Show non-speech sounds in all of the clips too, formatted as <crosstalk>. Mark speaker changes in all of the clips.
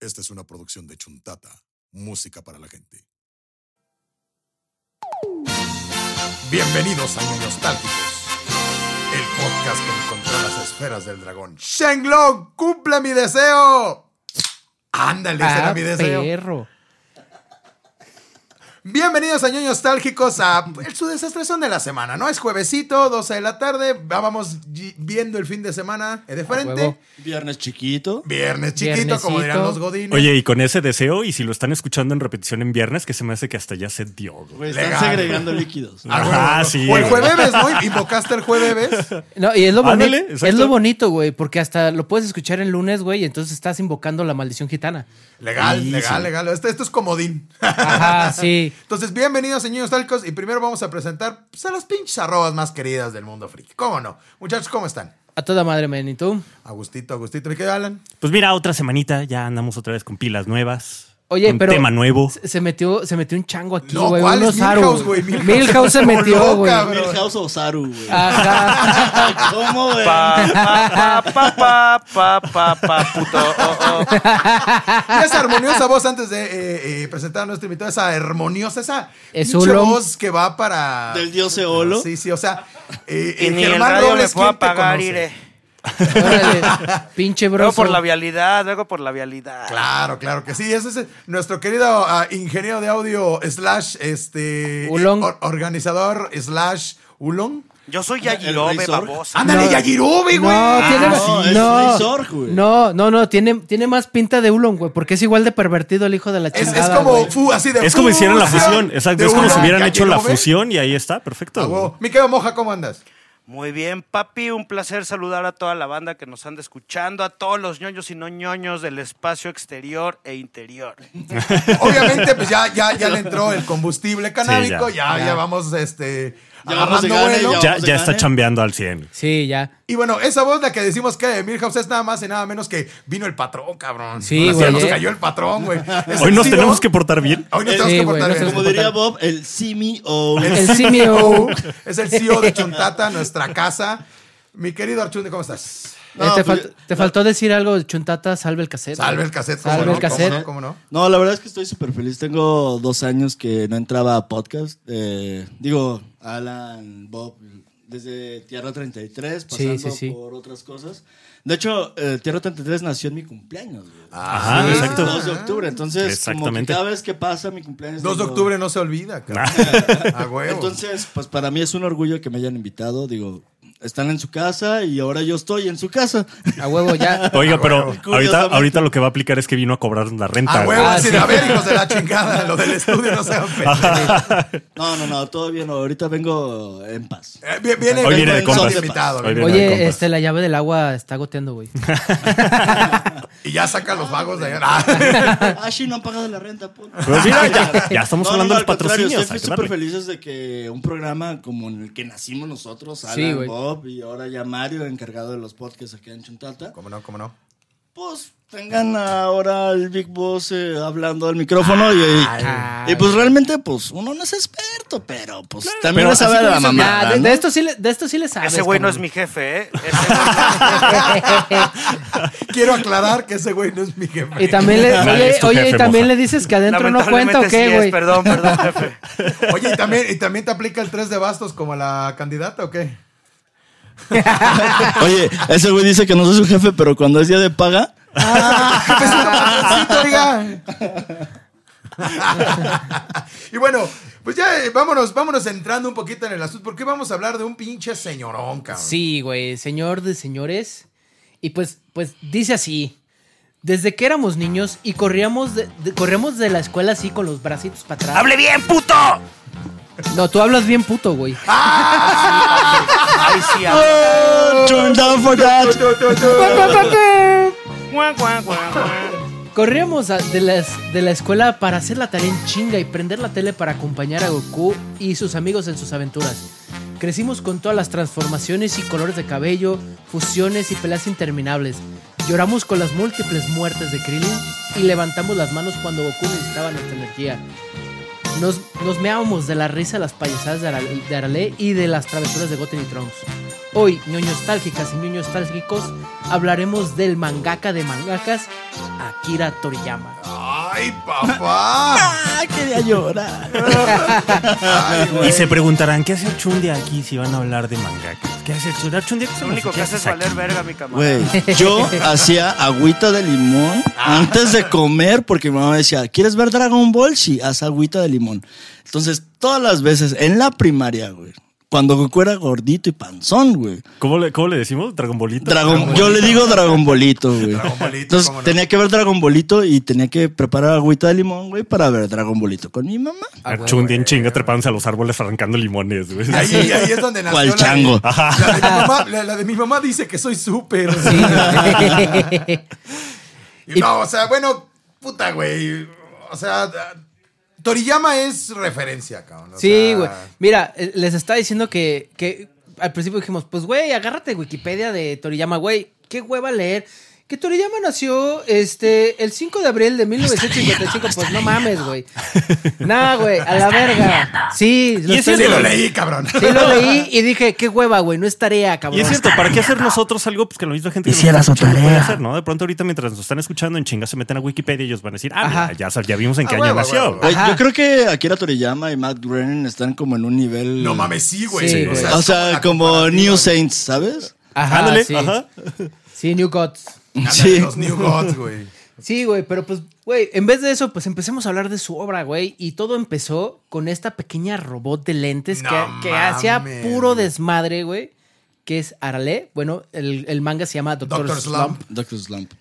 Speaker 1: Esta es una producción de Chuntata, música para la gente.
Speaker 2: Bienvenidos a Nostálgicos, el podcast que encontró las esferas del dragón.
Speaker 1: ¡Shenlong, cumple mi deseo!
Speaker 2: Ándale, ese era mi deseo.
Speaker 3: Ah, perro.
Speaker 1: Bienvenidos a Ñoños Nostálgicos a su desastración de la semana, ¿no? Es juevesito, 12 de la tarde, vamos y- viendo el fin de semana de frente.
Speaker 3: huevo.
Speaker 4: Viernes chiquito.
Speaker 1: Viernes chiquito,
Speaker 3: Viernesito.
Speaker 1: como dirán los godines.
Speaker 5: Oye, y con ese deseo, y si lo están escuchando en repetición en viernes, que se me hace que hasta ya se dio. güey.
Speaker 4: Güey, están
Speaker 1: Legal.
Speaker 4: segregando líquidos.
Speaker 1: Ah, bueno,
Speaker 5: Ajá,
Speaker 1: bueno.
Speaker 5: sí,
Speaker 1: O el
Speaker 5: güey.
Speaker 1: jueves, ¿no? Invocaste el jueves.
Speaker 3: No, y es lo bonito.
Speaker 5: Ándale, exacto.
Speaker 3: es lo bonito, güey, porque hasta lo puedes escuchar el lunes, güey, y entonces estás invocando la maldición gitana.
Speaker 1: Legal,
Speaker 5: Sí,
Speaker 1: legal,
Speaker 5: sí.
Speaker 1: legal. Este- esto es comodín.
Speaker 3: Ajá, sí.
Speaker 1: Entonces, bienvenidos, señores talcos. Y primero vamos a presentar pues, a las pinches arrobas más queridas del mundo friki. ¿Cómo no? Muchachos, ¿cómo están?
Speaker 3: A toda madre, man. ¿Y tú?
Speaker 1: Agustito, Agustito. ¿Me quedo, Alan?
Speaker 5: Pues mira, otra semanita, ya andamos otra vez con pilas nuevas.
Speaker 3: Oye,
Speaker 5: un
Speaker 3: pero.
Speaker 5: tema nuevo.
Speaker 3: Se se metió, se metió un chango aquí,
Speaker 1: No,
Speaker 3: güey.
Speaker 1: ¿cuál
Speaker 3: un
Speaker 1: es
Speaker 3: osaru,
Speaker 1: Milhouse, güey? Milhouse
Speaker 3: Milhouse se
Speaker 1: como loca,
Speaker 3: metió, güey.
Speaker 1: güey.
Speaker 4: Milhouse o Saru, güey.
Speaker 3: Ajá.
Speaker 4: <laughs> ¿Cómo, güey?
Speaker 6: pa, pa, pa, pa, pa, pa, puto. oh, oh.
Speaker 1: Y Esa armoniosa voz antes de eh, eh, presentar a nuestro invitado, esa hermoniosa, esa
Speaker 3: Es
Speaker 1: pinche
Speaker 3: Ulom.
Speaker 1: voz que va para.
Speaker 4: Del dios Eolo.
Speaker 1: Sí, sí, o sea. eh,
Speaker 6: Y
Speaker 1: eh,
Speaker 6: ni el
Speaker 1: Germán
Speaker 6: radio me
Speaker 1: Robles,
Speaker 6: puedo
Speaker 1: ¿quién te
Speaker 6: apagar,
Speaker 1: conoce?
Speaker 6: Ire.
Speaker 3: Órale, Pinche bro.
Speaker 6: Luego por la vialidad, luego por la vialidad.
Speaker 1: Claro, claro que sí. Ese es eh, nuestro querido ah, ingeniero de audio, slash, este.
Speaker 3: Ulong.
Speaker 1: or- organizador, slash, Ulong.
Speaker 6: Yo soy
Speaker 4: El
Speaker 6: Yagirobe,
Speaker 4: Rey Zorg.
Speaker 6: babosa.
Speaker 1: Ándale,
Speaker 3: No.
Speaker 1: Yagirobe, güey.
Speaker 3: No, tiene,
Speaker 4: Ah, sí, es
Speaker 3: no,
Speaker 4: Rey Zorg, güey.
Speaker 3: no, no, no, tiene, tiene más pinta de Ulon, güey, porque es igual de pervertido el hijo de la
Speaker 1: Es, es
Speaker 3: chingada.
Speaker 1: como
Speaker 3: güey.
Speaker 1: fu- así de
Speaker 5: Es como hicieron la fusión, exacto.
Speaker 1: de
Speaker 5: Es como
Speaker 1: una
Speaker 5: si hubieran hecho la
Speaker 1: Yagirobe.
Speaker 5: fusión y ahí está,
Speaker 1: Ah,
Speaker 5: perfecto. güey.
Speaker 1: huevo. Mi querido Moja, ¿cómo
Speaker 5: <laughs>
Speaker 1: andas?
Speaker 6: Muy bien, papi. Un placer saludar a toda la banda que nos anda escuchando, a todos los ñoños y no ñoños del espacio exterior e interior.
Speaker 1: Obviamente, pues ya, ya, ya le entró el combustible canábico,
Speaker 5: Sí,
Speaker 1: ya. Ya, vamos este,
Speaker 4: Ya vamos de
Speaker 1: agarrando
Speaker 4: gane,
Speaker 1: vuelo.
Speaker 4: ya
Speaker 5: Ya,
Speaker 4: vamos a
Speaker 5: ya
Speaker 4: ganar,
Speaker 5: está
Speaker 4: ¿eh?
Speaker 5: chambeando al 100.
Speaker 3: Sí, ya.
Speaker 1: Y bueno, esa voz la que decimos que de Milhouse es nada más y nada menos que vino el patrón, cabrón.
Speaker 3: Sí,
Speaker 1: Ahora
Speaker 3: güey,
Speaker 1: nos
Speaker 3: eh.
Speaker 1: cayó el patrón, güey. Ese
Speaker 5: Hoy nos
Speaker 1: sí, ¿no?
Speaker 5: tenemos que portar bien.
Speaker 1: Hoy nos
Speaker 4: Sí,
Speaker 1: tenemos que
Speaker 3: güey,
Speaker 1: portar
Speaker 3: no se
Speaker 1: bien.
Speaker 4: Como diría Bob, el CMO.
Speaker 3: El
Speaker 1: E
Speaker 3: simio.
Speaker 1: <laughs>
Speaker 3: <laughs>
Speaker 1: Es el CEO de Chontata, nuestra casa. Mi querido Archunde, ¿cómo estás?
Speaker 3: Eh,
Speaker 4: No,
Speaker 3: te,
Speaker 4: pues,
Speaker 3: fal- te faltó decir algo, Chuntata, salve el cassette.
Speaker 1: Salve
Speaker 3: güey.
Speaker 1: el cassette. ¿cómo
Speaker 3: Salve
Speaker 1: no?
Speaker 3: el cassette.
Speaker 1: ¿Cómo no? ¿Cómo no?
Speaker 4: No, la verdad es que estoy súper feliz. Tengo dos años que no entraba a podcast. Eh, digo, Alan, Bob, desde Tierra 33,
Speaker 3: Sí,
Speaker 4: pasando
Speaker 3: sí, sí.
Speaker 4: por otras cosas. De hecho, eh, Tierra 33 nació en mi cumpleaños. güey.
Speaker 1: Ah,
Speaker 5: Ajá,
Speaker 4: Sí,
Speaker 5: exacto.
Speaker 4: el 2 de octubre. Entonces, como que
Speaker 5: Exactamente.
Speaker 4: cada vez que pasa mi cumpleaños.
Speaker 1: 2 de
Speaker 4: digo,
Speaker 1: octubre no se olvida,
Speaker 5: <laughs>
Speaker 1: cabrón. A huevo.
Speaker 4: Entonces, pues para mí es un orgullo que me hayan invitado. Digo, están en su casa y ahora yo estoy en su casa. <laughs>
Speaker 3: A huevo,
Speaker 5: <laughs>
Speaker 3: ya.
Speaker 1: Ah,
Speaker 5: Oiga, pero ahorita,
Speaker 4: Curiosamente.
Speaker 5: ahorita lo que va a aplicar es que vino a cobrar la renta.
Speaker 1: a
Speaker 5: güey.
Speaker 1: huevo,
Speaker 3: Ah,
Speaker 1: así
Speaker 3: sí.
Speaker 1: de a ver, hijos de la chingada, lo del estudio
Speaker 5: <laughs>
Speaker 1: no sean pendejos.
Speaker 4: No, no, no, todo bien. Ahorita vengo en paz.
Speaker 5: <laughs>
Speaker 1: Eh, vi- Viene,
Speaker 5: Hoy viene de
Speaker 1: invitado,
Speaker 5: compras.
Speaker 1: invitado,
Speaker 5: Hoy
Speaker 1: viene
Speaker 5: viene de
Speaker 3: Oye,
Speaker 5: compras.
Speaker 3: este, la llave del agua está goteando, güey.
Speaker 1: Y ya saca los vagos de allá. Ah,
Speaker 4: Ah, sí, no han pagado la renta, puta.
Speaker 5: Pues mira, ya, ya estamos
Speaker 4: No,
Speaker 5: hablando
Speaker 4: no,
Speaker 5: de
Speaker 4: al
Speaker 5: los
Speaker 4: contrario,
Speaker 5: patrocinios.
Speaker 4: Estoy
Speaker 5: hay que
Speaker 4: súper
Speaker 5: darle.
Speaker 4: feliz de que un programa como en el que nacimos nosotros, Alan,
Speaker 3: Sí, güey.
Speaker 4: Bob y ahora ya Mario, encargado de los podcasts acá en Chuntata,
Speaker 1: Ah, <laughs> ¿Cómo no? ¿Cómo no?
Speaker 4: pues tengan ahora al Big Boss eh, hablando al micrófono y, y-
Speaker 3: Ah,
Speaker 4: y, pues realmente pues uno no es experto, pero pues también
Speaker 5: pero
Speaker 4: le sabe
Speaker 5: así
Speaker 4: a la
Speaker 5: como
Speaker 4: mamá.
Speaker 5: dicen,
Speaker 3: Ah, de,
Speaker 4: ¿no?
Speaker 3: de esto sí le, de esto sí le sabes.
Speaker 6: Ese güey no es mi
Speaker 3: cabrón.
Speaker 6: jefe, ¿eh? Ese güey-
Speaker 1: Quiero aclarar que ese güey no es mi jefe.
Speaker 3: <laughs> Y también le,
Speaker 5: Nadie
Speaker 3: oye,
Speaker 5: es tu
Speaker 3: oye,
Speaker 5: jefe,
Speaker 3: y también
Speaker 5: moja.
Speaker 3: le dices que adentro no
Speaker 6: lamentablemente
Speaker 3: cuenta o qué,
Speaker 6: sí es,
Speaker 3: güey.
Speaker 6: Perdón, perdón, jefe.
Speaker 1: Oye, y también, y también te aplica el 3 de bastos como la candidata o qué?
Speaker 4: <laughs> Oye, ese güey dice que no soy su jefe, pero cuando es día de paga,
Speaker 1: Jefecito, patroncito, oiga. y bueno, pues ya eh, vámonos, vámonos entrando un poquito en el asunto, porque hoy vamos a hablar de un pinche señorón, cabrón.
Speaker 3: Sí, güey, señor de señores. Y pues, pues dice así. Desde que éramos niños y corríamos de, de- corríamos de la escuela así con los bracitos para atrás.
Speaker 6: ¡Hable bien, puto!
Speaker 3: No, tú hablas bien puto, güey.
Speaker 6: Ahí sí hablo.
Speaker 4: turn down for that.
Speaker 6: Guau, guau, guau, guau.
Speaker 3: Corríamos a- de, las- de la escuela para hacer la tarea en chinga y prender la tele para acompañar a Goku y sus amigos en sus aventuras. Crecimos con todas las transformaciones y colores de cabello, fusiones y peleas interminables. Lloramos con las múltiples muertes de Krillin y levantamos las manos cuando Goku necesitaba nuestra energía. Nos, nos meábamos de la risa de las payasadas de, Ara- de Arale y de las travesuras de Goten y Trunks. Hoy, ñoñostálgicas y ñoñostálgicos, hablaremos del mangaka de mangakas, Akira Toriyama.
Speaker 1: ¡Ay, papá!
Speaker 4: ¡Ah, quería llorar!
Speaker 1: Ay, güey.
Speaker 5: Y se preguntarán, ¿qué hace el Chundia aquí si van a hablar de mangaka? ¿Qué hace el Chundia? El Chundia, ¿qué
Speaker 6: Lo
Speaker 5: somos?
Speaker 6: único
Speaker 5: ¿Qué
Speaker 6: que hace es
Speaker 5: haces
Speaker 6: valer
Speaker 5: aquí?
Speaker 6: verga, mi camarada.
Speaker 4: Güey, yo hacía agüita de limón antes de comer porque mi mamá decía, ¿quieres ver Dragon Ball? Sí, haz agüita de limón. Entonces, todas las veces en la primaria, güey, cuando Goku era gordito y panzón, güey.
Speaker 5: ¿Cómo le, cómo le decimos? ¿Dragon Bolita?
Speaker 4: Dragon, yo le digo Dragon Bolito, güey.
Speaker 1: Dragon Bolito,
Speaker 4: Entonces,
Speaker 1: cómo no.
Speaker 4: tenía que ver Dragon Bolito y tenía que preparar agüita de limón, güey, para ver Dragon Bolito con mi mamá.
Speaker 3: Ah,
Speaker 5: El Chundia en chinga trepándose a los árboles arrancando limones, güey.
Speaker 1: Ahí, ahí es donde nació
Speaker 4: ¿Cuál
Speaker 1: la de-
Speaker 4: chango?
Speaker 1: La de, mi mamá, la- la de mi mamá dice que soy súper.
Speaker 5: <laughs>
Speaker 1: Y no, o sea, bueno, puta, güey. O sea, da- Toriyama es referencia, cabrón. o
Speaker 3: Sí,
Speaker 1: sea,
Speaker 3: güey. Mira, eh, les estaba diciendo que, que al principio dijimos, pues, güey, agárrate Wikipedia de Toriyama, güey. Qué hueva leer. Que Toriyama nació este, el 5 de abril de 1955. Pues no mames, güey. Nah, güey, a la verga. Sí, lo,
Speaker 5: Y es
Speaker 3: estoy-
Speaker 1: Sí lo leí, cabrón.
Speaker 3: sí lo leí y dije, qué hueva, güey, no es tarea, cabrón.
Speaker 5: Y es cierto, ¿para qué hacer nosotros algo pues, que la misma gente que nos
Speaker 4: Hiciera
Speaker 5: está
Speaker 4: su
Speaker 5: escuchando puede
Speaker 4: tarea.
Speaker 5: hacer, ¿no? De pronto ahorita mientras nos están escuchando en chinga se meten a Wikipedia y ellos van a decir, ah,
Speaker 3: Ajá.
Speaker 5: mira, ya, sab- ya vimos en
Speaker 1: Ah,
Speaker 5: qué año
Speaker 1: huevo,
Speaker 5: nació.
Speaker 1: huevo.
Speaker 5: güey.
Speaker 4: Güey,
Speaker 3: Ajá.
Speaker 4: yo creo que Akira Toriyama y Matt Groening están como en un nivel...
Speaker 1: No mames, sí, güey.
Speaker 3: Sí, güey.
Speaker 4: O sea,
Speaker 1: la
Speaker 4: como
Speaker 1: comparativa,
Speaker 4: New
Speaker 1: güey.
Speaker 4: Saints, ¿sabes?
Speaker 3: Ajá,
Speaker 5: Ándale,
Speaker 3: sí.
Speaker 5: ajá.
Speaker 3: Sí, New Gods.
Speaker 1: Ándale,
Speaker 4: Sí.
Speaker 1: Los New Gods, güey.
Speaker 3: Sí, güey, pero pues, güey, en vez de eso, pues empecemos a hablar de su obra, güey. Y todo empezó con esta pequeña robot de lentes
Speaker 1: No
Speaker 3: que, que hacía
Speaker 1: mames.
Speaker 3: puro desmadre, güey. Que es Arale. Bueno, el, el manga se llama Doctor,
Speaker 1: Doctor
Speaker 3: Slump.
Speaker 1: Slump.
Speaker 4: Doctor Slump.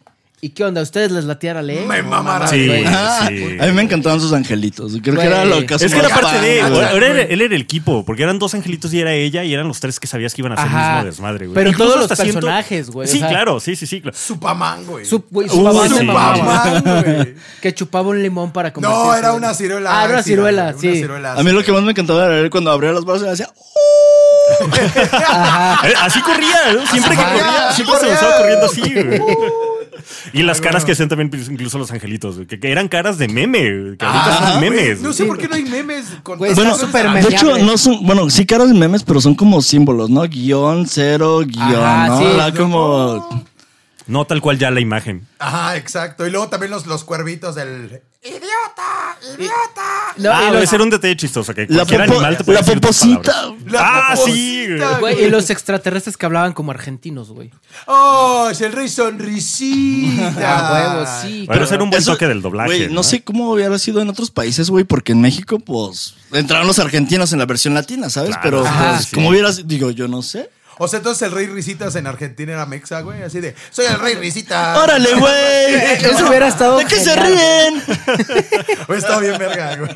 Speaker 3: ¿Y qué onda? ¿A ustedes les latía Arale?
Speaker 1: Me mamará.
Speaker 5: Sí,
Speaker 3: güey.
Speaker 5: güey,
Speaker 4: Ah,
Speaker 5: sí.
Speaker 4: A mí me encantaban sus angelitos. Creo
Speaker 3: Güey.
Speaker 4: que era lo que
Speaker 5: Es que era
Speaker 4: hacía
Speaker 5: parte
Speaker 4: fan,
Speaker 5: de
Speaker 1: Ah,
Speaker 5: él,
Speaker 1: güey.
Speaker 5: Él era, él era el equipo, porque eran dos angelitos y era ella, y eran los tres que sabías que iban a hacer
Speaker 3: Ajá.
Speaker 5: el mismo desmadre, güey.
Speaker 3: Pero
Speaker 5: Incluso
Speaker 3: todos los
Speaker 5: hasta siento-
Speaker 3: personajes, güey, o
Speaker 5: Sí,
Speaker 3: sea-
Speaker 5: claro, sí, sí, sí. claro.
Speaker 1: Supamán, güey.
Speaker 3: Su, güey, su
Speaker 5: Uh,
Speaker 3: papá
Speaker 5: sí.
Speaker 3: se mamaba.
Speaker 1: Supamán,
Speaker 3: <laughs>
Speaker 1: güey.
Speaker 3: Que chupaba un limón para comer.
Speaker 1: No, era una ciruela.
Speaker 3: Ah, era una
Speaker 1: ácida,
Speaker 3: ciruela,
Speaker 1: güey,
Speaker 3: sí.
Speaker 1: una ciruela
Speaker 4: A mí lo que
Speaker 1: ácida.
Speaker 4: más me encantaba era él cuando abría las brazos y "Oh, hacía.
Speaker 5: Eh, Así corría, ¿no? siempre que
Speaker 1: Ajá.
Speaker 5: corría,
Speaker 1: Así
Speaker 5: siempre se
Speaker 1: corría.
Speaker 5: lanzaba corriendo así. güey. Y las caras que hacían también pues, incluso los angelitos, güey, que, que eran caras de meme, güey, que ahorita son memes.
Speaker 1: No
Speaker 5: güey.
Speaker 1: sé por qué no hay memes con
Speaker 3: Güey,
Speaker 4: Bueno,
Speaker 3: está súper
Speaker 4: de hecho,
Speaker 3: memeable.
Speaker 4: no son. Bueno, sí, caras de memes, pero son como símbolos, ¿no? Guión, cero, guión,
Speaker 3: Ajá,
Speaker 4: ¿no?
Speaker 3: sí.
Speaker 4: Era como.
Speaker 5: No tal cual ya la imagen.
Speaker 1: Ajá, exacto. Y luego también los, los cuervitos del. ¡Idiota! ¡Idiota!
Speaker 3: No,
Speaker 5: ah,
Speaker 3: y
Speaker 5: debe
Speaker 3: los-
Speaker 5: ser un detalle chistoso, que
Speaker 4: La,
Speaker 5: cualquier
Speaker 4: popo-
Speaker 5: animal te puede
Speaker 4: la
Speaker 5: decir tus palabras.
Speaker 4: poposita.
Speaker 5: Ah,
Speaker 1: poposita,
Speaker 5: sí, güey.
Speaker 3: güey, y los extraterrestres que hablaban como argentinos, güey.
Speaker 1: ¡Oh! Es el rey
Speaker 3: <laughs>
Speaker 1: sonrisita.
Speaker 3: Ah, huevo, sí.
Speaker 5: Pero ese era un buen
Speaker 4: Eso-
Speaker 5: toque del doblaje.
Speaker 4: Güey, no,
Speaker 5: ¿no?
Speaker 4: sé cómo hubiera sido en otros países, güey, porque en México, pues. Entraron los argentinos en la versión latina, ¿sabes?
Speaker 5: Claro,
Speaker 4: pero,
Speaker 5: ajá,
Speaker 4: pues,
Speaker 5: sí.
Speaker 4: ¿cómo hubiera sido? Digo, yo no sé.
Speaker 1: O sea, entonces el rey risitas en Argentina era mexa, güey. Así de. Soy el rey risita.
Speaker 4: ¡Órale, güey!
Speaker 3: Eso hubiera estado
Speaker 4: ¿De qué se
Speaker 3: genial.
Speaker 4: ríen?
Speaker 1: Güey, Estaba bien verga, güey.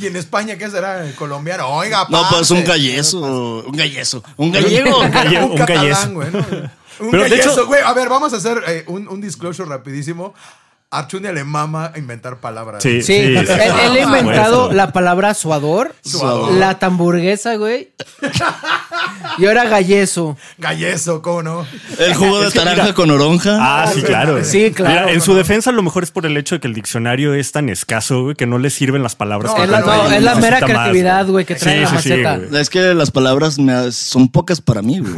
Speaker 1: ¿Y en España qué será? ¿El colombiano? Oiga,
Speaker 4: No, pues un
Speaker 1: parce.
Speaker 4: gallezo. Un gallezo. Un gallego.
Speaker 1: <laughs>
Speaker 5: Galle-
Speaker 1: un
Speaker 5: un
Speaker 1: catalán,
Speaker 5: gallezo.
Speaker 1: güey. ¿no? Un
Speaker 5: Pero de
Speaker 1: gallezo,
Speaker 5: hecho-
Speaker 1: güey. A ver, vamos a hacer eh, un, un disclosure rapidísimo. Archundia le mama inventar palabras.
Speaker 5: Sí,
Speaker 3: Sí,
Speaker 5: sí,
Speaker 3: él,
Speaker 5: sí.
Speaker 3: él ha
Speaker 5: Ah,
Speaker 3: inventado
Speaker 5: bueno.
Speaker 3: la palabra suador,
Speaker 1: Suador.
Speaker 3: la tamburguesa, güey. y ahora galleso.
Speaker 1: Gallezo, ¿cómo no?
Speaker 4: El jugo de
Speaker 5: Es que mira-
Speaker 4: naranja con oronja.
Speaker 5: Ah, sí, claro.
Speaker 3: Sí, claro.
Speaker 5: Mira, en su defensa, a lo mejor es por el hecho de que el diccionario es tan escaso güey, que no le sirven las palabras.
Speaker 1: No,
Speaker 5: que
Speaker 3: es la,
Speaker 1: no,
Speaker 5: traen,
Speaker 3: no,
Speaker 5: güey,
Speaker 3: es la
Speaker 5: necesita
Speaker 3: mera
Speaker 5: más,
Speaker 3: creatividad, güey, que trae
Speaker 5: Sí,
Speaker 3: la
Speaker 5: sí, sí,
Speaker 3: maceta.
Speaker 5: güey.
Speaker 4: Es que las palabras me ha- son pocas para mí, güey.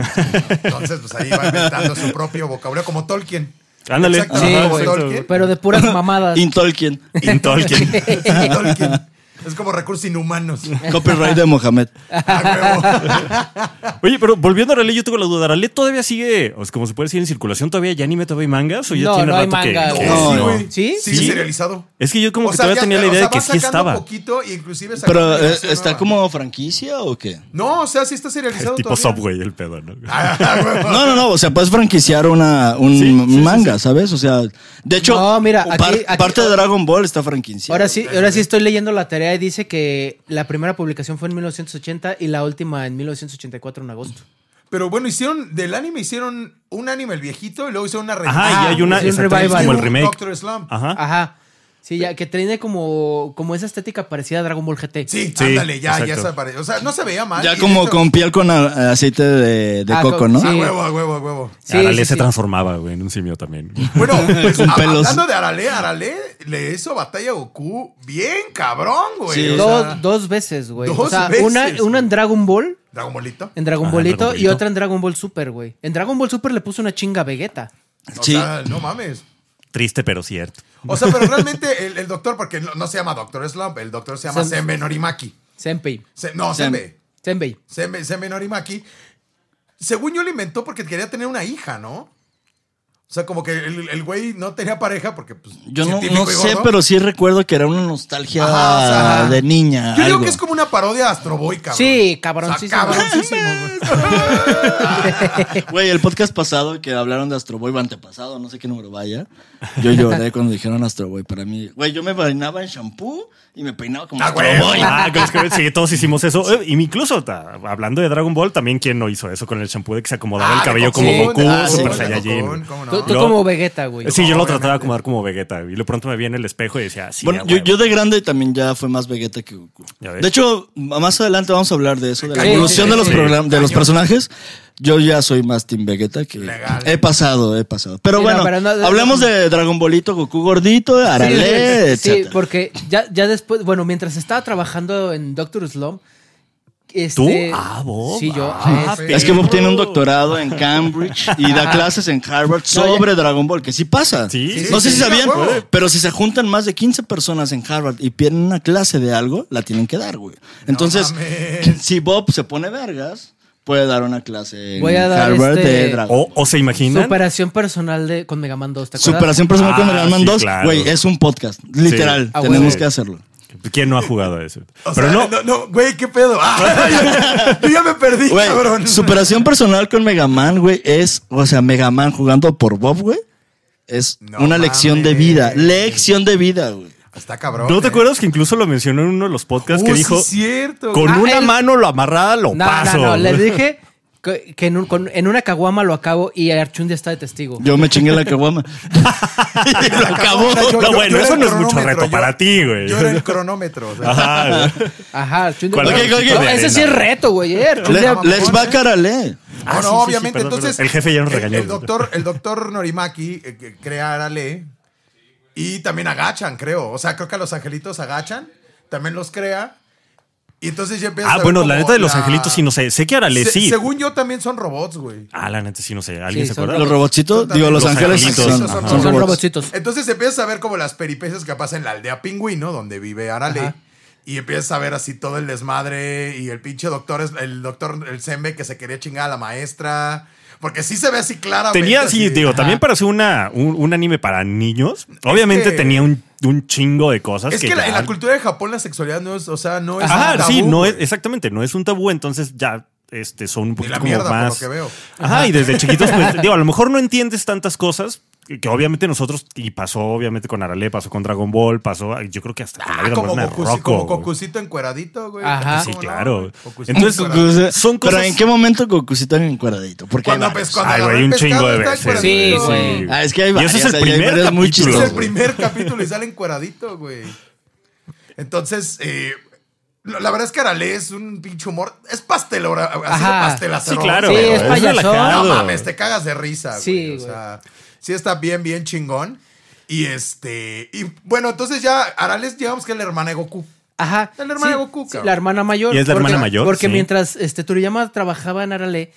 Speaker 1: Entonces, pues ahí va inventando su propio vocabulario, como Tolkien.
Speaker 5: Ándale.
Speaker 1: Exactamente,
Speaker 3: Sí,
Speaker 1: como
Speaker 3: güey.
Speaker 1: Tolkien.
Speaker 3: pero de puras mamadas.
Speaker 4: In Tolkien.
Speaker 5: En Tolkien.
Speaker 1: <laughs> Tolkien. Es como recursos inhumanos. <laughs>
Speaker 4: Copyright de Mohamed.
Speaker 1: A huevo.
Speaker 5: Oye, pero volviendo a Arale, yo tengo la duda. ¿Arale todavía sigue, o sea, como se puede decir, en circulación todavía? ¿Ya anime todavía hay mangas? ¿O ya
Speaker 3: No,
Speaker 5: tiene
Speaker 3: no hay
Speaker 5: rato que-
Speaker 3: manga,
Speaker 5: que,
Speaker 3: güey.
Speaker 1: No, Eh, sí,
Speaker 5: no?
Speaker 1: güey.
Speaker 3: ¿Sí?
Speaker 1: Sí,
Speaker 5: ¿Sí?
Speaker 1: serializado.
Speaker 5: Es que yo como
Speaker 1: O
Speaker 5: que
Speaker 1: sea,
Speaker 5: todavía
Speaker 1: ya-
Speaker 5: tenía la
Speaker 1: o
Speaker 5: idea
Speaker 1: sea,
Speaker 5: de que
Speaker 1: va
Speaker 5: sí
Speaker 1: sacando
Speaker 5: estaba.
Speaker 1: poquito y inclusive sacando
Speaker 4: Pero eh,
Speaker 1: generación
Speaker 4: está
Speaker 1: nueva.
Speaker 4: como franquicia o qué?
Speaker 1: No, o sea, sí está serializado
Speaker 5: Es tipo
Speaker 1: todavía.
Speaker 5: Subway el pedo, ¿no? <laughs>
Speaker 1: Ah, huevo.
Speaker 4: No, no, no. O sea, puedes franquiciar una, un
Speaker 5: Sí, sí, sí,
Speaker 4: manga, ¿sabes? O sea, de hecho,
Speaker 3: No, mira,
Speaker 4: par-
Speaker 3: aquí- aquí-
Speaker 4: parte de Dragon Ball está franquiciada.
Speaker 3: Ahora sí, ahora sí estoy leyendo la tarea y dice que la primera publicación fue en 1980 y la última en 1984 en agosto.
Speaker 1: Pero bueno, hicieron del anime hicieron un anime el viejito y luego hicieron una reedición.
Speaker 5: Ajá, y hay una
Speaker 3: sí, Ah, un
Speaker 5: exactamente,
Speaker 3: revival. Ah,
Speaker 5: como el
Speaker 1: Hubo un
Speaker 5: remake.
Speaker 1: Doctor Slump.
Speaker 5: Ajá. Ah,
Speaker 3: Ajá. Sí, ya que tiene como, como esa estética parecida a Dragon Ball GT.
Speaker 1: Sí,
Speaker 5: Sí,
Speaker 1: ándale, ya, ya
Speaker 5: exacto.
Speaker 1: se apareció. O sea, no se veía mal.
Speaker 4: Ya
Speaker 1: Y
Speaker 4: como
Speaker 1: Ah, de hecho-
Speaker 4: con piel con a- aceite de, de
Speaker 3: Ah,
Speaker 4: coco,
Speaker 3: con-
Speaker 4: ¿no?
Speaker 3: sí.
Speaker 1: A huevo, a huevo, a huevo.
Speaker 3: Sí,
Speaker 5: Arale
Speaker 3: sí,
Speaker 5: se
Speaker 3: sí. <laughs>
Speaker 5: transformaba, güey, en un simio también.
Speaker 1: Bueno, pues,
Speaker 4: <laughs> Con
Speaker 1: a-
Speaker 4: pelos.
Speaker 1: hablando de Arale, Arale le hizo batalla a Goku bien cabrón, güey.
Speaker 4: Sí.
Speaker 1: O
Speaker 3: Do-
Speaker 1: sea,
Speaker 3: dos veces, güey.
Speaker 1: dos
Speaker 3: O sea,
Speaker 1: veces,
Speaker 3: una,
Speaker 1: güey.
Speaker 3: una en Dragon Ball,
Speaker 1: Dragon Ballito.
Speaker 3: en Dragon
Speaker 5: Ajá, en
Speaker 3: Ballito,
Speaker 5: Dragon
Speaker 3: y
Speaker 5: Ballito.
Speaker 3: otra en Dragon Ball Super, güey. En Dragon Ball Super le puso una chinga a Vegeta.
Speaker 1: O
Speaker 4: Sí.
Speaker 1: sea, no mames.
Speaker 5: Triste, pero cierto.
Speaker 1: O sea, pero realmente el, el doctor, porque no, no se llama Doctor Slump, el doctor se llama
Speaker 3: Sem-
Speaker 1: Senbe Norimaki.
Speaker 3: Senpei.
Speaker 1: Se- no,
Speaker 4: Sem-
Speaker 1: Senbe.
Speaker 3: Senpei.
Speaker 1: Senbe, Senbe Norimaki. Según yo lo inventó porque quería tener una hija, ¿no? O sea, como que el el güey no tenía pareja porque, pues.
Speaker 4: Yo no,
Speaker 1: científico
Speaker 4: no
Speaker 1: y
Speaker 4: sé,
Speaker 1: gordo.
Speaker 4: pero sí recuerdo que era una nostalgia
Speaker 1: Ajá, o sea,
Speaker 4: de niña.
Speaker 1: Yo digo
Speaker 4: algo.
Speaker 1: que es como una parodia de Astro Boy, cabrón.
Speaker 3: Sí,
Speaker 1: O
Speaker 3: cabroncísimo.
Speaker 1: sea, cabroncísimo.
Speaker 4: Güey, el podcast pasado que hablaron de Astro Boy, o antepasado, no sé qué número vaya. Yo lloré cuando dijeron Astro Boy. Para mí, güey, yo me peinaba en shampoo y me peinaba como
Speaker 1: Ah,
Speaker 4: Astro
Speaker 1: güey.
Speaker 4: Boy.
Speaker 5: Ah, es que sí, todos hicimos eso. Eh, Y incluso ta- hablando de Dragon Ball, también quién no hizo eso con el shampoo de que se acomodaba
Speaker 1: Ah,
Speaker 5: el
Speaker 1: de
Speaker 5: cabello
Speaker 1: Cocoon,
Speaker 5: como Goku,
Speaker 1: de Cocoon,
Speaker 5: Super
Speaker 1: de
Speaker 5: Saiyajin.
Speaker 1: Cocoon, ¿cómo no?
Speaker 3: Tú, tú
Speaker 5: Yo-
Speaker 3: como Vegeta, güey.
Speaker 5: Sí, yo lo trataba
Speaker 1: Obviamente.
Speaker 5: de acomodar como Vegeta. Y de pronto me vi en el espejo y decía, "Ah, sí,
Speaker 4: Bueno,
Speaker 5: a
Speaker 4: yo,
Speaker 5: huevo.
Speaker 4: yo de grande también ya fue más Vegeta que Goku.
Speaker 5: Ya ves.
Speaker 4: De hecho, m- más adelante vamos a hablar de eso, de la
Speaker 1: Sí,
Speaker 4: evolución
Speaker 3: sí,
Speaker 4: de los
Speaker 5: sí.
Speaker 4: program- de los
Speaker 1: Cañón.
Speaker 4: personajes. Yo ya soy más Team Vegeta que
Speaker 1: Legal.
Speaker 4: he pasado, he pasado. Pero
Speaker 3: Sí, no,
Speaker 4: bueno,
Speaker 3: pero no-
Speaker 4: hablemos de Dragon Bolito, Goku gordito,
Speaker 3: Sí,
Speaker 4: Arale,
Speaker 3: güey. sí,
Speaker 4: etcétera.
Speaker 3: porque ya, ya después, bueno, mientras estaba trabajando en Doctor Slump,
Speaker 5: ¿Tú?
Speaker 3: este,
Speaker 5: Ah, vos.
Speaker 3: Sí, yo.
Speaker 5: Ah,
Speaker 3: este,
Speaker 4: Es que Bob tiene un doctorado en Cambridge y da clases en Harvard sobre Dragon Ball, que sí pasa.
Speaker 5: Sí,
Speaker 4: no
Speaker 1: sí,
Speaker 4: sé
Speaker 1: sí,
Speaker 4: si sabían,
Speaker 1: a huevo.
Speaker 4: pero si se juntan más de 15 personas en Harvard y pierden una clase de algo, la tienen que dar, güey. Entonces,
Speaker 1: mames.
Speaker 4: si Bob se pone vergas, puede dar una clase en
Speaker 3: Voy a dar
Speaker 4: Harvard
Speaker 3: este-
Speaker 4: de Dragon
Speaker 5: O, o se imaginan.
Speaker 3: superación personal de, con Mega Man 2, ¿te acuerdas?
Speaker 4: Superación personal con
Speaker 5: Ah,
Speaker 4: Dragon Man
Speaker 5: sí,
Speaker 4: 2,
Speaker 5: claro.
Speaker 4: güey, es un podcast. Literal,
Speaker 3: A
Speaker 4: tenemos
Speaker 3: Ah, huevo.
Speaker 4: que hacerlo.
Speaker 5: ¿Quién no ha jugado a eso?
Speaker 1: O
Speaker 5: Pero
Speaker 1: sea,
Speaker 5: no,
Speaker 1: no, no, güey, qué pedo. Ah, <laughs> yo ya me perdí,
Speaker 4: Güey,
Speaker 1: cabrón.
Speaker 4: superación personal con Mega Man, güey, es, o sea, Mega Man jugando por Bob, güey, es
Speaker 1: No
Speaker 4: una lección de
Speaker 1: mames.
Speaker 4: vida. Lección de vida, güey.
Speaker 1: Está cabrón.
Speaker 5: ¿No te
Speaker 1: eh.
Speaker 5: acuerdas que incluso lo mencionó en uno de los podcasts
Speaker 1: Oh,
Speaker 5: que
Speaker 1: sí,
Speaker 5: dijo:
Speaker 1: cierto.
Speaker 5: Con
Speaker 3: Ah,
Speaker 5: una
Speaker 3: él-
Speaker 5: mano lo amarrada lo
Speaker 3: No,
Speaker 5: paso.
Speaker 3: no, no, le dije que, que en, un- con- en una caguama lo acabo y Archundia está de testigo.
Speaker 4: Yo me chingué la caguama.
Speaker 1: <laughs>
Speaker 4: Y lo acabó.
Speaker 1: O sea, yo-
Speaker 5: <laughs> No,
Speaker 1: yo- yo
Speaker 5: bueno,
Speaker 1: era
Speaker 5: eso
Speaker 1: el
Speaker 5: no es mucho
Speaker 1: cronómetro,
Speaker 5: reto
Speaker 1: yo-
Speaker 5: para ti, güey.
Speaker 1: Ah, Yo era el cronómetro. o sea. <laughs>
Speaker 5: <laughs> Ajá.
Speaker 3: Ajá, Archundia.
Speaker 5: ¿Cuál
Speaker 3: No,
Speaker 4: Ok, ok, ok.
Speaker 3: no, ese sí es reto, güey. eh,
Speaker 4: Le-
Speaker 3: Archundia-
Speaker 1: mamón,
Speaker 4: let's
Speaker 1: ¿eh?
Speaker 4: back Arale.
Speaker 5: Ah,
Speaker 1: no, no,
Speaker 5: sí, sí, sí,
Speaker 1: obviamente.
Speaker 5: perdón,
Speaker 1: entonces.
Speaker 5: perdón. El jefe ya nos
Speaker 1: el-
Speaker 5: regañó.
Speaker 1: El doctor, el doctor Norimaki eh, que crea Arale y también agachan, creo. O sea, creo que a los angelitos agachan. También los crea. Y entonces ya empieza
Speaker 5: Ah, bueno, la neta de los angelitos sí no sé. Sé que Arale sí.
Speaker 1: Según yo también son robots, güey.
Speaker 5: Ah, la neta sí no sé. ¿Alguien
Speaker 3: Sí,
Speaker 5: se
Speaker 3: son
Speaker 5: acuerda?
Speaker 4: Los robotcitos,
Speaker 1: Son
Speaker 4: digo, los,
Speaker 5: también-
Speaker 4: ángeles
Speaker 5: los
Speaker 4: son,
Speaker 5: angelitos,
Speaker 4: son
Speaker 5: ajá.
Speaker 4: robots.
Speaker 3: Son robotitos.
Speaker 1: Entonces empiezas a ver como las peripecias que pasan en la aldea pingüino, donde vive Arale.
Speaker 3: Ajá.
Speaker 1: Y empiezas a ver así todo el desmadre y el pinche doctor, es- el doctor, el Sembe que se quería chingar a la maestra. Porque sí se ve así claramente.
Speaker 5: Tenía, sí,
Speaker 1: así,
Speaker 5: digo, también para hacer una, un, un anime para niños, obviamente
Speaker 1: que-
Speaker 5: tenía un, un chingo de cosas.
Speaker 1: Es que la-
Speaker 5: ya-
Speaker 1: en la cultura de Japón la sexualidad no es, o sea, no pues, es.
Speaker 5: Ajá,
Speaker 1: un tabú,
Speaker 5: sí, no
Speaker 1: güey.
Speaker 5: es, exactamente, no es un tabú, entonces ya este, son un
Speaker 1: Ni
Speaker 5: poquito
Speaker 1: la
Speaker 5: como
Speaker 1: mierda, por lo
Speaker 5: más.
Speaker 1: que veo.
Speaker 5: Ajá, y desde chiquitos,
Speaker 1: <laughs>
Speaker 5: pues, digo, a lo mejor no entiendes tantas cosas que, que obviamente nosotros, y pasó obviamente con Arale, pasó con Dragon Ball, pasó, yo creo que hasta con la
Speaker 1: Ah,
Speaker 5: vida
Speaker 1: como,
Speaker 5: moderna de
Speaker 1: Gokuci-
Speaker 5: Rocco,
Speaker 1: como
Speaker 5: güey.
Speaker 1: Gokucito encueradito, güey.
Speaker 3: Ajá.
Speaker 5: Sí,
Speaker 1: ¿Cómo no?
Speaker 5: claro.
Speaker 1: Gokucito
Speaker 5: Entonces,
Speaker 1: encueradito.
Speaker 4: Goku-
Speaker 5: son cosas.
Speaker 4: Pero en qué momento Gokucito en encuadradito? Porque hay
Speaker 1: Cuando
Speaker 4: varios.
Speaker 1: pues, cuando
Speaker 5: Ay,
Speaker 1: agarró el
Speaker 5: güey, un
Speaker 1: pescado
Speaker 5: chingo de
Speaker 1: está
Speaker 5: veces.
Speaker 3: Sí,
Speaker 1: encueradito.
Speaker 3: sí.
Speaker 4: Ah, es que hay
Speaker 5: Y ese
Speaker 4: varios.
Speaker 5: es el
Speaker 4: hay
Speaker 5: primer
Speaker 4: varios muy
Speaker 5: capítulo,
Speaker 1: Es
Speaker 4: chilos,
Speaker 1: el
Speaker 5: güey.
Speaker 1: primer capítulo y sale encueradito, güey. Entonces, eh, la la verdad es que Arale es un pinche humor. Es pastel, ahora, así de
Speaker 3: Ajá.
Speaker 5: Sí,
Speaker 1: pastelacerón,
Speaker 5: claro.
Speaker 3: Sí,
Speaker 1: güey.
Speaker 3: es payasón.
Speaker 5: relajado.
Speaker 1: No mames, te cagas de risa, güey.
Speaker 3: Sí,
Speaker 1: o
Speaker 3: güey.
Speaker 1: sea, sí está bien, bien chingón. Y este. Y bueno, entonces ya Arales, digamos que es la hermana de Goku.
Speaker 3: Ajá.
Speaker 1: El hermano
Speaker 3: sí,
Speaker 1: de Goku,
Speaker 3: sí,
Speaker 1: cabrón.
Speaker 3: la hermana mayor.
Speaker 5: Y es la
Speaker 3: porque-
Speaker 5: hermana mayor,
Speaker 3: Porque
Speaker 5: sí.
Speaker 3: mientras este, Toriyama trabajaba en Arale,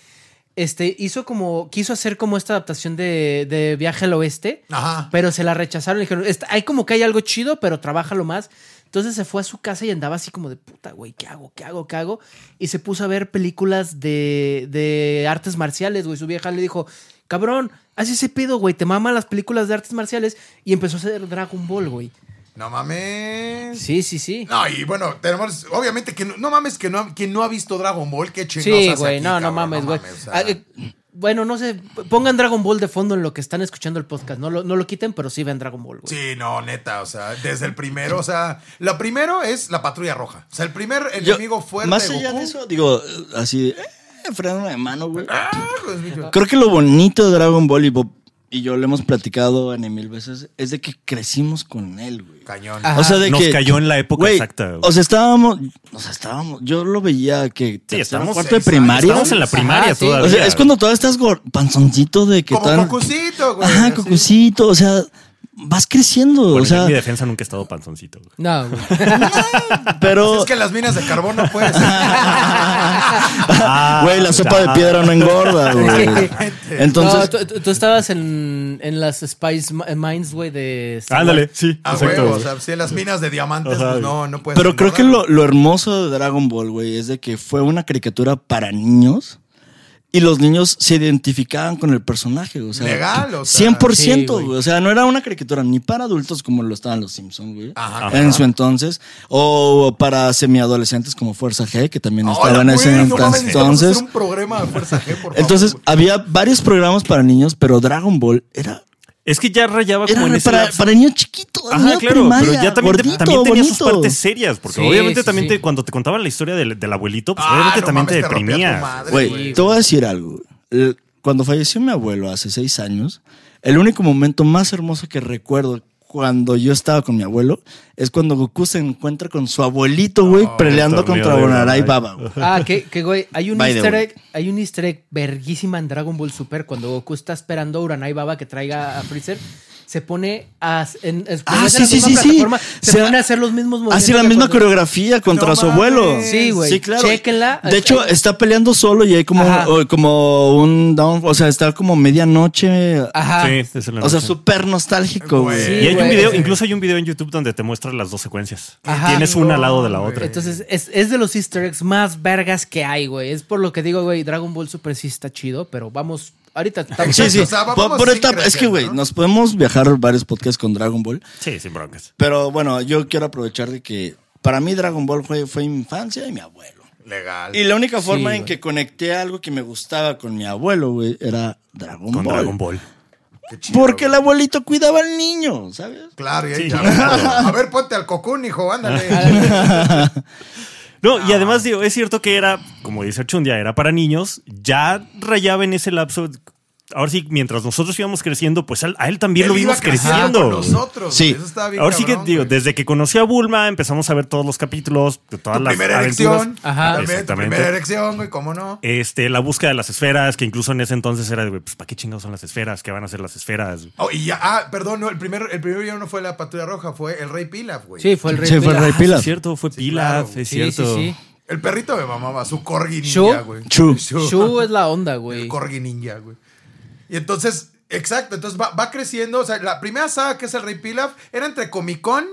Speaker 3: este, hizo como, quiso hacer como esta adaptación de, de Viaje al Oeste,
Speaker 1: Ajá.
Speaker 3: pero se la rechazaron. Le dijeron, "Está- hay como que hay algo chido, pero trabájalo más. Entonces se fue a su casa y andaba así como de puta, güey, ¿qué hago? ¿Qué hago? ¿Qué hago? Y se puso a ver películas de, de artes marciales, güey. Su vieja le dijo, cabrón, haz ese pedo, güey, te mama las películas de artes marciales. Y empezó a hacer Dragon Ball, güey.
Speaker 1: No mames.
Speaker 3: Sí, sí, sí.
Speaker 1: No, y bueno, tenemos. Obviamente, que no, no mames, que no, quien no ha visto Dragon Ball, qué chingados
Speaker 3: Sí,
Speaker 1: hace
Speaker 3: güey,
Speaker 1: aquí,
Speaker 3: no, no
Speaker 1: cabrón,
Speaker 3: mames, güey.
Speaker 1: o sea.
Speaker 3: Ah, eh, bueno, no sé, p- pongan Dragon Ball de fondo en lo que están escuchando el podcast. No lo, no lo quiten, pero sí vean Dragon Ball, güey.
Speaker 1: Sí, no, neta, o sea, desde el primero, o sea, lo primero es la patrulla roja. O sea, el primer
Speaker 4: Yo-
Speaker 1: enemigo fuerte
Speaker 4: Más
Speaker 1: de
Speaker 4: allá
Speaker 1: Goku-
Speaker 4: de eso, digo, así, eh, freno de mano, güey.
Speaker 1: Ah, pues, bicho.
Speaker 4: Creo que lo bonito de Dragon Ball y Bob, y yo lo hemos platicado en mil veces, es de que crecimos con él, güey.
Speaker 1: Cañón.
Speaker 3: Ah,
Speaker 4: O sea, de
Speaker 5: Nos
Speaker 4: que-
Speaker 5: cayó en la época
Speaker 4: güey,
Speaker 5: exacta, güey.
Speaker 4: O sea, estábamos, o sea, estábamos, yo lo veía que tercero,
Speaker 5: estábamos
Speaker 4: cuarto de
Speaker 1: seis
Speaker 4: primaria.
Speaker 5: Estamos en la
Speaker 3: Ajá,
Speaker 5: primaria
Speaker 3: sí.
Speaker 5: todavía.
Speaker 4: O sea, es cuando todavía estás gor- panzoncito de que
Speaker 1: Como
Speaker 4: tan-
Speaker 1: Gokucito, güey. <laughs>
Speaker 4: Ajá,
Speaker 1: así.
Speaker 4: cocucito, o sea, vas creciendo.
Speaker 5: Bueno,
Speaker 4: o
Speaker 5: yo en
Speaker 4: sea,
Speaker 5: mi defensa nunca he estado panzoncito. güey.
Speaker 3: No,
Speaker 4: <laughs>
Speaker 3: güey.
Speaker 4: pero.
Speaker 1: Es que las minas de carbono,
Speaker 4: <laughs>
Speaker 1: pues. Ah,
Speaker 5: Ah,
Speaker 4: Güey, la sopa de piedra no engorda, güey.
Speaker 3: No,
Speaker 4: Entonces,
Speaker 3: tú- tú, tú estabas en, en las Spice Mi- Mines, güey, de...
Speaker 5: Ándale, sí,
Speaker 1: A
Speaker 5: exacto.
Speaker 1: Ah, huevo, o
Speaker 5: güey.
Speaker 1: sea, si las minas de diamantes,
Speaker 5: Ajá.
Speaker 1: pues no, no puedes.
Speaker 4: pero creo que
Speaker 1: engordar.
Speaker 4: lo, lo hermoso de Dragon Ball, güey, es de que fue una caricatura para niños y los niños se identificaban con el personaje, o sea,
Speaker 1: Legal, o sea.
Speaker 4: 100%,
Speaker 3: Sí, güey.
Speaker 4: güey. O sea, no era una caricatura ni para adultos como lo estaban los Simpsons, güey.
Speaker 1: Ajá.
Speaker 4: En su entonces, o para semiadolescentes como Fuerza G, que también
Speaker 1: Hola,
Speaker 4: estaba en ese
Speaker 1: güey, no mames, necesitamos hacer
Speaker 4: entonces.
Speaker 1: un programa de Fuerza G, por favor.
Speaker 4: Entonces,
Speaker 1: güey.
Speaker 4: había varios programas para niños, pero Dragon Ball era
Speaker 5: Es que ya rayaba
Speaker 4: Era
Speaker 5: como en ese
Speaker 4: para,
Speaker 5: lapso.
Speaker 4: para niños chiquitos.
Speaker 5: Ajá,
Speaker 4: niños
Speaker 5: claro,
Speaker 4: primaria,
Speaker 5: pero ya también, te-
Speaker 4: gordito,
Speaker 5: también tenía sus
Speaker 4: bonito.
Speaker 5: partes serias, porque
Speaker 3: Sí,
Speaker 5: obviamente
Speaker 3: sí,
Speaker 5: también
Speaker 3: sí.
Speaker 5: te- cuando te contaban la historia del, del abuelito, pues
Speaker 1: Ah,
Speaker 5: obviamente
Speaker 1: no
Speaker 5: también
Speaker 1: mames,
Speaker 5: te
Speaker 1: te rompía tu
Speaker 5: deprimías.
Speaker 1: madre,
Speaker 4: Güey, te voy a decir algo. El- Cuando falleció mi abuelo hace seis años, el único momento más hermoso que recuerdo cuando yo estaba con mi abuelo es cuando Goku se encuentra con su abuelito, güey, peleando
Speaker 5: torneo
Speaker 4: contra
Speaker 5: de
Speaker 4: Bonaray
Speaker 5: Bonaray.
Speaker 4: Baba, güey.
Speaker 3: Ah, que, que, güey, hay un
Speaker 4: By the
Speaker 3: easter
Speaker 4: way.
Speaker 3: egg, hay un easter egg verguísima en Dragon Ball Super cuando Goku está esperando a Uranai Baba que traiga a Freezer. Se pone a, en, en-
Speaker 4: Ah,
Speaker 3: en
Speaker 4: sí,
Speaker 3: la
Speaker 4: sí,
Speaker 3: misma
Speaker 4: sí, sí.
Speaker 3: plataforma, Se,
Speaker 4: Se
Speaker 3: pone
Speaker 4: ha-
Speaker 3: a hacer los mismos movimientos.
Speaker 4: Hace la
Speaker 3: que
Speaker 4: misma
Speaker 3: cuando-
Speaker 4: coreografía contra
Speaker 1: No
Speaker 4: su abuelo.
Speaker 1: mames.
Speaker 3: Sí, güey.
Speaker 4: Sí, claro.
Speaker 3: Chéquenla. Eh,
Speaker 4: De hecho, está peleando solo y hay como,
Speaker 3: Ajá.
Speaker 4: o- como un down, o sea, está como medianoche.
Speaker 1: Ah.
Speaker 3: Ajá.
Speaker 5: Sí, esa es la
Speaker 4: O sea,
Speaker 5: noche.
Speaker 4: súper nostálgico, güey.
Speaker 1: Sí,
Speaker 5: Y hay un
Speaker 3: güey,
Speaker 5: video,
Speaker 3: Ah. sí.
Speaker 5: incluso hay un video en YouTube donde te muestra las dos secuencias.
Speaker 3: Ajá.
Speaker 5: Tienes una al lado de la
Speaker 1: No,
Speaker 5: otra.
Speaker 3: Entonces, es, es de los easter eggs más vergas que hay, güey. Es por lo que digo, güey, Dragon Ball Super sí está chido, pero vamos,
Speaker 4: <laughs>
Speaker 3: ahorita estamos...
Speaker 4: Sí, sí.
Speaker 1: O sea, vamos
Speaker 4: por, por
Speaker 1: así
Speaker 4: etapa- Es que,
Speaker 1: creciendo,
Speaker 4: güey,
Speaker 1: ¿no?
Speaker 4: nos podemos viajar varios podcasts con Dragon Ball.
Speaker 5: Sí, sin broncas.
Speaker 4: Pero bueno, yo quiero aprovechar de que para mí Dragon Ball fue, fue mi infancia y mi abuelo.
Speaker 1: Legal.
Speaker 4: Y la única forma en
Speaker 3: güey.
Speaker 4: que conecté algo que me gustaba con mi abuelo, güey, era Dragon
Speaker 5: Con
Speaker 4: Ball.
Speaker 5: Dragon Ball.
Speaker 1: Qué chido,
Speaker 4: Porque el
Speaker 1: güey.
Speaker 4: abuelito cuidaba al niño, ¿sabes?
Speaker 1: Claro, y ahí
Speaker 5: Sí.
Speaker 1: ya. A ver, ponte al cocún, hijo,
Speaker 3: <laughs>
Speaker 1: ándale.
Speaker 5: No,
Speaker 1: Ah.
Speaker 5: y además, digo, es cierto que era, como dice Chundia, era para niños, ya rayaba en ese lapso. Ahora sí, mientras nosotros íbamos creciendo, pues al- a él también
Speaker 1: Él
Speaker 5: lo
Speaker 1: iba
Speaker 5: vimos
Speaker 1: creciendo
Speaker 5: creciendo.
Speaker 1: con nosotros.
Speaker 4: Sí.
Speaker 1: güey. Eso estaba bien
Speaker 5: Ahora sí que,
Speaker 1: cabrón,
Speaker 5: digo,
Speaker 1: güey.
Speaker 5: desde que conocí a Bulma, empezamos a ver todos los capítulos, de todas
Speaker 1: Tu
Speaker 5: las
Speaker 1: primera
Speaker 5: aventuras.
Speaker 1: erección.
Speaker 3: Ajá.
Speaker 1: También tu
Speaker 5: Exactamente.
Speaker 1: primera erección, güey, ¿cómo no?
Speaker 5: Este, la búsqueda de las esferas, que incluso en ese entonces era de, güey, pues, ¿para qué chingados son las esferas? ¿Qué van a ser las esferas?
Speaker 1: Oh, y ya, ah, perdón, no, el primer, el primer villano no fue la patrulla roja, fue el rey Pilaf, güey.
Speaker 3: Sí, fue el rey.
Speaker 4: Sí, fue el Rey
Speaker 5: Ah,
Speaker 4: Pilaf.
Speaker 5: sí, es cierto, fue
Speaker 1: claro,
Speaker 5: Pilaf,
Speaker 1: güey.
Speaker 5: es
Speaker 3: Sí,
Speaker 5: cierto.
Speaker 3: sí,
Speaker 1: El perrito me mamaba, su corgi
Speaker 3: Shu.
Speaker 1: ninja, güey.
Speaker 4: Shu.
Speaker 3: sí. Shu es la onda,
Speaker 1: <laughs>
Speaker 3: güey.
Speaker 1: El corgi ninja, güey. Y entonces, exacto, entonces va, va creciendo. O sea, la primera saga que es el Rey Pilaf era entre comicón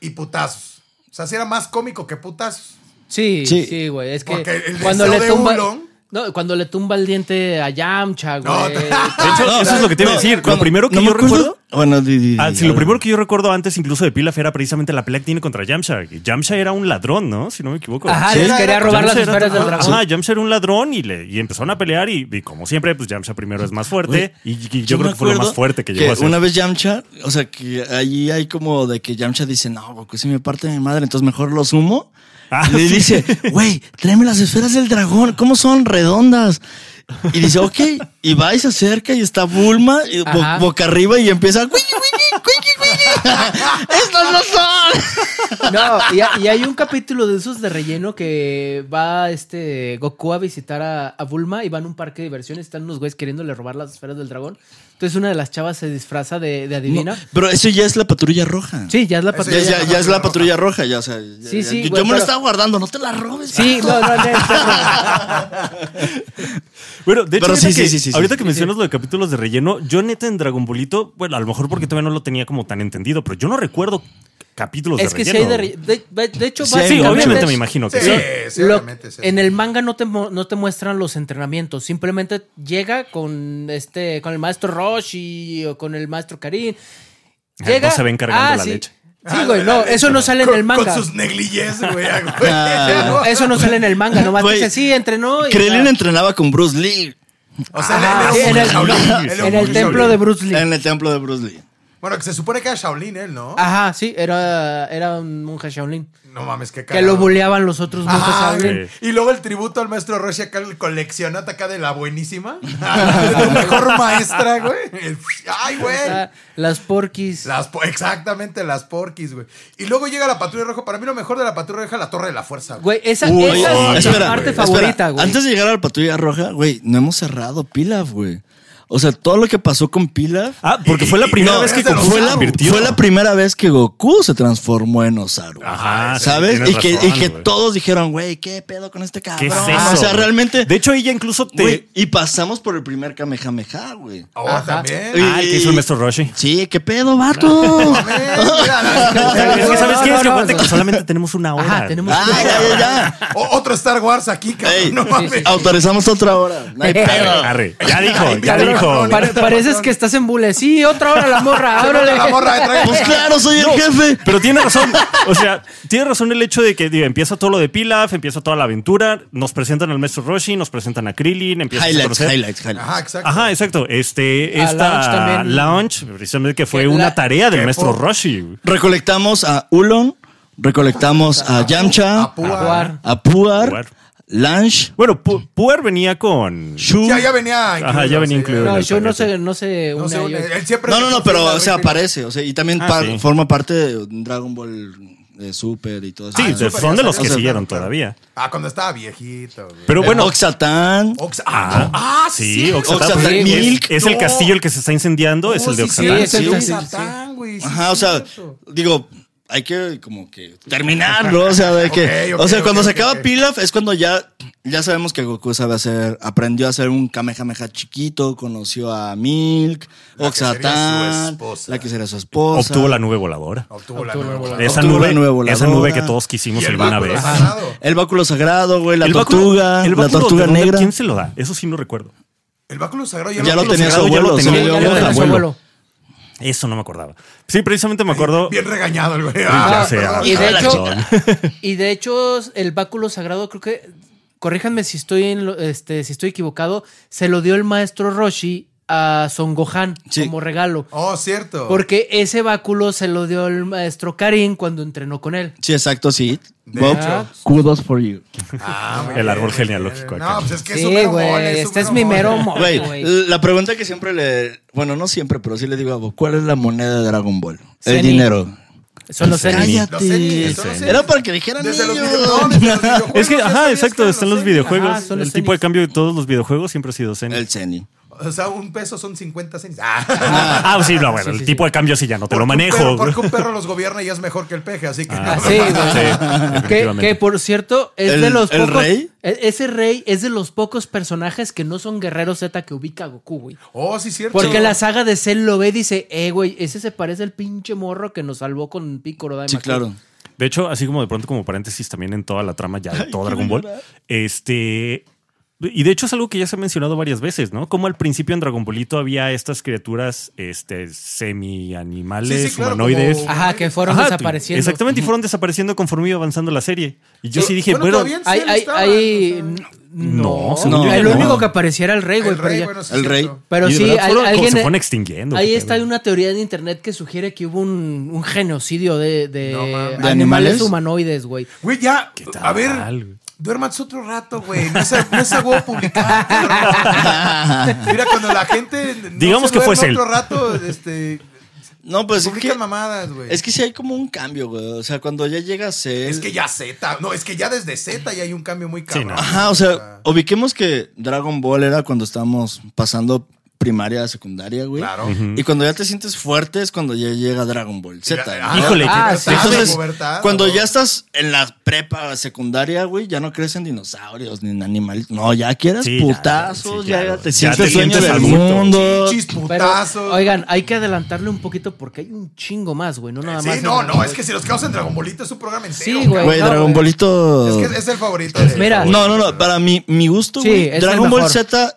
Speaker 1: y putazos. O sea, sí era más cómico que putazos.
Speaker 3: Sí,
Speaker 4: Sí.
Speaker 3: sí, güey. es que
Speaker 1: Porque el
Speaker 3: cuando
Speaker 1: deseo
Speaker 3: le
Speaker 1: de
Speaker 3: tumba...
Speaker 1: Oolong-
Speaker 3: No, cuando le tumba el diente a Yamcha, güey.
Speaker 1: No,
Speaker 5: De hecho,
Speaker 1: Ah,
Speaker 5: eso es lo que te iba a
Speaker 4: No,
Speaker 5: decir. Lo
Speaker 4: cuando-
Speaker 5: primero que
Speaker 4: no me
Speaker 5: yo
Speaker 4: acuerdo-
Speaker 5: recuerdo.
Speaker 4: Bueno, di- di-
Speaker 5: Ah,
Speaker 4: di-
Speaker 5: sí, lo
Speaker 4: algo.
Speaker 5: primero que yo recuerdo antes incluso de Pilaf era precisamente la pelea que tiene contra Yamcha. Y Yamcha era un ladrón, ¿no? Si no me equivoco.
Speaker 3: Ajá,
Speaker 1: Sí,
Speaker 3: él
Speaker 1: era-
Speaker 3: quería
Speaker 1: era-
Speaker 3: robar las
Speaker 5: Yamcha Pues era-
Speaker 3: esferas del
Speaker 5: ajá,
Speaker 3: dragón.
Speaker 5: ajá, Yamcha era un ladrón y, le, y empezaron a pelear y, y como siempre, pues Yamcha primero es más fuerte y, y yo,
Speaker 4: me
Speaker 5: creo que fue lo
Speaker 4: acuerdo
Speaker 5: más fuerte que, llegó a ser.
Speaker 4: Una vez Yamcha, o sea, que allí hay como de que Yamcha dice, no, Goku, si me parte mi madre, entonces mejor lo sumo.
Speaker 5: Ah,
Speaker 4: y le
Speaker 5: sí.
Speaker 4: dice, güey, tráeme las esferas del dragón, ¿cómo son? Redondas. Y dice, ok, y va y se acerca y está Bulma y bo-
Speaker 3: Ajá.
Speaker 4: boca arriba y empieza, "Wiki, wiki, wiki, <laughs> wiki". ¡Estas no son!
Speaker 3: No, y, ha- y hay un capítulo de esos de relleno que va este Goku a visitar a, a Bulma y van a un parque de diversiones. Están unos güeyes queriéndole robar las esferas del dragón. Entonces una de las chavas se disfraza de, de adivina.
Speaker 4: No, pero eso ya es la patrulla roja.
Speaker 3: Sí, ya es la
Speaker 1: Eso
Speaker 4: Ya,
Speaker 3: patrulla.
Speaker 4: ya- ya es la patrulla roja, ya, o sea, ya-
Speaker 3: Sí, sí,
Speaker 4: yo,
Speaker 3: güey,
Speaker 4: yo me lo
Speaker 3: pero-
Speaker 4: estaba guardando, no te la robes.
Speaker 3: Sí,
Speaker 4: vato.
Speaker 3: no, no, no, no.
Speaker 5: Bueno, de hecho,
Speaker 4: Pero
Speaker 5: ahorita,
Speaker 4: sí, sí,
Speaker 5: que,
Speaker 4: sí, sí, sí.
Speaker 5: ahorita que mencionas lo de capítulos de relleno, yo neta en Dragon Ballito, bueno, a lo mejor porque todavía no lo tenía como tan entendido, pero yo no recuerdo capítulos
Speaker 3: Es
Speaker 5: Pues de
Speaker 3: que si
Speaker 5: relleno.
Speaker 3: hay de, re- de, de- de hecho,
Speaker 4: Sí hay
Speaker 5: Sí,
Speaker 3: básicamente-
Speaker 4: muchos.
Speaker 5: obviamente me imagino que
Speaker 1: Sí,
Speaker 5: sí.
Speaker 1: sí,
Speaker 3: Lo-
Speaker 1: obviamente es eso.
Speaker 3: en el manga no te, mo- no te muestran los entrenamientos, simplemente llega con este con el maestro Roshi o con el maestro Karin.
Speaker 5: Ajá,
Speaker 3: Llega,
Speaker 5: Ah,
Speaker 3: Ah,
Speaker 5: no se ven cargando la
Speaker 3: sí.
Speaker 5: leche.
Speaker 3: Sí, güey, no, eso no sale en
Speaker 1: Con-
Speaker 3: el
Speaker 1: Con
Speaker 3: manga.
Speaker 1: sus negligees,
Speaker 3: <laughs>
Speaker 1: güey. ah, güey.
Speaker 4: Ah.
Speaker 3: Eso no sale en el manga, nomás
Speaker 4: Güey,
Speaker 3: dice, sí, entrenó. y
Speaker 4: Krillin
Speaker 3: ya".
Speaker 4: entrenaba con Bruce Lee
Speaker 1: O sea,
Speaker 3: Ah,
Speaker 1: él
Speaker 3: sí,
Speaker 1: era un
Speaker 3: en el,
Speaker 1: Shaolin, él era
Speaker 3: en
Speaker 1: un
Speaker 3: el templo
Speaker 1: Shaolin.
Speaker 3: de Bruce
Speaker 5: Eh,
Speaker 3: Lee.
Speaker 4: en el templo de Bruce Lee.
Speaker 1: Bueno, que se supone que era Shaolin él, ¿no?
Speaker 3: Ajá, sí, era, era un monje Shaolin.
Speaker 1: No mames, qué
Speaker 3: Que
Speaker 1: cagado.
Speaker 3: lo buleaban los otros monjes
Speaker 1: Ajá,
Speaker 3: Shaolin.
Speaker 1: güey. Y luego el tributo al maestro Roshi acá, el coleccionata acá de la
Speaker 3: <laughs>
Speaker 1: buenísima. de tu mejor maestra, güey. El- Ay, güey.
Speaker 3: Ah, Las porquis.
Speaker 1: Las po- exactamente, las porquis, güey. Y luego llega la patrulla roja. Para mí lo mejor de la patrulla roja es la torre de la fuerza, güey.
Speaker 3: Güey, esa,
Speaker 5: Uy,
Speaker 3: esa
Speaker 5: oh,
Speaker 3: es mi
Speaker 5: espera,
Speaker 3: parte
Speaker 4: espera.
Speaker 3: favorita, güey.
Speaker 4: Antes de llegar a la patrulla roja, güey, no hemos cerrado Pilaf, güey. O sea, todo lo que pasó con Pilaf.
Speaker 5: Ah, porque fue la primera
Speaker 4: No,
Speaker 5: vez que
Speaker 1: este
Speaker 5: Goku
Speaker 1: lo
Speaker 4: fue
Speaker 5: se
Speaker 4: la,
Speaker 5: convirtió.
Speaker 4: fue la primera vez que Goku se transformó en Osaru.
Speaker 5: Ajá, sí,
Speaker 4: ¿Sabes?
Speaker 5: tienes
Speaker 4: y que,
Speaker 5: razón,
Speaker 4: y que
Speaker 5: güey.
Speaker 4: todos dijeron, güey, ¿qué pedo con este cabrón?
Speaker 5: ¿Qué es
Speaker 4: O
Speaker 5: eso,
Speaker 4: sea,
Speaker 5: güey?
Speaker 4: realmente.
Speaker 5: De hecho, ella incluso te.
Speaker 4: güey, y pasamos por el primer Kamehameha, güey.
Speaker 1: Oh,
Speaker 3: Ajá.
Speaker 1: también.
Speaker 4: Uy.
Speaker 5: ah, el que hizo el maestro Roshi.
Speaker 4: Sí, ¿qué pedo,
Speaker 5: <laughs>
Speaker 4: vato? <laughs>
Speaker 1: Ven, mira,
Speaker 5: Es que, ¿Sabes
Speaker 3: no,
Speaker 5: qué?
Speaker 3: no,
Speaker 5: es que
Speaker 3: no,
Speaker 5: aguanta
Speaker 3: no.
Speaker 5: que solamente tenemos una hora.
Speaker 3: Ajá, tenemos.
Speaker 4: ah, ya, ya, ya.
Speaker 1: o- Otro Star Wars aquí, cabrón.
Speaker 4: Ey,
Speaker 1: no mames.
Speaker 4: autorizamos otra hora. No hay
Speaker 5: Arre,
Speaker 4: pedo.
Speaker 5: arre. Ya dijo, ya
Speaker 1: cabrón,
Speaker 5: dijo.
Speaker 1: no,
Speaker 3: Pare- pareces que estás en bule. Sí, otra hora
Speaker 1: <laughs>
Speaker 3: la morra. ábrele.
Speaker 1: La morra de traje.
Speaker 4: Pues claro, soy el jefe.
Speaker 5: Pero tiene razón. O sea, tiene razón el hecho de que digo, empieza todo lo de Pilaf, empieza toda la aventura, nos presentan al maestro Roshi, nos presentan a Krillin, empieza a
Speaker 4: Highlights,
Speaker 5: conocer.
Speaker 4: highlights, highlights.
Speaker 1: Ajá, exacto.
Speaker 5: Ajá, exacto. Este,
Speaker 3: A Launch
Speaker 5: esta
Speaker 3: también.
Speaker 5: launch, precisamente que fue
Speaker 3: Que
Speaker 5: una
Speaker 3: la-
Speaker 5: tarea del
Speaker 1: que
Speaker 5: maestro
Speaker 1: fue-
Speaker 5: Roshi. güey.
Speaker 4: Recolectamos a Ulon, recolectamos a Yamcha,
Speaker 1: A Pua.
Speaker 3: Jugar.
Speaker 4: a Puar,
Speaker 5: Puar.
Speaker 4: Lange,
Speaker 5: Bueno, Pu- Puer venía con.
Speaker 4: Shu.
Speaker 1: Ya, ya venía incluido.
Speaker 5: Ajá, ya venía
Speaker 1: sí,
Speaker 5: incluido.
Speaker 3: No,
Speaker 5: en el
Speaker 3: yo no
Speaker 5: paquete.
Speaker 3: sé, no sé.
Speaker 1: No sé, eh,
Speaker 3: una- yo-
Speaker 1: él siempre.
Speaker 4: No, no, no, pero o sea,
Speaker 1: aparece
Speaker 4: aparece, o sea, y también
Speaker 5: Ah,
Speaker 4: pa-
Speaker 5: sí.
Speaker 4: forma parte de Dragon Ball eh, Super y todo eso.
Speaker 5: Sí,
Speaker 4: Ah,
Speaker 5: de-
Speaker 1: súper,
Speaker 5: son
Speaker 1: ya
Speaker 5: de los
Speaker 1: salió.
Speaker 5: que
Speaker 4: O sea,
Speaker 5: siguieron
Speaker 1: claro.
Speaker 5: todavía.
Speaker 1: Ah, cuando estaba viejito. güey.
Speaker 5: Pero
Speaker 4: Eh,
Speaker 5: bueno.
Speaker 4: Oxatán.
Speaker 1: Ox-
Speaker 5: Ah,
Speaker 1: ah, ah,
Speaker 5: sí,
Speaker 1: cierto.
Speaker 5: Oxatán.
Speaker 4: Oxatán
Speaker 5: pues, es-
Speaker 4: Milk,
Speaker 5: Es, el
Speaker 1: no.
Speaker 5: castillo el que se está incendiando, es
Speaker 1: Oh,
Speaker 5: el de
Speaker 1: sí, sí,
Speaker 5: Oxatán.
Speaker 1: es el
Speaker 3: sí,
Speaker 1: de
Speaker 3: sí, sí.
Speaker 1: Oxatán, güey. sí,
Speaker 4: Ajá, o sea,
Speaker 1: cierto.
Speaker 4: digo, hay que como que terminarlo, o sea, de que,
Speaker 1: Ok, ok,
Speaker 4: o sea, cuando
Speaker 1: ok,
Speaker 4: se
Speaker 1: ok,
Speaker 4: acaba
Speaker 1: ok.
Speaker 4: Pilaf es cuando ya, ya sabemos que Goku sabe hacer, aprendió a hacer un Kamehameha chiquito, conoció a Milk,
Speaker 1: La que sería su
Speaker 4: Oxatán,
Speaker 1: esposa.
Speaker 4: la que sería su esposa.
Speaker 5: Obtuvo la nube voladora.
Speaker 1: Obtuvo la
Speaker 3: Obtuvo la
Speaker 1: nueva
Speaker 3: nueva.
Speaker 5: Esa
Speaker 4: Obtuvo la
Speaker 5: nube,
Speaker 4: nube voladora.
Speaker 5: esa nube que todos quisimos
Speaker 1: Y el
Speaker 5: alguna
Speaker 1: báculo
Speaker 5: vez.
Speaker 1: sagrado.
Speaker 4: El báculo sagrado, güey, la
Speaker 5: El báculo-
Speaker 4: tortuga,
Speaker 5: el
Speaker 4: la
Speaker 5: báculo,
Speaker 4: tortuga
Speaker 5: ¿de dónde-
Speaker 4: negra.
Speaker 5: ¿Quién se lo da? Eso sí no recuerdo.
Speaker 1: El báculo sagrado
Speaker 4: Ya lo
Speaker 1: báculo
Speaker 4: tenía su
Speaker 5: sagrado ya lo
Speaker 4: abuelo, se
Speaker 5: tenía.
Speaker 3: Sí,
Speaker 4: lo dio
Speaker 3: ya lo
Speaker 4: el
Speaker 3: tenía su
Speaker 4: abuelo.
Speaker 3: abuelo.
Speaker 5: Eso no me acordaba. Sí, precisamente me acuerdo.
Speaker 1: Bien regañado el güey.
Speaker 5: Ya
Speaker 1: Ah,
Speaker 5: sé,
Speaker 1: perdón.
Speaker 3: Y de
Speaker 5: la
Speaker 3: hecho,
Speaker 5: chingada.
Speaker 3: <laughs> y de hecho, el báculo sagrado, creo que, corríjanme si estoy en lo- este, si estoy equivocado, se lo dio el maestro Roshi a Son Gohan
Speaker 4: Sí.
Speaker 3: como regalo.
Speaker 1: Oh, cierto.
Speaker 3: Porque ese báculo se lo dio el maestro Karin cuando entrenó con él.
Speaker 4: Sí, exacto, sí.
Speaker 1: De
Speaker 4: Bob,
Speaker 1: hecho.
Speaker 4: kudos for you.
Speaker 1: Ah, muy
Speaker 5: El
Speaker 1: bien,
Speaker 5: árbol
Speaker 1: muy
Speaker 5: genealógico
Speaker 1: bien.
Speaker 5: acá.
Speaker 1: No, pues es que es
Speaker 3: Sí,
Speaker 1: un mero
Speaker 3: güey,
Speaker 1: mole,
Speaker 3: este es
Speaker 1: un
Speaker 3: mi mero
Speaker 1: mole.
Speaker 3: <laughs> mole.
Speaker 4: Güey,
Speaker 3: güey.
Speaker 4: la pregunta que siempre le, bueno, no siempre, pero sí le digo a Bob, ¿cuál es la moneda de Dragon Ball? El
Speaker 3: Zenny.
Speaker 4: dinero.
Speaker 3: Son los
Speaker 4: Cállate.
Speaker 3: enemigos.
Speaker 1: Los Zenis, son los Zenis.
Speaker 4: Era para que dijeran
Speaker 1: Desde los
Speaker 4: niños.
Speaker 1: videojuegos. desde los videojuegos,
Speaker 5: <laughs> Es que,
Speaker 1: ya
Speaker 5: ajá,
Speaker 1: sabías que
Speaker 5: exacto,
Speaker 1: eran
Speaker 5: están
Speaker 1: los
Speaker 5: los
Speaker 1: Zenis.
Speaker 5: videojuegos.
Speaker 3: Ajá, son los
Speaker 5: el tipo de
Speaker 3: Zenis.
Speaker 5: cambio de todos los videojuegos siempre ha sido Zen.
Speaker 4: El Zeni.
Speaker 1: O sea, un peso son 50 cenis.
Speaker 5: <laughs> Ah, sí, no, bueno,
Speaker 3: Sí,
Speaker 5: el
Speaker 3: sí,
Speaker 5: tipo de cambio sí ya no te lo manejo.
Speaker 1: porque un perro los gobierna y es mejor que el peje, así que.
Speaker 5: <laughs> Ah,
Speaker 3: Ah, sí, güey.
Speaker 5: definitivamente.
Speaker 3: que, que, por cierto, es
Speaker 4: ¿El-
Speaker 3: de los
Speaker 4: el
Speaker 3: pocos.
Speaker 4: rey?
Speaker 3: e- Ese rey es de los pocos personajes que no son guerreros Z que ubica a Goku, güey.
Speaker 1: Oh, sí, cierto.
Speaker 3: Porque la saga de Cell lo ve y dice, eh, güey, ese se parece al pinche morro que nos salvó con Piccolo Daimaku.
Speaker 4: Sí, claro.
Speaker 5: De hecho, así como de pronto como paréntesis también en toda la trama ya de todo Dragon Ball. Este y de hecho es algo que ya se ha mencionado varias veces, ¿no? Como al principio en Dragon Ballito había estas criaturas este semi animales,
Speaker 1: Sí, sí, claro,
Speaker 5: humanoides.
Speaker 1: como-
Speaker 3: Ajá, que Ah, fueron
Speaker 5: Ajá,
Speaker 3: desapareciendo.
Speaker 5: Exactamente, y fueron desapareciendo conforme iba avanzando la serie. Y yo
Speaker 1: Sí,
Speaker 5: sí dije,
Speaker 1: bueno,
Speaker 5: bueno,
Speaker 1: todavía en
Speaker 3: Ahí,
Speaker 1: Cell
Speaker 3: ahí,
Speaker 1: estaban,
Speaker 3: ahí-
Speaker 1: o sea,
Speaker 5: no,
Speaker 3: No,
Speaker 5: según yo
Speaker 4: no.
Speaker 5: ya
Speaker 3: el
Speaker 5: no.
Speaker 3: único que aparecía era el rey, güey.
Speaker 1: el
Speaker 3: Pero,
Speaker 1: rey,
Speaker 3: ya-
Speaker 1: bueno, sí,
Speaker 4: El
Speaker 1: cierto.
Speaker 4: rey.
Speaker 3: pero
Speaker 5: Y de
Speaker 3: sí,
Speaker 5: verdad
Speaker 3: al-
Speaker 5: fueron- como
Speaker 3: alguien.
Speaker 5: se fueron extinguiendo.
Speaker 3: ahí
Speaker 5: qué
Speaker 3: está, hay
Speaker 5: pedo.
Speaker 3: una teoría en internet que sugiere que hubo un, un genocidio de, de
Speaker 1: No mames.
Speaker 3: animales,
Speaker 4: ¿De animales?
Speaker 3: humanoides, güey.
Speaker 1: Güey, ya.
Speaker 5: tal,
Speaker 1: A ver.
Speaker 5: güey?
Speaker 1: Duérmanse otro rato, güey. No se, no se huevo publicar. cabrón. Mira, cuando la gente. no
Speaker 5: Digamos
Speaker 1: se
Speaker 5: que fue
Speaker 1: duerme
Speaker 5: Cell.
Speaker 1: otro rato, este.
Speaker 4: No, pues es que,
Speaker 1: Publican mamadas, güey.
Speaker 4: es que sí hay como un cambio, güey. O sea, cuando ya llega a ser...
Speaker 1: Es que ya Z, no, es que ya desde Z ya hay un cambio muy cabrón.
Speaker 5: no.
Speaker 4: Ajá, o sea,
Speaker 1: Ah.
Speaker 4: ubiquemos que Dragon Ball era cuando estábamos pasando primaria a secundaria, güey.
Speaker 1: Claro.
Speaker 4: Y cuando ya te sientes fuerte es cuando ya llega Dragon Ball Z.
Speaker 1: Ya-
Speaker 4: ¿no?
Speaker 1: ah,
Speaker 5: Híjole,
Speaker 1: la
Speaker 3: qué-
Speaker 1: pubertad, la
Speaker 4: Entonces,
Speaker 1: pubertad,
Speaker 4: cuando
Speaker 1: ¿no?
Speaker 4: ya estás en la prepa secundaria, güey, ya no crecen dinosaurios ni en animales. No, ya quieres
Speaker 5: Sí, ya,
Speaker 4: putazos,
Speaker 5: sí,
Speaker 4: ya,
Speaker 5: claro.
Speaker 4: te
Speaker 5: Ya
Speaker 4: sientes
Speaker 5: te
Speaker 4: dueño
Speaker 5: sientes
Speaker 4: del
Speaker 5: adulto.
Speaker 4: mundo.
Speaker 1: Chichis,
Speaker 3: Pero,
Speaker 1: putazos.
Speaker 3: oigan, hay que adelantarle un poquito porque hay un chingo más, güey. No nada
Speaker 1: sí,
Speaker 3: más.
Speaker 1: no, no, es que si los caos en Dragon Ballito es un programa entero.
Speaker 3: Sí, güey.
Speaker 4: Güey,
Speaker 3: no,
Speaker 4: Dragon
Speaker 3: güey.
Speaker 4: Ballito.
Speaker 1: Es que es el favorito. de-
Speaker 3: Mira.
Speaker 4: No, no, no. Para mi, mi gusto,
Speaker 3: Sí,
Speaker 4: güey,
Speaker 3: es el
Speaker 4: Dragon Ball
Speaker 3: mejor.
Speaker 4: Z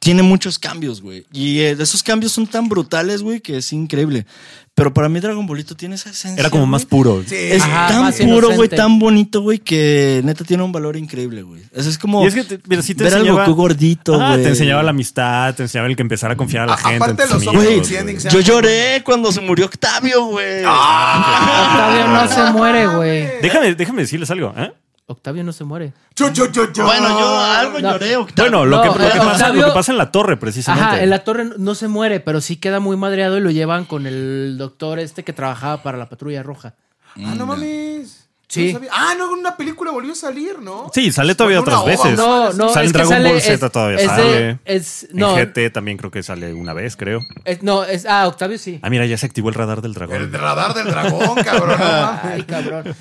Speaker 4: tiene muchos cambios, güey. Y eh, esos cambios son tan brutales, güey, que es increíble. Pero para mí Dragon Ballito tiene esa esencia.
Speaker 5: Era como
Speaker 4: güey.
Speaker 5: más puro.
Speaker 1: Sí.
Speaker 4: Es
Speaker 3: Ajá,
Speaker 4: tan
Speaker 3: más
Speaker 4: puro, güey,
Speaker 3: inocente.
Speaker 4: tan bonito, güey, que neta tiene un valor increíble, güey. Eso es como
Speaker 5: Y es que te- mira, sí te
Speaker 4: ver al
Speaker 5: enseñaba-
Speaker 4: Goku gordito,
Speaker 5: Ah,
Speaker 4: güey.
Speaker 5: te enseñaba la amistad, te enseñaba el que empezara a confiar a la
Speaker 1: A-
Speaker 5: gente.
Speaker 1: aparte
Speaker 5: en tus
Speaker 1: los
Speaker 5: amigos,
Speaker 1: ojos
Speaker 4: Güey,
Speaker 1: encienden,
Speaker 4: yo lloré cuando se murió Octavio, güey.
Speaker 1: Ah,
Speaker 4: Ah.
Speaker 3: Octavio no se muere, güey.
Speaker 5: Déjame, déjame decirles algo. ¿eh?
Speaker 3: Octavio no se muere.
Speaker 1: Chu, chu, chu, chu.
Speaker 4: Bueno, yo algo
Speaker 3: No.
Speaker 4: lloré, Octavio.
Speaker 5: Bueno, lo,
Speaker 3: No,
Speaker 5: que, lo, que
Speaker 3: eh,
Speaker 5: pasa, lo
Speaker 3: Octavio-
Speaker 5: que pasa en la torre, precisamente.
Speaker 3: Ajá, en la torre no se muere, pero sí queda muy madreado y
Speaker 4: Mm,
Speaker 3: lo llevan con el doctor este que trabajaba para la patrulla roja.
Speaker 1: Ah, no mames. Sí.
Speaker 3: Sí.
Speaker 1: No sabía. Ah, no, en una película volvió a salir, ¿no?
Speaker 5: Sí, sale todavía
Speaker 1: Bueno, una
Speaker 5: otras
Speaker 1: ova,
Speaker 5: veces.
Speaker 3: No, no,
Speaker 5: sale en
Speaker 3: es que
Speaker 5: Dragon
Speaker 3: sale-
Speaker 5: Ball Z
Speaker 3: es-
Speaker 5: todavía
Speaker 3: es de-
Speaker 5: sale.
Speaker 3: es- no.
Speaker 5: En GT también creo que sale una vez, creo.
Speaker 3: Eh, no, es. Ah, Octavio sí.
Speaker 5: Ah, mira, ya se activó el radar del
Speaker 1: El
Speaker 5: dragón.
Speaker 1: radar del dragón, cabrón.
Speaker 3: <laughs>
Speaker 1: no mames.
Speaker 3: Ay, cabrón.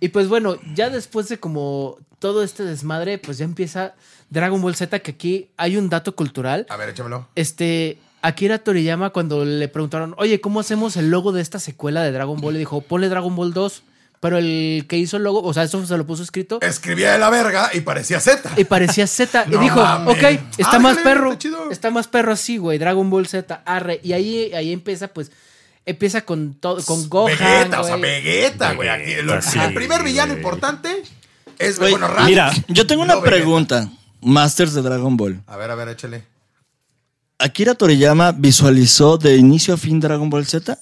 Speaker 3: Y pues bueno, ya después de como todo este desmadre, pues ya empieza Dragon Ball Z, que aquí hay un dato cultural.
Speaker 1: A ver, échamelo.
Speaker 3: Este, Akira Toriyama, cuando le preguntaron, oye, ¿cómo hacemos el logo de esta secuela de Dragon Ball? Le dijo, ponle Dragon Ball 2. Pero el que hizo el logo, o sea, eso se lo puso escrito
Speaker 1: Escribía de la verga y parecía Z.
Speaker 3: y
Speaker 1: <laughs>
Speaker 3: parecía Z.
Speaker 1: No
Speaker 3: y dijo,
Speaker 1: mames.
Speaker 3: ok, está
Speaker 1: Ah,
Speaker 3: más
Speaker 1: déjale,
Speaker 3: perro.
Speaker 1: está chido.
Speaker 3: Está más perro así, güey. Dragon Ball Z, arre. Y ahí, ahí empieza, pues, empieza con todo, con Gohan.
Speaker 1: Vegeta, o sea,
Speaker 3: güey.
Speaker 1: Vegeta, güey. Aquí, lo-
Speaker 5: Vegeta, sí,
Speaker 1: el primer villano
Speaker 5: güey.
Speaker 1: importante es,
Speaker 4: Güey,
Speaker 1: bueno, Raditz.
Speaker 5: mira.
Speaker 4: Yo tengo una
Speaker 1: No, Vegeta.
Speaker 4: pregunta. Masters de Dragon Ball.
Speaker 1: A ver, a ver, échale.
Speaker 4: ¿Akira Toriyama visualizó de inicio a fin Dragon Ball Z?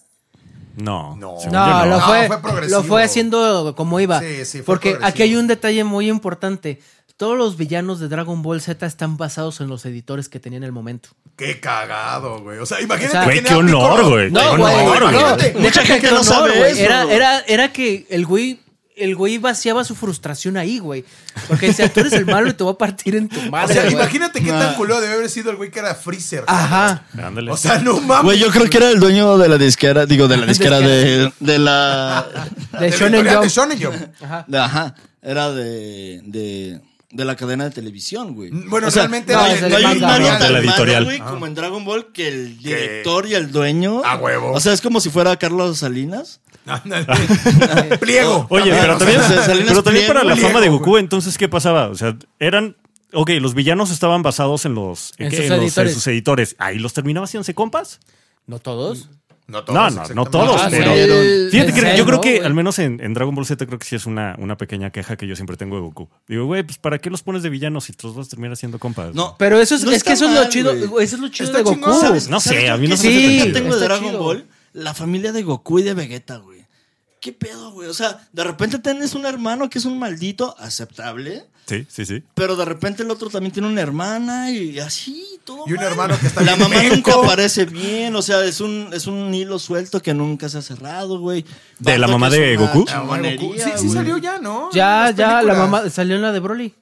Speaker 5: No.
Speaker 1: No.
Speaker 5: según yo
Speaker 3: No,
Speaker 1: no.
Speaker 3: lo fue,
Speaker 1: fue progresivo.
Speaker 3: lo fue haciendo como iba.
Speaker 1: Sí, sí, fue
Speaker 3: porque
Speaker 1: progresivo.
Speaker 3: aquí hay un detalle muy importante. Todos los villanos de Dragon Ball Z están basados en los editores que tenía en el momento.
Speaker 1: Qué cagado, güey. O sea, imagínate.
Speaker 3: O sea,
Speaker 5: Güey,
Speaker 1: quién
Speaker 5: qué
Speaker 1: era
Speaker 5: honor,
Speaker 1: Piccolo.
Speaker 5: güey. No,
Speaker 1: Qué
Speaker 5: güey,
Speaker 1: honor,
Speaker 5: no,
Speaker 1: imagínate.
Speaker 4: Mucha
Speaker 3: Déjate
Speaker 4: gente
Speaker 3: que
Speaker 4: no sabe
Speaker 3: güey.
Speaker 4: eso,
Speaker 3: Era,
Speaker 4: güey.
Speaker 3: era, era que el güey. El güey vaciaba su frustración ahí, güey. Porque decía, tú eres el malo y te voy a partir en tu
Speaker 1: O
Speaker 3: madre.
Speaker 1: sea,
Speaker 3: güey.
Speaker 1: imagínate qué tan culero debe haber sido el güey que era Freezer.
Speaker 5: Ah,
Speaker 3: Ajá.
Speaker 5: Ándale.
Speaker 1: O sea, no mames.
Speaker 4: Güey, yo creo que era el dueño de la disquera, digo, de la disquera de, de la...
Speaker 3: De
Speaker 1: la
Speaker 3: Shonen
Speaker 1: editorial
Speaker 3: Jump.
Speaker 1: de Shonen
Speaker 3: <laughs>
Speaker 1: Jump.
Speaker 3: Ajá.
Speaker 4: de- ajá, era de, de, de la cadena de televisión, güey.
Speaker 1: Mm, Bueno, realmente
Speaker 3: no,
Speaker 1: era
Speaker 3: es
Speaker 1: de-
Speaker 3: el
Speaker 4: No hay
Speaker 3: manga,
Speaker 4: nadie tan
Speaker 5: ¿no? De la
Speaker 4: malo,
Speaker 5: editorial.
Speaker 4: güey,
Speaker 1: Ah.
Speaker 4: como en Dragon Ball que el director y el dueño...
Speaker 1: A huevo.
Speaker 4: O sea, es como si fuera Carlos Salinas.
Speaker 1: Ándale. Pliego.
Speaker 5: Oye, pero también,
Speaker 4: o sea, Salinas
Speaker 5: pero también para la
Speaker 4: Pliego,
Speaker 5: fama de Goku, entonces, ¿qué pasaba? O sea, eran. Ok, los villanos estaban basados en los. ¿en
Speaker 3: En
Speaker 5: qué?
Speaker 3: sus
Speaker 5: En los- en
Speaker 3: editores.
Speaker 5: sus editores. Ahí los terminaba haciéndose compas.
Speaker 3: No todos.
Speaker 1: No
Speaker 5: No, no, no
Speaker 1: exactamente.
Speaker 5: todos,
Speaker 1: Ah,
Speaker 5: pero.
Speaker 1: sí.
Speaker 3: el-
Speaker 5: Fíjate
Speaker 3: el
Speaker 5: que
Speaker 3: Cell,
Speaker 5: yo creo
Speaker 3: ¿no,
Speaker 5: que,
Speaker 3: güey?
Speaker 5: al menos en, en Dragon Ball Z, creo que sí es una, una pequeña queja que yo siempre tengo de Goku. Digo, güey, pues ¿para qué los pones de villanos si todos vas a terminar siendo compas?
Speaker 4: No,
Speaker 3: Pero eso es,
Speaker 4: No
Speaker 3: es
Speaker 4: está
Speaker 3: que eso es
Speaker 4: mal,
Speaker 3: lo chido.
Speaker 4: güey.
Speaker 3: Eso es lo chido
Speaker 1: Está
Speaker 3: de Goku.
Speaker 1: chingón.
Speaker 4: ¿Sabes-
Speaker 5: No
Speaker 4: ¿sabes
Speaker 5: sé, a
Speaker 4: yo
Speaker 5: mí no
Speaker 4: qué
Speaker 5: se me hace
Speaker 4: sí,
Speaker 5: tan chido.
Speaker 4: tengo de
Speaker 3: Está
Speaker 4: Dragon
Speaker 3: chido.
Speaker 4: Ball la familia de Goku y de Vegeta, güey. ¿Qué pedo, güey? O sea, de repente tienes un hermano que es un maldito aceptable,
Speaker 5: Sí, sí, sí.
Speaker 4: pero de repente el otro también tiene una hermana y así, todo.
Speaker 1: Y un
Speaker 4: mal.
Speaker 1: hermano que está
Speaker 4: La
Speaker 1: bien
Speaker 4: mamá nunca
Speaker 1: menco.
Speaker 4: aparece bien, o sea, es un, es un hilo suelto que nunca se ha cerrado, güey.
Speaker 5: ¿De
Speaker 4: Bardock
Speaker 5: la mamá
Speaker 4: es
Speaker 5: de
Speaker 4: una
Speaker 5: Goku?
Speaker 1: La mamá de Goku.
Speaker 4: chingonería,
Speaker 1: Ah, Sí, sí
Speaker 4: güey.
Speaker 1: salió ya, ¿no?
Speaker 3: Ya,
Speaker 1: En las
Speaker 3: ya, la
Speaker 1: películas.
Speaker 3: mamá salió en la de Broly.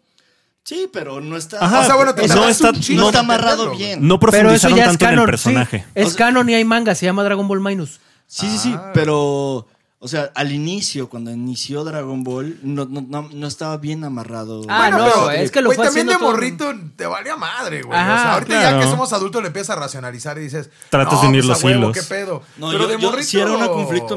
Speaker 4: Sí, pero no está.
Speaker 5: Ajá,
Speaker 1: O sea, bueno, te
Speaker 5: no
Speaker 1: tardas
Speaker 5: está-
Speaker 1: un chingo
Speaker 4: no
Speaker 1: en
Speaker 4: está amarrado
Speaker 1: entenderlo,
Speaker 4: bien.
Speaker 5: No
Speaker 3: Pero eso
Speaker 5: profundizaron
Speaker 3: ya es
Speaker 5: tanto en el
Speaker 3: canon.
Speaker 5: personaje.
Speaker 3: sí. es canon y hay manga, se llama Dragon Ball Minus.
Speaker 4: Sí, sí, sí,
Speaker 1: Ah.
Speaker 4: pero, o sea, al inicio, cuando inició Dragon Ball, no, no, no, no estaba bien amarrado.
Speaker 3: Ah,
Speaker 1: Bueno,
Speaker 3: no,
Speaker 1: pero,
Speaker 3: es que lo
Speaker 1: güey,
Speaker 3: fue
Speaker 1: también de
Speaker 3: haciendo todo-
Speaker 1: morrito te valía madre, güey.
Speaker 3: Ajá,
Speaker 1: o sea, ahorita
Speaker 5: claro.
Speaker 1: ya que somos adultos le empiezas a racionalizar y dices,
Speaker 5: Tratas
Speaker 1: no,
Speaker 5: de unir
Speaker 1: pues,
Speaker 5: los
Speaker 1: a huevo,
Speaker 5: hilos.
Speaker 1: ¿Qué pedo?
Speaker 4: No,
Speaker 1: pero
Speaker 4: yo,
Speaker 1: de
Speaker 4: yo
Speaker 1: morrito
Speaker 4: sí era un conflicto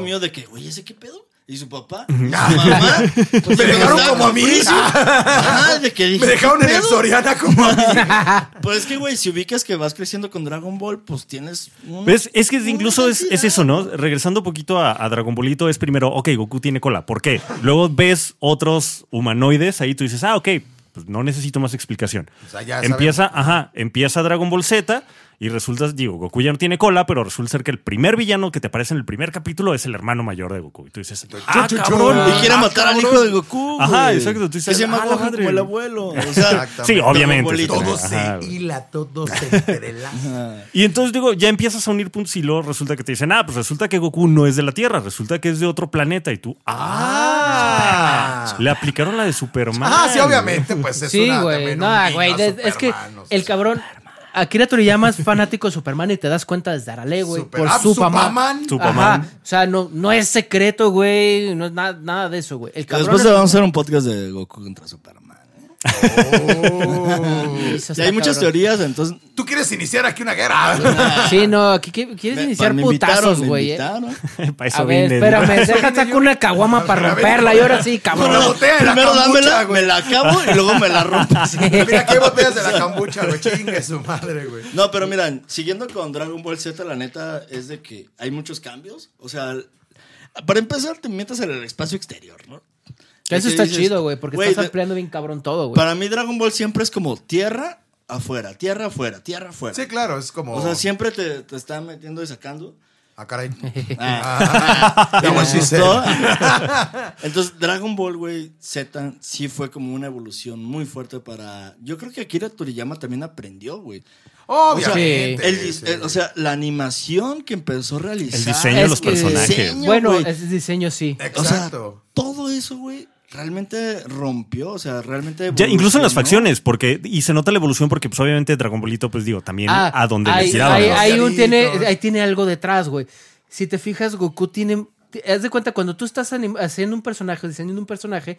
Speaker 1: <laughs>
Speaker 4: mío de que, güey, ¿ese qué pedo? ¿Y su papá? ¿Su
Speaker 1: Ah.
Speaker 4: mamá?
Speaker 1: Me dejaron como a mí.
Speaker 4: Ah, de que dije,
Speaker 1: Me dejaron
Speaker 4: ¿qué
Speaker 1: en el
Speaker 4: pedo?
Speaker 1: Soriana como a mí.
Speaker 4: <laughs> Pues es que, güey, si ubicas que vas creciendo con Dragon Ball, pues tienes... un-
Speaker 5: ¿Ves? Es que
Speaker 4: una
Speaker 5: incluso es, es
Speaker 4: identidad.
Speaker 5: eso, ¿no? Regresando un poquito a, a Dragon Ballito, es primero, ok, Goku tiene cola. ¿Por qué? Luego ves otros humanoides, ahí tú dices, ah, ok, pues no necesito más explicación.
Speaker 1: O sea, ya
Speaker 5: empieza, ajá, empieza Dragon Ball Z y resulta, digo, Goku ya no tiene cola, pero resulta ser que el primer villano que te aparece en el primer capítulo es el hermano mayor de Goku. Y tú dices, ah,
Speaker 1: chu, chu.
Speaker 5: cabrón.
Speaker 4: Y quiere
Speaker 5: ah,
Speaker 4: matar al
Speaker 5: cabrón.
Speaker 4: hijo de Goku,
Speaker 5: Ajá,
Speaker 4: güey,
Speaker 5: exacto, tú
Speaker 4: que
Speaker 5: dices,
Speaker 4: se llama
Speaker 5: "Ah, la
Speaker 4: Gohan
Speaker 5: madre".
Speaker 4: como el abuelo. O sea,
Speaker 1: Exactamente.
Speaker 5: Sí, obviamente.
Speaker 4: Dragon
Speaker 5: sí,
Speaker 1: Todo
Speaker 4: Ballito.
Speaker 5: ajá,
Speaker 1: se
Speaker 5: güey.
Speaker 1: hila, todo se
Speaker 4: <laughs>
Speaker 1: entrelaza.
Speaker 5: Y entonces digo, ya empiezas a unir puntos y luego resulta que te dicen, ah, pues resulta que Goku no es de la Tierra, resulta que es de otro planeta y tú, ah,
Speaker 1: Ah.
Speaker 5: le aplicaron la de Superman.
Speaker 1: Ah, sí, obviamente, pues es
Speaker 3: sí,
Speaker 1: una
Speaker 3: güey.
Speaker 1: también
Speaker 3: No,
Speaker 1: un guiño
Speaker 3: güey.
Speaker 1: a
Speaker 3: de- Es que
Speaker 1: Superman, o sea,
Speaker 3: el cabrón. Akira Toriyama es fanático de Superman y te das cuenta desde Arale, güey.
Speaker 1: Super-
Speaker 3: Por
Speaker 1: ah,
Speaker 3: su
Speaker 1: Superman.
Speaker 5: Superman.
Speaker 3: Ajá. O sea, no, no es secreto, güey. No es nada, nada de eso, güey. El cabrón.
Speaker 4: Después vamos a hacer un podcast de Goku contra Superman. ¿eh?
Speaker 3: Sí, eso
Speaker 4: Y
Speaker 3: está
Speaker 4: hay muchas
Speaker 3: cabrón.
Speaker 4: teorías, entonces...
Speaker 1: Oh. Tú quieres iniciar aquí una
Speaker 4: <laughs>
Speaker 1: guerra.
Speaker 3: Sí, no, aquí qui- quieres iniciar
Speaker 4: me
Speaker 3: putazos,
Speaker 4: invitaron, me
Speaker 3: güey. eh.
Speaker 4: invitaron.
Speaker 5: <laughs> Para eso
Speaker 3: A ver,
Speaker 5: vine, ¿no?
Speaker 3: espérame,
Speaker 1: Eso
Speaker 3: déjate
Speaker 1: vine
Speaker 4: <laughs>
Speaker 3: sacar
Speaker 1: yo.
Speaker 3: una caguama para
Speaker 1: A ver,
Speaker 3: romperla y
Speaker 1: <laughs>
Speaker 3: ahora sí,
Speaker 1: Con la
Speaker 3: cabrón.
Speaker 1: botella de la
Speaker 4: Primero
Speaker 1: kombucha,
Speaker 4: dámela,
Speaker 1: güey.
Speaker 4: me la acabo y luego me
Speaker 3: <laughs>
Speaker 4: la rompes.
Speaker 1: Mira qué botellas de la cambucha, güey. Chingue su madre, güey.
Speaker 4: No, pero miran, siguiendo con Dragon Ball Z, la neta es de que hay muchos cambios. O sea, al- para empezar, te metes en el espacio exterior, ¿no?
Speaker 3: Que Eso
Speaker 4: Que
Speaker 3: está
Speaker 4: dices,
Speaker 3: chido, güey, porque
Speaker 4: güey,
Speaker 3: estás
Speaker 4: de-
Speaker 3: ampliando bien cabrón todo, güey.
Speaker 4: Para mí, Dragon Ball siempre es como tierra afuera, tierra afuera, tierra afuera.
Speaker 1: Sí, claro, es como.
Speaker 4: O sea, siempre te, te está metiendo y sacando.
Speaker 1: Ah,
Speaker 5: <laughs>
Speaker 1: caray.
Speaker 4: Ah.
Speaker 1: Ah,
Speaker 4: Ya me
Speaker 1: bueno, sí sé.
Speaker 4: asustó. <laughs> Entonces, Dragon Ball, güey, Z sí fue como una evolución muy fuerte para. Yo creo que Akira Toriyama también aprendió, güey.
Speaker 1: Obviamente.
Speaker 4: El
Speaker 1: sí,
Speaker 4: dis- el- o sea, la animación que empezó a realizar.
Speaker 5: El diseño de
Speaker 3: Es
Speaker 5: los
Speaker 3: que-
Speaker 5: personajes.
Speaker 4: diseño,
Speaker 3: Bueno,
Speaker 4: güey.
Speaker 3: ese diseño sí.
Speaker 4: O sea,
Speaker 1: Exacto.
Speaker 4: todo eso, güey, realmente rompió, o sea, realmente.
Speaker 5: Ya, incluso en
Speaker 4: evolucionó.
Speaker 5: las facciones, porque, y se nota la evolución porque pues obviamente Dragon Ballito, pues digo, también
Speaker 3: Ah,
Speaker 5: a donde
Speaker 3: ahí,
Speaker 5: le tiraban.
Speaker 3: ahí-
Speaker 5: ¿no?
Speaker 3: ahí un tiene,
Speaker 1: Caritos.
Speaker 3: ahí tiene algo detrás, güey. Si te fijas, Goku tiene. te- Haz de cuenta, cuando tú estás anim- haciendo un personaje, diseñando un personaje,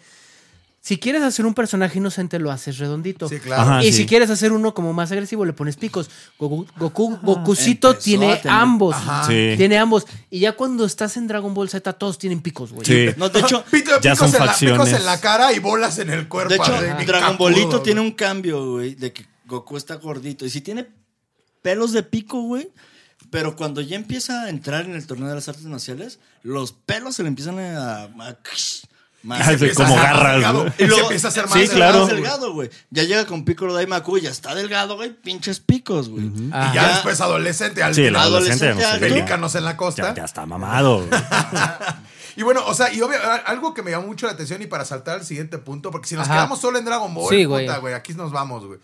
Speaker 3: si quieres hacer un personaje inocente, lo haces redondito.
Speaker 1: Sí, claro.
Speaker 5: Ajá. Ah,
Speaker 3: y
Speaker 5: sí.
Speaker 3: si quieres hacer uno como más agresivo, le pones picos. Goku,
Speaker 1: Ah,
Speaker 3: Goku Gokucito
Speaker 4: Empezó a
Speaker 3: tiene
Speaker 4: tener-
Speaker 3: ambos.
Speaker 1: Ajá.
Speaker 5: Sí.
Speaker 3: Tiene ambos. Y ya cuando estás en Dragon Ball Z, todos tienen picos, güey.
Speaker 5: Sí.
Speaker 4: No, de hecho,
Speaker 1: <laughs> Pito-
Speaker 5: Ya
Speaker 1: picos
Speaker 5: son
Speaker 1: en la-
Speaker 5: facciones.
Speaker 1: picos en la cara y bolas en el cuerpo.
Speaker 4: de hecho,
Speaker 1: así, bien
Speaker 4: Dragon
Speaker 1: cacudo,
Speaker 4: Bolito
Speaker 1: güey.
Speaker 4: tiene un cambio, güey, de que Goku está gordito. Y si tiene pelos de pico, güey. Pero cuando ya empieza a entrar en el torneo de las artes marciales, los pelos se le empiezan a. a- más-
Speaker 5: Ay, güey,
Speaker 1: Empieza a
Speaker 5: como
Speaker 1: ser más
Speaker 5: garras,
Speaker 1: delgado,
Speaker 5: ¿no?
Speaker 1: Y
Speaker 4: luego-
Speaker 1: se empieza a hacer más
Speaker 5: Sí,
Speaker 4: se hace
Speaker 1: delgado,
Speaker 5: claro.
Speaker 4: más
Speaker 1: güey.
Speaker 4: delgado, güey. Ya llega con Piccolo Daimaku, ya está delgado, güey. Pinches picos, güey.
Speaker 1: Y ya después adolescente, al
Speaker 5: Sí, el
Speaker 1: final,
Speaker 5: adolescente,
Speaker 4: adolescente
Speaker 5: no sé,
Speaker 4: alto.
Speaker 5: ya-
Speaker 1: pelícanos en la costa.
Speaker 5: ya, ya está
Speaker 3: <laughs>
Speaker 5: mamado. güey.
Speaker 1: Y bueno, o sea, y obvio, a- algo que me llamó mucho la atención y para saltar al siguiente punto, porque si nos
Speaker 3: Ajá.
Speaker 1: quedamos solo en Dragon Ball,
Speaker 3: Sí, güey.
Speaker 1: puta, güey, aquí nos vamos, güey.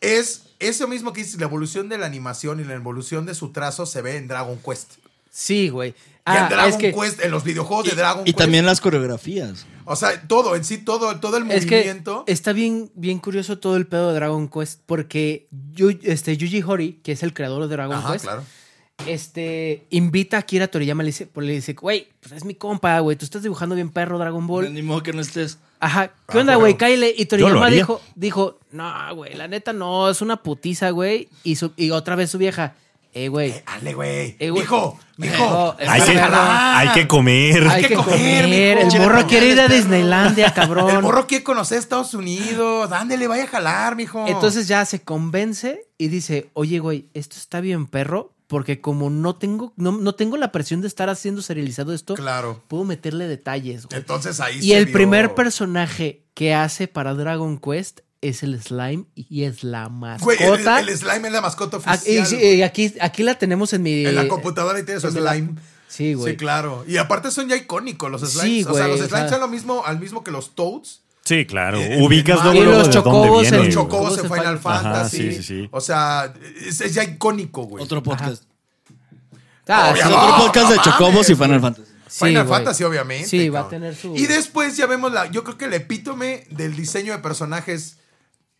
Speaker 1: Es eso mismo que dices, la evolución de la animación y la evolución de su trazo se ve en Dragon Quest.
Speaker 3: Sí, güey.
Speaker 1: Y en
Speaker 3: Ah,
Speaker 1: Dragon
Speaker 3: es que,
Speaker 1: Quest, en los videojuegos de Dragon
Speaker 4: Y
Speaker 1: Quest.
Speaker 4: también las coreografías.
Speaker 1: O sea, todo, en sí, todo, todo el
Speaker 3: es que
Speaker 1: movimiento.
Speaker 3: está bien, bien curioso todo el pedo de Dragon Quest porque Yu- este, Yuji Horii, que es el creador de Dragon
Speaker 1: Ajá,
Speaker 3: Quest,
Speaker 1: claro.
Speaker 3: este, invita a Kira Toriyama y le dice, le dice, güey, pues es mi compa, güey, tú estás dibujando bien perro Dragon Ball.
Speaker 4: Ni modo que no estés.
Speaker 3: Ajá,
Speaker 1: Ah,
Speaker 3: ¿qué onda,
Speaker 1: huevo.
Speaker 3: güey? Kyle y
Speaker 5: Yo lo
Speaker 3: Toriyama
Speaker 5: haría.
Speaker 3: dijo, dijo, no, güey, la neta no, es una putiza, güey. Y, su- y otra vez su vieja, eh, güey,
Speaker 1: Eh, Dale, güey.
Speaker 3: Eh, güey.
Speaker 1: Hijo,
Speaker 3: Hijo,
Speaker 1: hijo.
Speaker 3: es
Speaker 5: hay, que,
Speaker 3: Ojalá.
Speaker 5: hay que comer.
Speaker 3: hay
Speaker 1: que
Speaker 3: que
Speaker 1: comer,
Speaker 3: comer.
Speaker 1: mijo.
Speaker 3: El morro
Speaker 1: Échale
Speaker 3: quiere ir a
Speaker 1: ganas,
Speaker 3: Disneylandia,
Speaker 1: <laughs>
Speaker 3: cabrón.
Speaker 1: El morro quiere conocer Estados Unidos. Ándele, vaya a jalar, mijo.
Speaker 3: Entonces ya se convence y dice, oye, güey, esto está bien, perro, porque como no tengo, no, no tengo la presión de estar haciendo serializado esto,
Speaker 1: Claro.
Speaker 3: puedo meterle detalles, güey.
Speaker 1: Entonces ahí
Speaker 3: Y
Speaker 1: se
Speaker 3: el
Speaker 1: vio-
Speaker 3: primer personaje que hace para Dragon Quest es el slime y es la
Speaker 1: Güey, el,
Speaker 3: mascota.
Speaker 1: el slime es la mascota
Speaker 3: Ah, y
Speaker 1: oficial.
Speaker 3: sí,
Speaker 1: güey.
Speaker 3: eh, aquí, aquí la tenemos en mi...
Speaker 1: en la computadora y tiene su
Speaker 3: en la-
Speaker 1: slime.
Speaker 3: Sí, güey.
Speaker 1: Sí, claro. Y aparte son ya icónicos los slimes.
Speaker 3: Sí,
Speaker 1: o sea,
Speaker 3: güey,
Speaker 1: los
Speaker 3: o
Speaker 1: slimes
Speaker 3: sea-
Speaker 1: son lo mismo, al mismo que los toads.
Speaker 5: Sí, claro.
Speaker 1: Eh,
Speaker 5: Ubicas
Speaker 1: el
Speaker 5: luego,
Speaker 1: mar-
Speaker 5: luego
Speaker 1: Y
Speaker 3: los
Speaker 5: de dónde
Speaker 3: chocobos,
Speaker 5: viene.
Speaker 3: el
Speaker 5: güey.
Speaker 1: Los
Speaker 3: Sí, choco-
Speaker 1: chocobos
Speaker 3: todos
Speaker 1: en
Speaker 3: en
Speaker 1: Final
Speaker 3: Final-
Speaker 1: Fantasy.
Speaker 5: Ajá, sí, sí, sí.
Speaker 1: O sea, es, es ya icónico, güey.
Speaker 4: Otro podcast.
Speaker 3: Ah,
Speaker 1: Obvio,
Speaker 4: Es
Speaker 3: sí.
Speaker 1: no,
Speaker 4: otro podcast de
Speaker 1: no
Speaker 4: Chocobos y
Speaker 1: mames,
Speaker 4: Final Fantasy.
Speaker 3: Sí,
Speaker 1: Final
Speaker 3: güey.
Speaker 1: Fantasy, obviamente.
Speaker 3: Sí, va a
Speaker 1: cabrón.
Speaker 3: tener su-
Speaker 1: Y después ya vemos la. Yo creo que el epítome del diseño de personajes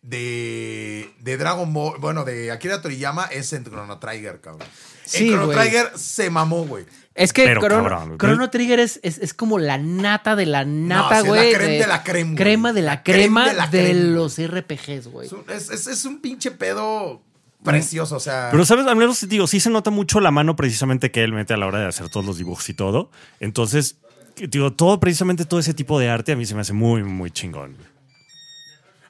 Speaker 1: de, de Dragon Ball. Bueno, de Akira Toriyama es en Chrono Trigger, cabrón.
Speaker 3: Sí,
Speaker 1: en Chrono
Speaker 3: güey.
Speaker 1: Trigger se mamó, güey.
Speaker 3: Es que
Speaker 5: Pero,
Speaker 3: Chrono,
Speaker 5: cabrón,
Speaker 3: Chrono Trigger es, es- es como la nata de la
Speaker 1: sí,
Speaker 3: nata,
Speaker 1: es la
Speaker 3: güey.
Speaker 1: creme de la creme, güey.
Speaker 3: Crema de la
Speaker 1: La creme
Speaker 3: crema
Speaker 1: de
Speaker 3: de,
Speaker 1: la creme.
Speaker 3: los RPGs, güey.
Speaker 1: Es un, es- es- es un pinche pedo precioso, o sea.
Speaker 5: Pero, ¿sabes? Al menos, digo, sí se nota mucho la mano precisamente que él mete a la hora de hacer todos los dibujos y todo. Entonces, digo, todo, precisamente todo ese tipo de arte a mí se me hace muy, muy chingón.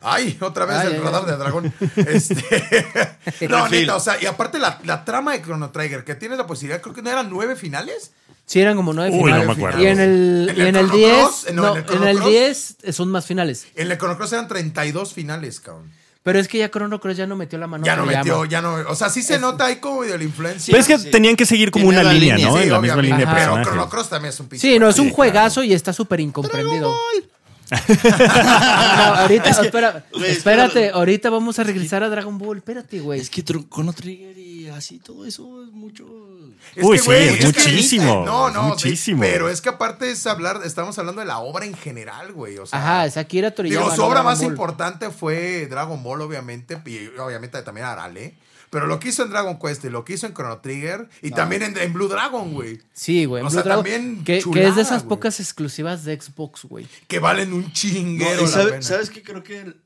Speaker 1: Ay, otra vez
Speaker 3: Ay,
Speaker 1: el
Speaker 3: ay,
Speaker 1: radar
Speaker 3: ay.
Speaker 1: de dragón.
Speaker 3: <laughs>
Speaker 1: Este, no,
Speaker 5: Refil.
Speaker 1: neta, o sea, y aparte la, la trama de Chrono Trigger, que tiene la posibilidad, creo que no eran nueve finales.
Speaker 3: Sí, eran como nueve
Speaker 5: Uy, no
Speaker 3: finales.
Speaker 5: me acuerdo.
Speaker 3: Y en el,
Speaker 1: ¿En
Speaker 3: y
Speaker 1: el
Speaker 3: en el
Speaker 1: Chrono
Speaker 3: 10,
Speaker 1: Cross? No,
Speaker 3: no,
Speaker 1: en el
Speaker 3: en
Speaker 1: Chrono
Speaker 3: el
Speaker 1: Cross.
Speaker 3: 10 son más finales.
Speaker 1: En el Chrono Cross eran 32 finales, cabrón.
Speaker 3: Pero es que ya Chrono Cross ya no metió la mano.
Speaker 1: ya no
Speaker 3: Toriyama.
Speaker 1: metió, ya no. O sea, sí se nota ahí como de la influencia.
Speaker 5: Pero es que
Speaker 4: sí.
Speaker 5: tenían que seguir como
Speaker 4: Tiene
Speaker 5: una
Speaker 4: la
Speaker 5: línea,
Speaker 4: línea,
Speaker 5: ¿no?
Speaker 1: Sí,
Speaker 5: en la misma
Speaker 1: obviamente,
Speaker 5: línea de
Speaker 1: Pero
Speaker 5: personajes.
Speaker 1: Chrono Cross también es un pinche.
Speaker 3: Sí, no, es un
Speaker 5: Sí,
Speaker 3: juegazo y está súper incomprendido. <laughs> No, ahorita, espera,
Speaker 4: güey,
Speaker 3: espérate,
Speaker 4: espéralo.
Speaker 3: ahorita vamos a regresar a Dragon Ball. Espérate, güey.
Speaker 4: Es que tru- Chrono Trigger y así todo eso es mucho.
Speaker 5: Uy, sí, es
Speaker 1: Este que-
Speaker 5: muchísimo,
Speaker 1: no,
Speaker 5: es
Speaker 1: no, sí,
Speaker 5: muchísimo.
Speaker 1: pero es que aparte es hablar, estamos hablando de la obra en general, güey. O sea,
Speaker 3: Ajá, es Akira Toriyama.
Speaker 1: Digo, su
Speaker 3: no
Speaker 1: obra
Speaker 3: Dragon
Speaker 1: más
Speaker 3: Ball.
Speaker 1: importante fue Dragon Ball, obviamente, y obviamente también Arale. Pero lo que hizo en Dragon Quest y lo que hizo en Chrono Trigger y
Speaker 4: Ah.
Speaker 1: también en, en Blue Dragon, güey.
Speaker 3: Sí, güey.
Speaker 1: O
Speaker 3: Blue
Speaker 1: sea,
Speaker 3: Dragon,
Speaker 1: también
Speaker 3: que, que es
Speaker 1: chulada,
Speaker 3: de esas
Speaker 1: güey.
Speaker 3: pocas exclusivas de Xbox, güey.
Speaker 1: Que valen un chinguero.
Speaker 4: No, y
Speaker 1: la
Speaker 4: sabe-
Speaker 1: pena.
Speaker 4: ¿Sabes qué? Creo que el,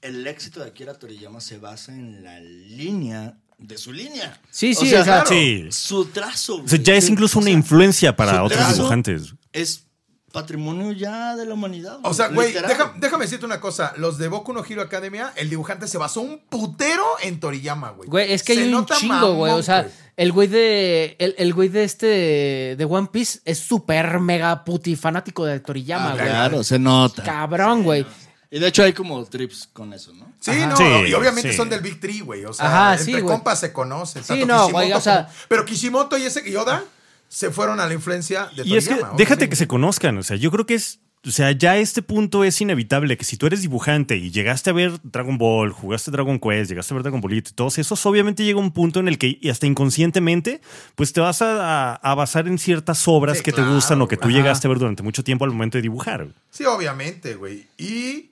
Speaker 4: el éxito de Akira Toriyama se basa en la línea de su línea.
Speaker 3: Sí, sí,
Speaker 4: o sea,
Speaker 3: o sea,
Speaker 5: Sí.
Speaker 4: Su trazo.
Speaker 5: O sea, ya
Speaker 4: güey.
Speaker 5: es
Speaker 4: Sí,
Speaker 5: incluso
Speaker 4: o
Speaker 5: una
Speaker 4: sea,
Speaker 5: influencia para
Speaker 4: su
Speaker 5: otros
Speaker 4: trazo
Speaker 5: dibujantes.
Speaker 4: Es patrimonio ya de la humanidad.
Speaker 1: O sea, güey,
Speaker 4: literal.
Speaker 1: deja- déjame decirte una cosa. Los de Boku no Hero Academia, el dibujante se basó un putero en Toriyama, güey.
Speaker 3: Güey, es que
Speaker 1: Se
Speaker 3: hay un
Speaker 1: nota
Speaker 3: chingo,
Speaker 1: mamón, pues.
Speaker 3: güey. O sea, el güey de. El, el güey de este. De One Piece es súper mega puti fanático de Toriyama,
Speaker 4: Ah,
Speaker 3: güey.
Speaker 4: Claro, se nota.
Speaker 3: Cabrón, güey.
Speaker 4: Y de hecho hay como trips con eso, ¿no?
Speaker 1: Sí,
Speaker 3: Ajá.
Speaker 1: no,
Speaker 5: Sí,
Speaker 1: y obviamente
Speaker 5: sí.
Speaker 1: son del Big Three, güey. O sea,
Speaker 3: Ajá, sí,
Speaker 1: entre
Speaker 3: güey.
Speaker 1: compas se conocen.
Speaker 3: Sí,
Speaker 1: tanto
Speaker 3: no, güey, o sea-
Speaker 1: como- pero Kishimoto y ese Yoda se fueron a la influencia de
Speaker 5: Y es que
Speaker 1: Toriyama,
Speaker 5: déjate
Speaker 1: obviamente.
Speaker 5: que se conozcan, o sea, yo creo que es O sea, ya este punto es inevitable que si tú eres dibujante y llegaste a ver Dragon Ball, jugaste Dragon Quest, llegaste a ver Dragon Ballito y todos esos, obviamente llega un punto en el que y hasta inconscientemente, pues te vas a, a- a basar en ciertas obras
Speaker 1: Sí,
Speaker 5: que
Speaker 1: claro,
Speaker 5: te gustan o que tú
Speaker 3: güey.
Speaker 5: llegaste a ver durante mucho tiempo al momento de dibujar. güey.
Speaker 1: Sí, obviamente, güey. Y.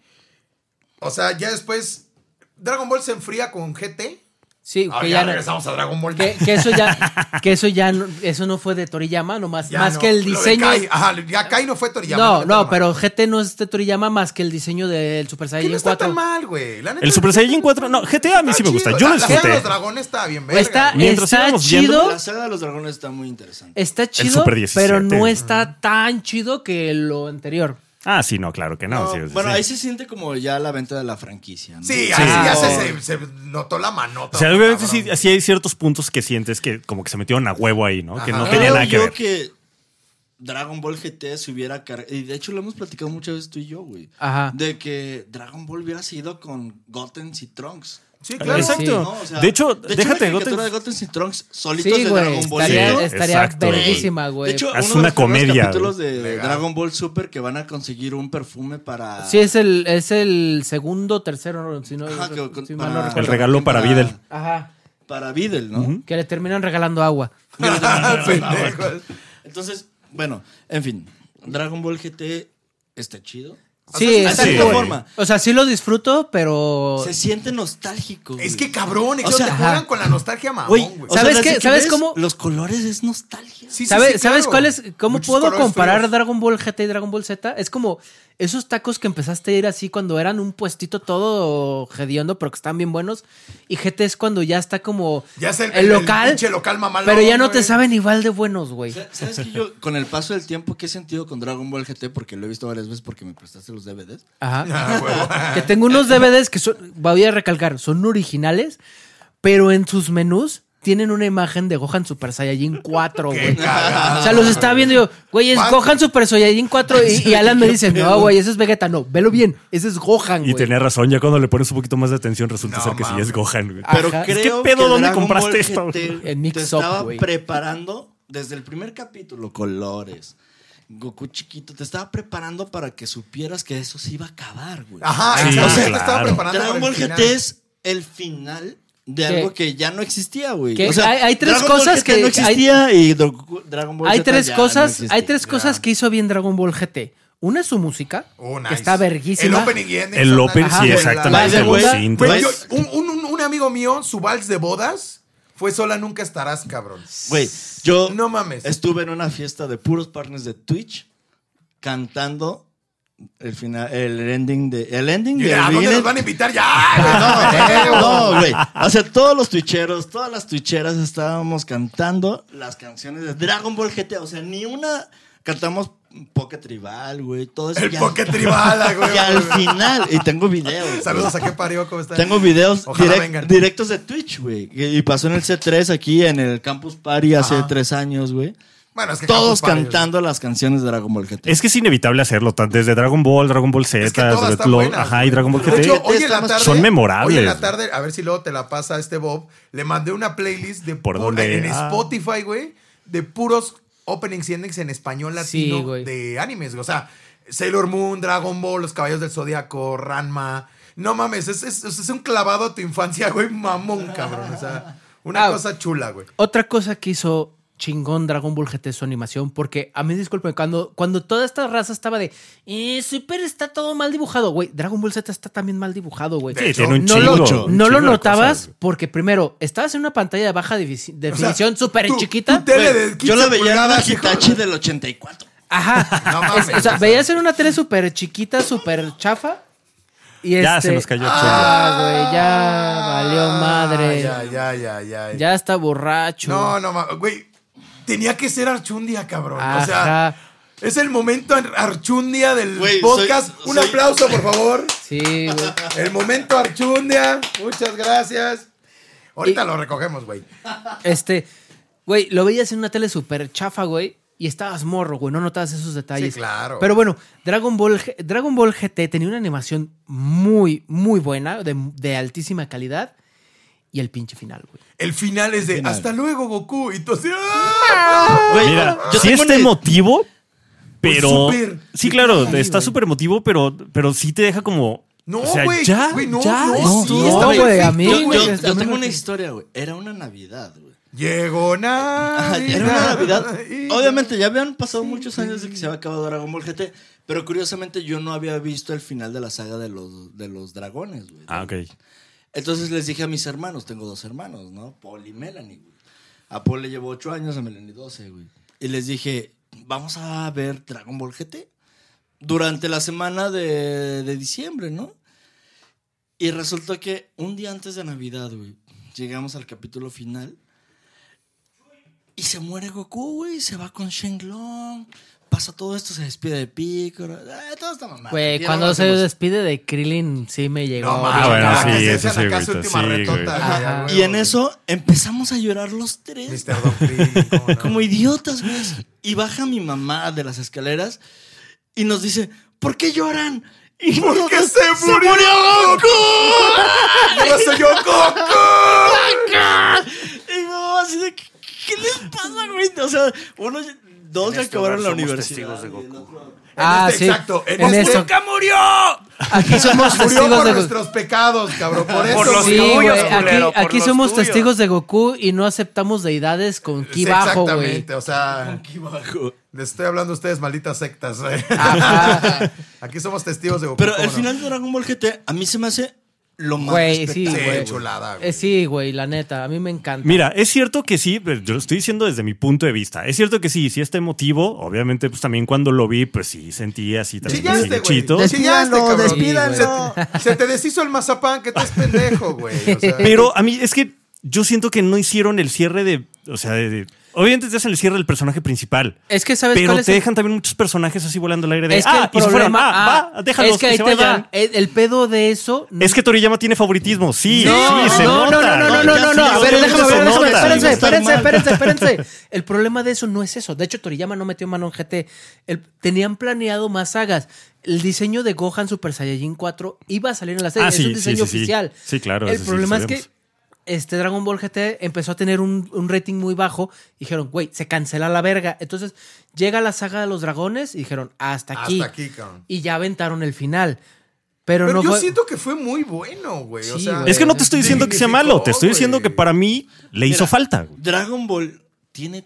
Speaker 1: O sea, ya después. Dragon Ball se enfría con GT.
Speaker 3: Sí,
Speaker 1: Ahora
Speaker 3: que
Speaker 1: Ah, ya,
Speaker 3: ya no-
Speaker 1: regresamos a Dragon Ball.
Speaker 3: que, que eso ya, que eso ya, no, eso no fue de Toriyama,
Speaker 1: <laughs>
Speaker 3: nomás,
Speaker 1: Ya
Speaker 3: más
Speaker 1: no.
Speaker 3: que el
Speaker 1: Lo de
Speaker 3: diseño.
Speaker 1: Kai, ajá, ya Kai no fue Toriyama.
Speaker 3: no,
Speaker 1: fue
Speaker 3: no,
Speaker 1: Toriyama.
Speaker 3: pero GT no es de Toriyama más que el diseño del Super
Speaker 1: Que
Speaker 3: Saiyan
Speaker 1: no está
Speaker 3: 4.
Speaker 1: tan mal, güey. La neta,
Speaker 5: El Super Saiyan 4, no, GTA a mí
Speaker 1: está
Speaker 5: sí me gusta,
Speaker 1: chido.
Speaker 5: yo lo
Speaker 1: La- La Guerra de
Speaker 5: disfruté.
Speaker 1: los dragones está bien, verga.
Speaker 3: Pues Está,
Speaker 5: Mientras
Speaker 3: está
Speaker 5: íbamos
Speaker 3: chido,
Speaker 4: La saga de los dragones está muy interesante.
Speaker 3: está chido,
Speaker 5: Super 17.
Speaker 3: pero no
Speaker 5: Ujú.
Speaker 3: está tan chido que lo anterior.
Speaker 5: Ah, sí, no, claro que no. sí, sí,
Speaker 4: bueno,
Speaker 5: sí.
Speaker 4: ahí se siente como ya la venta de la franquicia. ¿no?
Speaker 1: Sí, ahí sí ya
Speaker 5: Sí.
Speaker 1: se, se- se notó la manota.
Speaker 5: O sea,
Speaker 1: güey,
Speaker 5: obviamente
Speaker 1: cabrón.
Speaker 5: sí, sí hay ciertos puntos que sientes que como que se metieron a huevo ahí, ¿no? Que
Speaker 1: Ajá. Creo
Speaker 5: no tenía
Speaker 4: Creo
Speaker 5: nada que
Speaker 4: yo
Speaker 5: ver.
Speaker 4: que Dragon Ball GT se hubiera cargado. Y de hecho lo hemos platicado muchas veces tú y yo, güey.
Speaker 3: Ajá.
Speaker 4: De que Dragon Ball hubiera seguido con Gotens y Trunks.
Speaker 1: Sí, claro. <laughs>
Speaker 5: <laughs>
Speaker 3: Exacto.
Speaker 4: ¿no? O sea,
Speaker 5: de hecho,
Speaker 4: la
Speaker 5: déjate de
Speaker 4: caricatura de
Speaker 5: Goten.
Speaker 4: Gotens y Trunks solitos
Speaker 3: Sí,
Speaker 4: de
Speaker 3: güey,
Speaker 4: Dragon Ball.
Speaker 3: estaría,
Speaker 5: Sí,
Speaker 3: estaría
Speaker 5: exacto.
Speaker 3: verguísima, güey.
Speaker 4: De hecho,
Speaker 5: Haz
Speaker 4: uno de
Speaker 5: una
Speaker 4: los primeros
Speaker 5: comedia.
Speaker 4: capítulos de
Speaker 1: Legal.
Speaker 4: Dragon Ball Super que van a conseguir un perfume para.
Speaker 3: sí, es el, es el segundo, tercero, si no,
Speaker 4: Ajá, que- con- ah.
Speaker 3: si mal no
Speaker 4: para-
Speaker 5: El
Speaker 3: recuerdo.
Speaker 5: regalo para Videl.
Speaker 3: Ajá,
Speaker 4: Para Videl, ¿no?
Speaker 3: que le terminan regalando agua.
Speaker 1: Pendejos.
Speaker 4: Entonces, bueno, en fin. Dragon Ball GT está chido.
Speaker 3: sí,
Speaker 4: de
Speaker 3: está
Speaker 5: cierta
Speaker 3: cool.
Speaker 4: forma.
Speaker 3: O sea, sí lo disfruto, pero...
Speaker 4: Se siente nostálgico.
Speaker 1: Es
Speaker 4: güey.
Speaker 1: que cabrón, ellos
Speaker 4: sea,
Speaker 1: te
Speaker 3: ajá.
Speaker 1: juegan con la nostalgia mamón,
Speaker 4: Güey,
Speaker 1: güey.
Speaker 4: o sea,
Speaker 3: ¿Sabes
Speaker 4: desde
Speaker 3: qué?
Speaker 4: que
Speaker 3: ¿Sabes
Speaker 4: ves
Speaker 3: cómo?
Speaker 4: Los colores es nostalgia.
Speaker 1: Sí, sí,
Speaker 3: ¿Sabes,
Speaker 1: sí,
Speaker 3: ¿sabes
Speaker 1: claro.
Speaker 3: cuál es? ¿Cómo
Speaker 1: Muchos
Speaker 3: puedo
Speaker 1: colores
Speaker 3: comparar
Speaker 1: fríos.
Speaker 3: Dragon Ball GT y Dragon Ball Z? Es como esos tacos que empezaste a ir así cuando eran un puestito todo hediondo, pero que están bien buenos. Y GT es cuando ya está como
Speaker 1: Ya es el,
Speaker 3: local,
Speaker 1: pinche local mamalón,
Speaker 3: pero ya no te
Speaker 1: güey.
Speaker 3: saben igual de buenos, güey.
Speaker 4: Sa- ¿Sabes que yo, con el paso del tiempo, qué he sentido con Dragon Ball GT? Porque lo he visto varias veces porque me prestaste los DVDs.
Speaker 3: Ajá.
Speaker 1: Ah, güey.
Speaker 3: <laughs> Que tengo unos DVDs que son, voy a recalcar, son originales, pero en sus menús tienen una imagen de Gohan Super Saiyajin 4,
Speaker 1: Qué
Speaker 3: güey.
Speaker 1: cagado,
Speaker 3: O sea, los estaba viendo y yo, güey, es
Speaker 1: ¿Cuánto?
Speaker 3: Gohan Super Saiyajin 4
Speaker 1: <laughs>
Speaker 3: y, y Alan me dice, no, güey, ese es Vegeta, no, velo bien, ese es Gohan,
Speaker 5: Y
Speaker 3: güey.
Speaker 5: tenía razón, ya cuando le pones un poquito más de atención resulta
Speaker 1: No,
Speaker 5: ser que sí
Speaker 1: mames.
Speaker 5: es Gohan, güey.
Speaker 3: Ah,
Speaker 4: Pero
Speaker 3: Ajá.
Speaker 4: creo
Speaker 5: Es que pedo,
Speaker 4: que
Speaker 5: ¿dónde
Speaker 4: Dragon
Speaker 5: compraste
Speaker 4: Ball
Speaker 5: esto?
Speaker 4: GT
Speaker 3: En Mix
Speaker 4: te
Speaker 3: Up,
Speaker 4: estaba
Speaker 3: güey.
Speaker 4: preparando desde el primer capítulo, colores. Goku chiquito, te estaba preparando para que supieras que eso se iba a acabar, güey.
Speaker 1: Ajá,
Speaker 5: Sí,
Speaker 1: entonces te
Speaker 5: Ah, claro.
Speaker 1: estaba preparando
Speaker 4: Dragon
Speaker 1: para el
Speaker 4: Ball GT
Speaker 1: final.
Speaker 4: es el final de
Speaker 3: ¿Qué?
Speaker 4: algo que ya no existía, güey.
Speaker 3: ¿Qué? Hay- hay tres
Speaker 4: Dragon Ball
Speaker 3: cosas
Speaker 4: GT
Speaker 3: que-
Speaker 4: no existía y Dra- Dragon Ball
Speaker 3: hay
Speaker 4: Z
Speaker 3: tres
Speaker 4: ya no
Speaker 3: cosas,
Speaker 4: existe.
Speaker 3: hay tres cosas que hizo bien Dragon Ball GT. Una es su música,
Speaker 1: Oh, nice.
Speaker 3: que está verguísima.
Speaker 1: El opening y ending
Speaker 5: El
Speaker 1: son
Speaker 5: open,
Speaker 1: una-
Speaker 3: Ajá,
Speaker 5: sí,
Speaker 3: güey.
Speaker 5: exactamente.
Speaker 4: La
Speaker 5: los
Speaker 4: segunda-
Speaker 5: intros.
Speaker 1: Güey, yo-
Speaker 4: ¿Ves?
Speaker 1: un, un- un- un amigo mío, su vals de bodas fue sola nunca estarás, cabrón.
Speaker 4: Güey, yo
Speaker 1: No mames.
Speaker 4: estuve en una fiesta de puros partners de Twitch cantando el final, el ending de, el ending de.
Speaker 1: Mira, "Ah, ¿a dónde nos van a invitar?
Speaker 4: <laughs>
Speaker 1: Ya, güey, no,
Speaker 4: no, güey. O sea, todos los twitcheros, todas las twitcheras estábamos cantando las canciones de Dragon Ball GT. O sea, ni una. Cantamos Pocket Tribal, güey. Todo eso.
Speaker 1: El
Speaker 4: Y al- <laughs>
Speaker 1: pocket tribala, güey.
Speaker 4: Y al final. Y tengo videos. güey.
Speaker 1: Saludos a qué parió, ¿cómo estás?
Speaker 4: Tengo videos
Speaker 1: Ojalá
Speaker 4: direct-
Speaker 1: vengan.
Speaker 4: directos de Twitch, güey. Y y pasó en el C3 aquí en el Campus Party hace tres años, güey.
Speaker 1: Bueno, es que Campus
Speaker 4: Todos
Speaker 1: Party,
Speaker 4: cantando las canciones de Dragon Ball GT.
Speaker 5: Es que es inevitable hacerlo, tan- desde Dragon Ball, Dragon Ball Z,
Speaker 1: Es que todas
Speaker 5: Red
Speaker 1: están
Speaker 5: Lord,
Speaker 1: buenas,
Speaker 5: ajá,
Speaker 1: güey.
Speaker 5: y Dragon Ball
Speaker 1: De
Speaker 5: GT.
Speaker 1: hecho, hoy en la
Speaker 4: Están más-
Speaker 1: tarde,
Speaker 5: son memorables.
Speaker 1: Hoy en la tarde, a ver si luego te la pasa este Bob, le mandé una playlist de
Speaker 5: ¿Por
Speaker 1: pu-
Speaker 5: dónde?
Speaker 1: en
Speaker 5: Ah.
Speaker 1: Spotify, güey, de puros openings y endings en español
Speaker 3: Sí,
Speaker 1: latino
Speaker 3: güey.
Speaker 1: de animes, güey. O sea, Sailor Moon, Dragon Ball, Los Caballos del Zodíaco, Ranma. No mames, es, es- es un clavado a tu infancia, güey, mamón, cabrón. O sea, una
Speaker 3: Ah.
Speaker 1: cosa chula, güey.
Speaker 3: Otra cosa que hizo chingón Dragon Ball GT es su animación, porque a mí disculpen, cuando, cuando toda esta raza estaba de eh, Super está todo mal dibujado, güey. Dragon Ball Z está también mal dibujado, güey.
Speaker 5: Sí, tiene un
Speaker 3: no
Speaker 5: chingo,
Speaker 3: lo,
Speaker 5: un
Speaker 3: no lo
Speaker 5: chingo de
Speaker 3: notabas
Speaker 5: cosas, güey.
Speaker 3: porque primero estabas en una pantalla de baja defici- definición súper
Speaker 1: tú-
Speaker 3: chiquita.
Speaker 1: tú te- tele
Speaker 4: Güey,
Speaker 1: de 15
Speaker 4: Yo la veía en la
Speaker 1: pulgadas, hijo de-
Speaker 4: Hitachi del 84.
Speaker 3: Ajá.
Speaker 1: No mames.
Speaker 3: Es- o sea, veías en una tele súper chiquita, súper chafa. Y
Speaker 5: Ya
Speaker 3: este-
Speaker 5: se nos cayó
Speaker 3: Ah, güey, ya valió madre.
Speaker 1: Ah, Ya, ya, ya, ya.
Speaker 3: Ya está borracho.
Speaker 1: No, no mames, güey. Tenía que ser Archundia, cabrón. O
Speaker 3: Ajá.
Speaker 1: sea, es el momento Ar- Archundia del
Speaker 4: Güey,
Speaker 1: podcast.
Speaker 4: soy-
Speaker 1: Un
Speaker 4: soy-
Speaker 1: aplauso,
Speaker 4: <laughs>
Speaker 1: por favor.
Speaker 3: Sí, güey.
Speaker 1: El momento Archundia. Muchas gracias. Ahorita
Speaker 3: Y-
Speaker 1: lo recogemos, güey.
Speaker 3: Este, güey, lo veías en una tele súper chafa, güey. Y estabas morro, güey, no notabas esos detalles.
Speaker 1: Sí, claro.
Speaker 3: Pero bueno, Dragon Ball, G- Dragon Ball GT tenía una animación muy, muy buena, de, de altísima calidad. Y el pinche final, güey.
Speaker 1: El final es de
Speaker 4: Final.
Speaker 1: hasta luego, Goku. Y entonces. ¡ah!
Speaker 4: Güey,
Speaker 5: Mira,
Speaker 4: yo
Speaker 5: si
Speaker 4: tengo
Speaker 5: este
Speaker 4: una-
Speaker 5: motivo Pero.
Speaker 1: Pues súper.
Speaker 5: sí, claro,
Speaker 3: Sí,
Speaker 5: está
Speaker 3: güey.
Speaker 5: súper emotivo, pero, pero sí te deja como.
Speaker 1: No,
Speaker 5: o sea,
Speaker 1: güey,
Speaker 5: ya,
Speaker 1: güey, no,
Speaker 5: ya,
Speaker 1: no, sí,
Speaker 5: estuvo.
Speaker 1: está
Speaker 3: güey,
Speaker 1: perfecto,
Speaker 3: a mí,
Speaker 4: Yo,
Speaker 3: güey,
Speaker 4: yo-
Speaker 3: está
Speaker 4: yo
Speaker 3: muy
Speaker 4: tengo una
Speaker 3: perfecto.
Speaker 4: historia, güey. Era una Navidad, güey.
Speaker 1: Llegó Navidad.
Speaker 4: Ah, Era una Navidad.
Speaker 1: Y-
Speaker 4: Obviamente, ya habían pasado muchos años de que se había acabado Dragon Ball GT. Pero curiosamente, yo no había visto el final de la saga de los, de los dragones, güey.
Speaker 5: Ah, ok.
Speaker 4: Entonces les dije a mis hermanos, tengo dos hermanos, ¿no? Paul y Melanie, güey. A Paul le llevo 8 años, a Melanie 12, güey. Y les dije, vamos a ver Dragon Ball GT durante la semana de, de diciembre, ¿no? Y resultó que un día antes de Navidad, güey, llegamos al capítulo final y se muere Goku, güey, se va con Shenlong, pasa todo esto, se despide de Piccolo, eh, todo está mamado.
Speaker 3: Güey, cuando se despide de Krillin, sí me llegó.
Speaker 1: No,
Speaker 5: Ah, bueno,
Speaker 1: mames,
Speaker 5: sí,
Speaker 1: que se
Speaker 5: eso
Speaker 1: hacen
Speaker 5: sí,
Speaker 1: acá su
Speaker 5: güey,
Speaker 1: última
Speaker 5: sí, güey.
Speaker 1: retota, güey,
Speaker 3: Ajá.
Speaker 1: a huevo,
Speaker 4: Y en
Speaker 1: güey.
Speaker 4: eso empezamos a llorar los tres.
Speaker 1: Mr. Don Krill, ¿cómo no?
Speaker 4: como idiotas, güey. Y baja mi mamá de las escaleras y nos dice, ¿por qué lloran? Y
Speaker 1: ¡Porque
Speaker 4: nosotros,
Speaker 1: se murió Goku! ¡No soy yo, Goku!
Speaker 4: Y mi mamá así de, ¿qué, qué les pasa, güey? O sea, uno, dos ya
Speaker 6: este
Speaker 4: acabaron la
Speaker 6: hogar somos
Speaker 4: universidad.
Speaker 6: testigos de
Speaker 4: güey,
Speaker 6: Goku.
Speaker 4: el otro-
Speaker 3: ah,
Speaker 1: este,
Speaker 3: sí.
Speaker 1: exacto, en
Speaker 3: En
Speaker 1: este-
Speaker 3: esto.
Speaker 6: ¡Nunca murió!
Speaker 3: Aquí somos
Speaker 1: Murió
Speaker 3: testigos
Speaker 1: por
Speaker 3: de Goku.
Speaker 1: nuestros pecados, cabrón. Por eso.
Speaker 6: los
Speaker 3: Sí,
Speaker 6: tuyos,
Speaker 3: güey. Aquí,
Speaker 6: culero, por
Speaker 3: aquí
Speaker 6: los
Speaker 3: somos
Speaker 6: tuyos.
Speaker 3: testigos de Goku y no aceptamos deidades con ki
Speaker 1: Sí,
Speaker 3: bajo, güey.
Speaker 1: Exactamente, o sea, les estoy hablando a ustedes, malditas sectas. eh.
Speaker 3: Ajá.
Speaker 1: Aquí somos testigos de Goku.
Speaker 4: Pero
Speaker 1: ¿cómo
Speaker 4: el
Speaker 1: no?
Speaker 4: final de Dragon Ball GT a mí se me hace lo más
Speaker 3: Güey, sí,
Speaker 1: Sí,
Speaker 4: respetable,
Speaker 3: güey.
Speaker 1: chulada, güey.
Speaker 3: <laughs> Eh, sí, güey, la neta, a mí me encanta.
Speaker 5: Mira, es cierto que sí, pero yo lo estoy diciendo desde mi punto de vista. Es cierto que sí, sí está emotivo. Obviamente, pues también cuando lo vi, pues sí sentí así también el
Speaker 1: Chillaste, güey.
Speaker 5: chito.
Speaker 3: Des-
Speaker 1: Chillaste,
Speaker 4: Despídanlo,
Speaker 1: cabrón.
Speaker 4: despídanlo.
Speaker 1: Se, se te deshizo el mazapán, que estás pendejo, güey. O sea,
Speaker 5: Pero a mí es que yo siento que no hicieron el cierre de. O sea, de- de- obviamente te hacen el cierre del personaje principal.
Speaker 3: Es que sabes
Speaker 5: Pero
Speaker 3: cuál es
Speaker 5: te
Speaker 3: el-
Speaker 5: dejan también muchos personajes así volando al aire de.
Speaker 3: es que
Speaker 5: ah,
Speaker 3: el
Speaker 5: y se fueron.
Speaker 3: problema,
Speaker 5: Ah,
Speaker 3: ah,
Speaker 5: va, déjalos.
Speaker 3: es que ahí
Speaker 5: se
Speaker 3: te
Speaker 5: vayan".
Speaker 3: va. El, el pedo de eso no-
Speaker 5: Es que Toriyama tiene favoritismo. Sí,
Speaker 3: no,
Speaker 5: sí, se
Speaker 3: no, no,
Speaker 5: nota.
Speaker 3: no, no, no, no, no, no.
Speaker 4: Ya
Speaker 3: A
Speaker 4: sí,
Speaker 3: ver,
Speaker 4: obviamente
Speaker 3: déjame
Speaker 4: se
Speaker 3: ver, déjame ver.
Speaker 4: nota,
Speaker 3: Espérense,
Speaker 4: güey, está
Speaker 3: espérense,
Speaker 4: mal.
Speaker 3: espérense, espérense. El problema de eso no es eso. De hecho, Toriyama no metió mano en GT. El- tenían planeado más sagas. El diseño de Gohan Super Saiyajin 4 iba a salir en la serie.
Speaker 5: Ah,
Speaker 3: es
Speaker 5: sí,
Speaker 3: un
Speaker 5: sí,
Speaker 3: diseño
Speaker 5: sí, sí.
Speaker 3: oficial.
Speaker 5: Sí, claro,
Speaker 3: El
Speaker 5: eso sí,
Speaker 3: problema es
Speaker 5: sabemos.
Speaker 3: que este Dragon Ball GT empezó a tener un, un rating muy bajo. Dijeron, güey, se cancela la verga. Entonces llega la saga de los dragones y dijeron, hasta
Speaker 1: Hasta
Speaker 3: aquí.
Speaker 1: aquí, cabrón.
Speaker 3: Y ya aventaron el final. Pero,
Speaker 1: Pero
Speaker 3: no
Speaker 1: yo
Speaker 3: fue-
Speaker 1: siento que fue muy bueno, güey. o
Speaker 3: Sí,
Speaker 1: sea,
Speaker 3: güey.
Speaker 5: Es que no te estoy diciendo que sea malo. Te estoy diciendo que para mí le hizo
Speaker 4: Mira,
Speaker 5: falta. güey.
Speaker 4: Dragon Ball tiene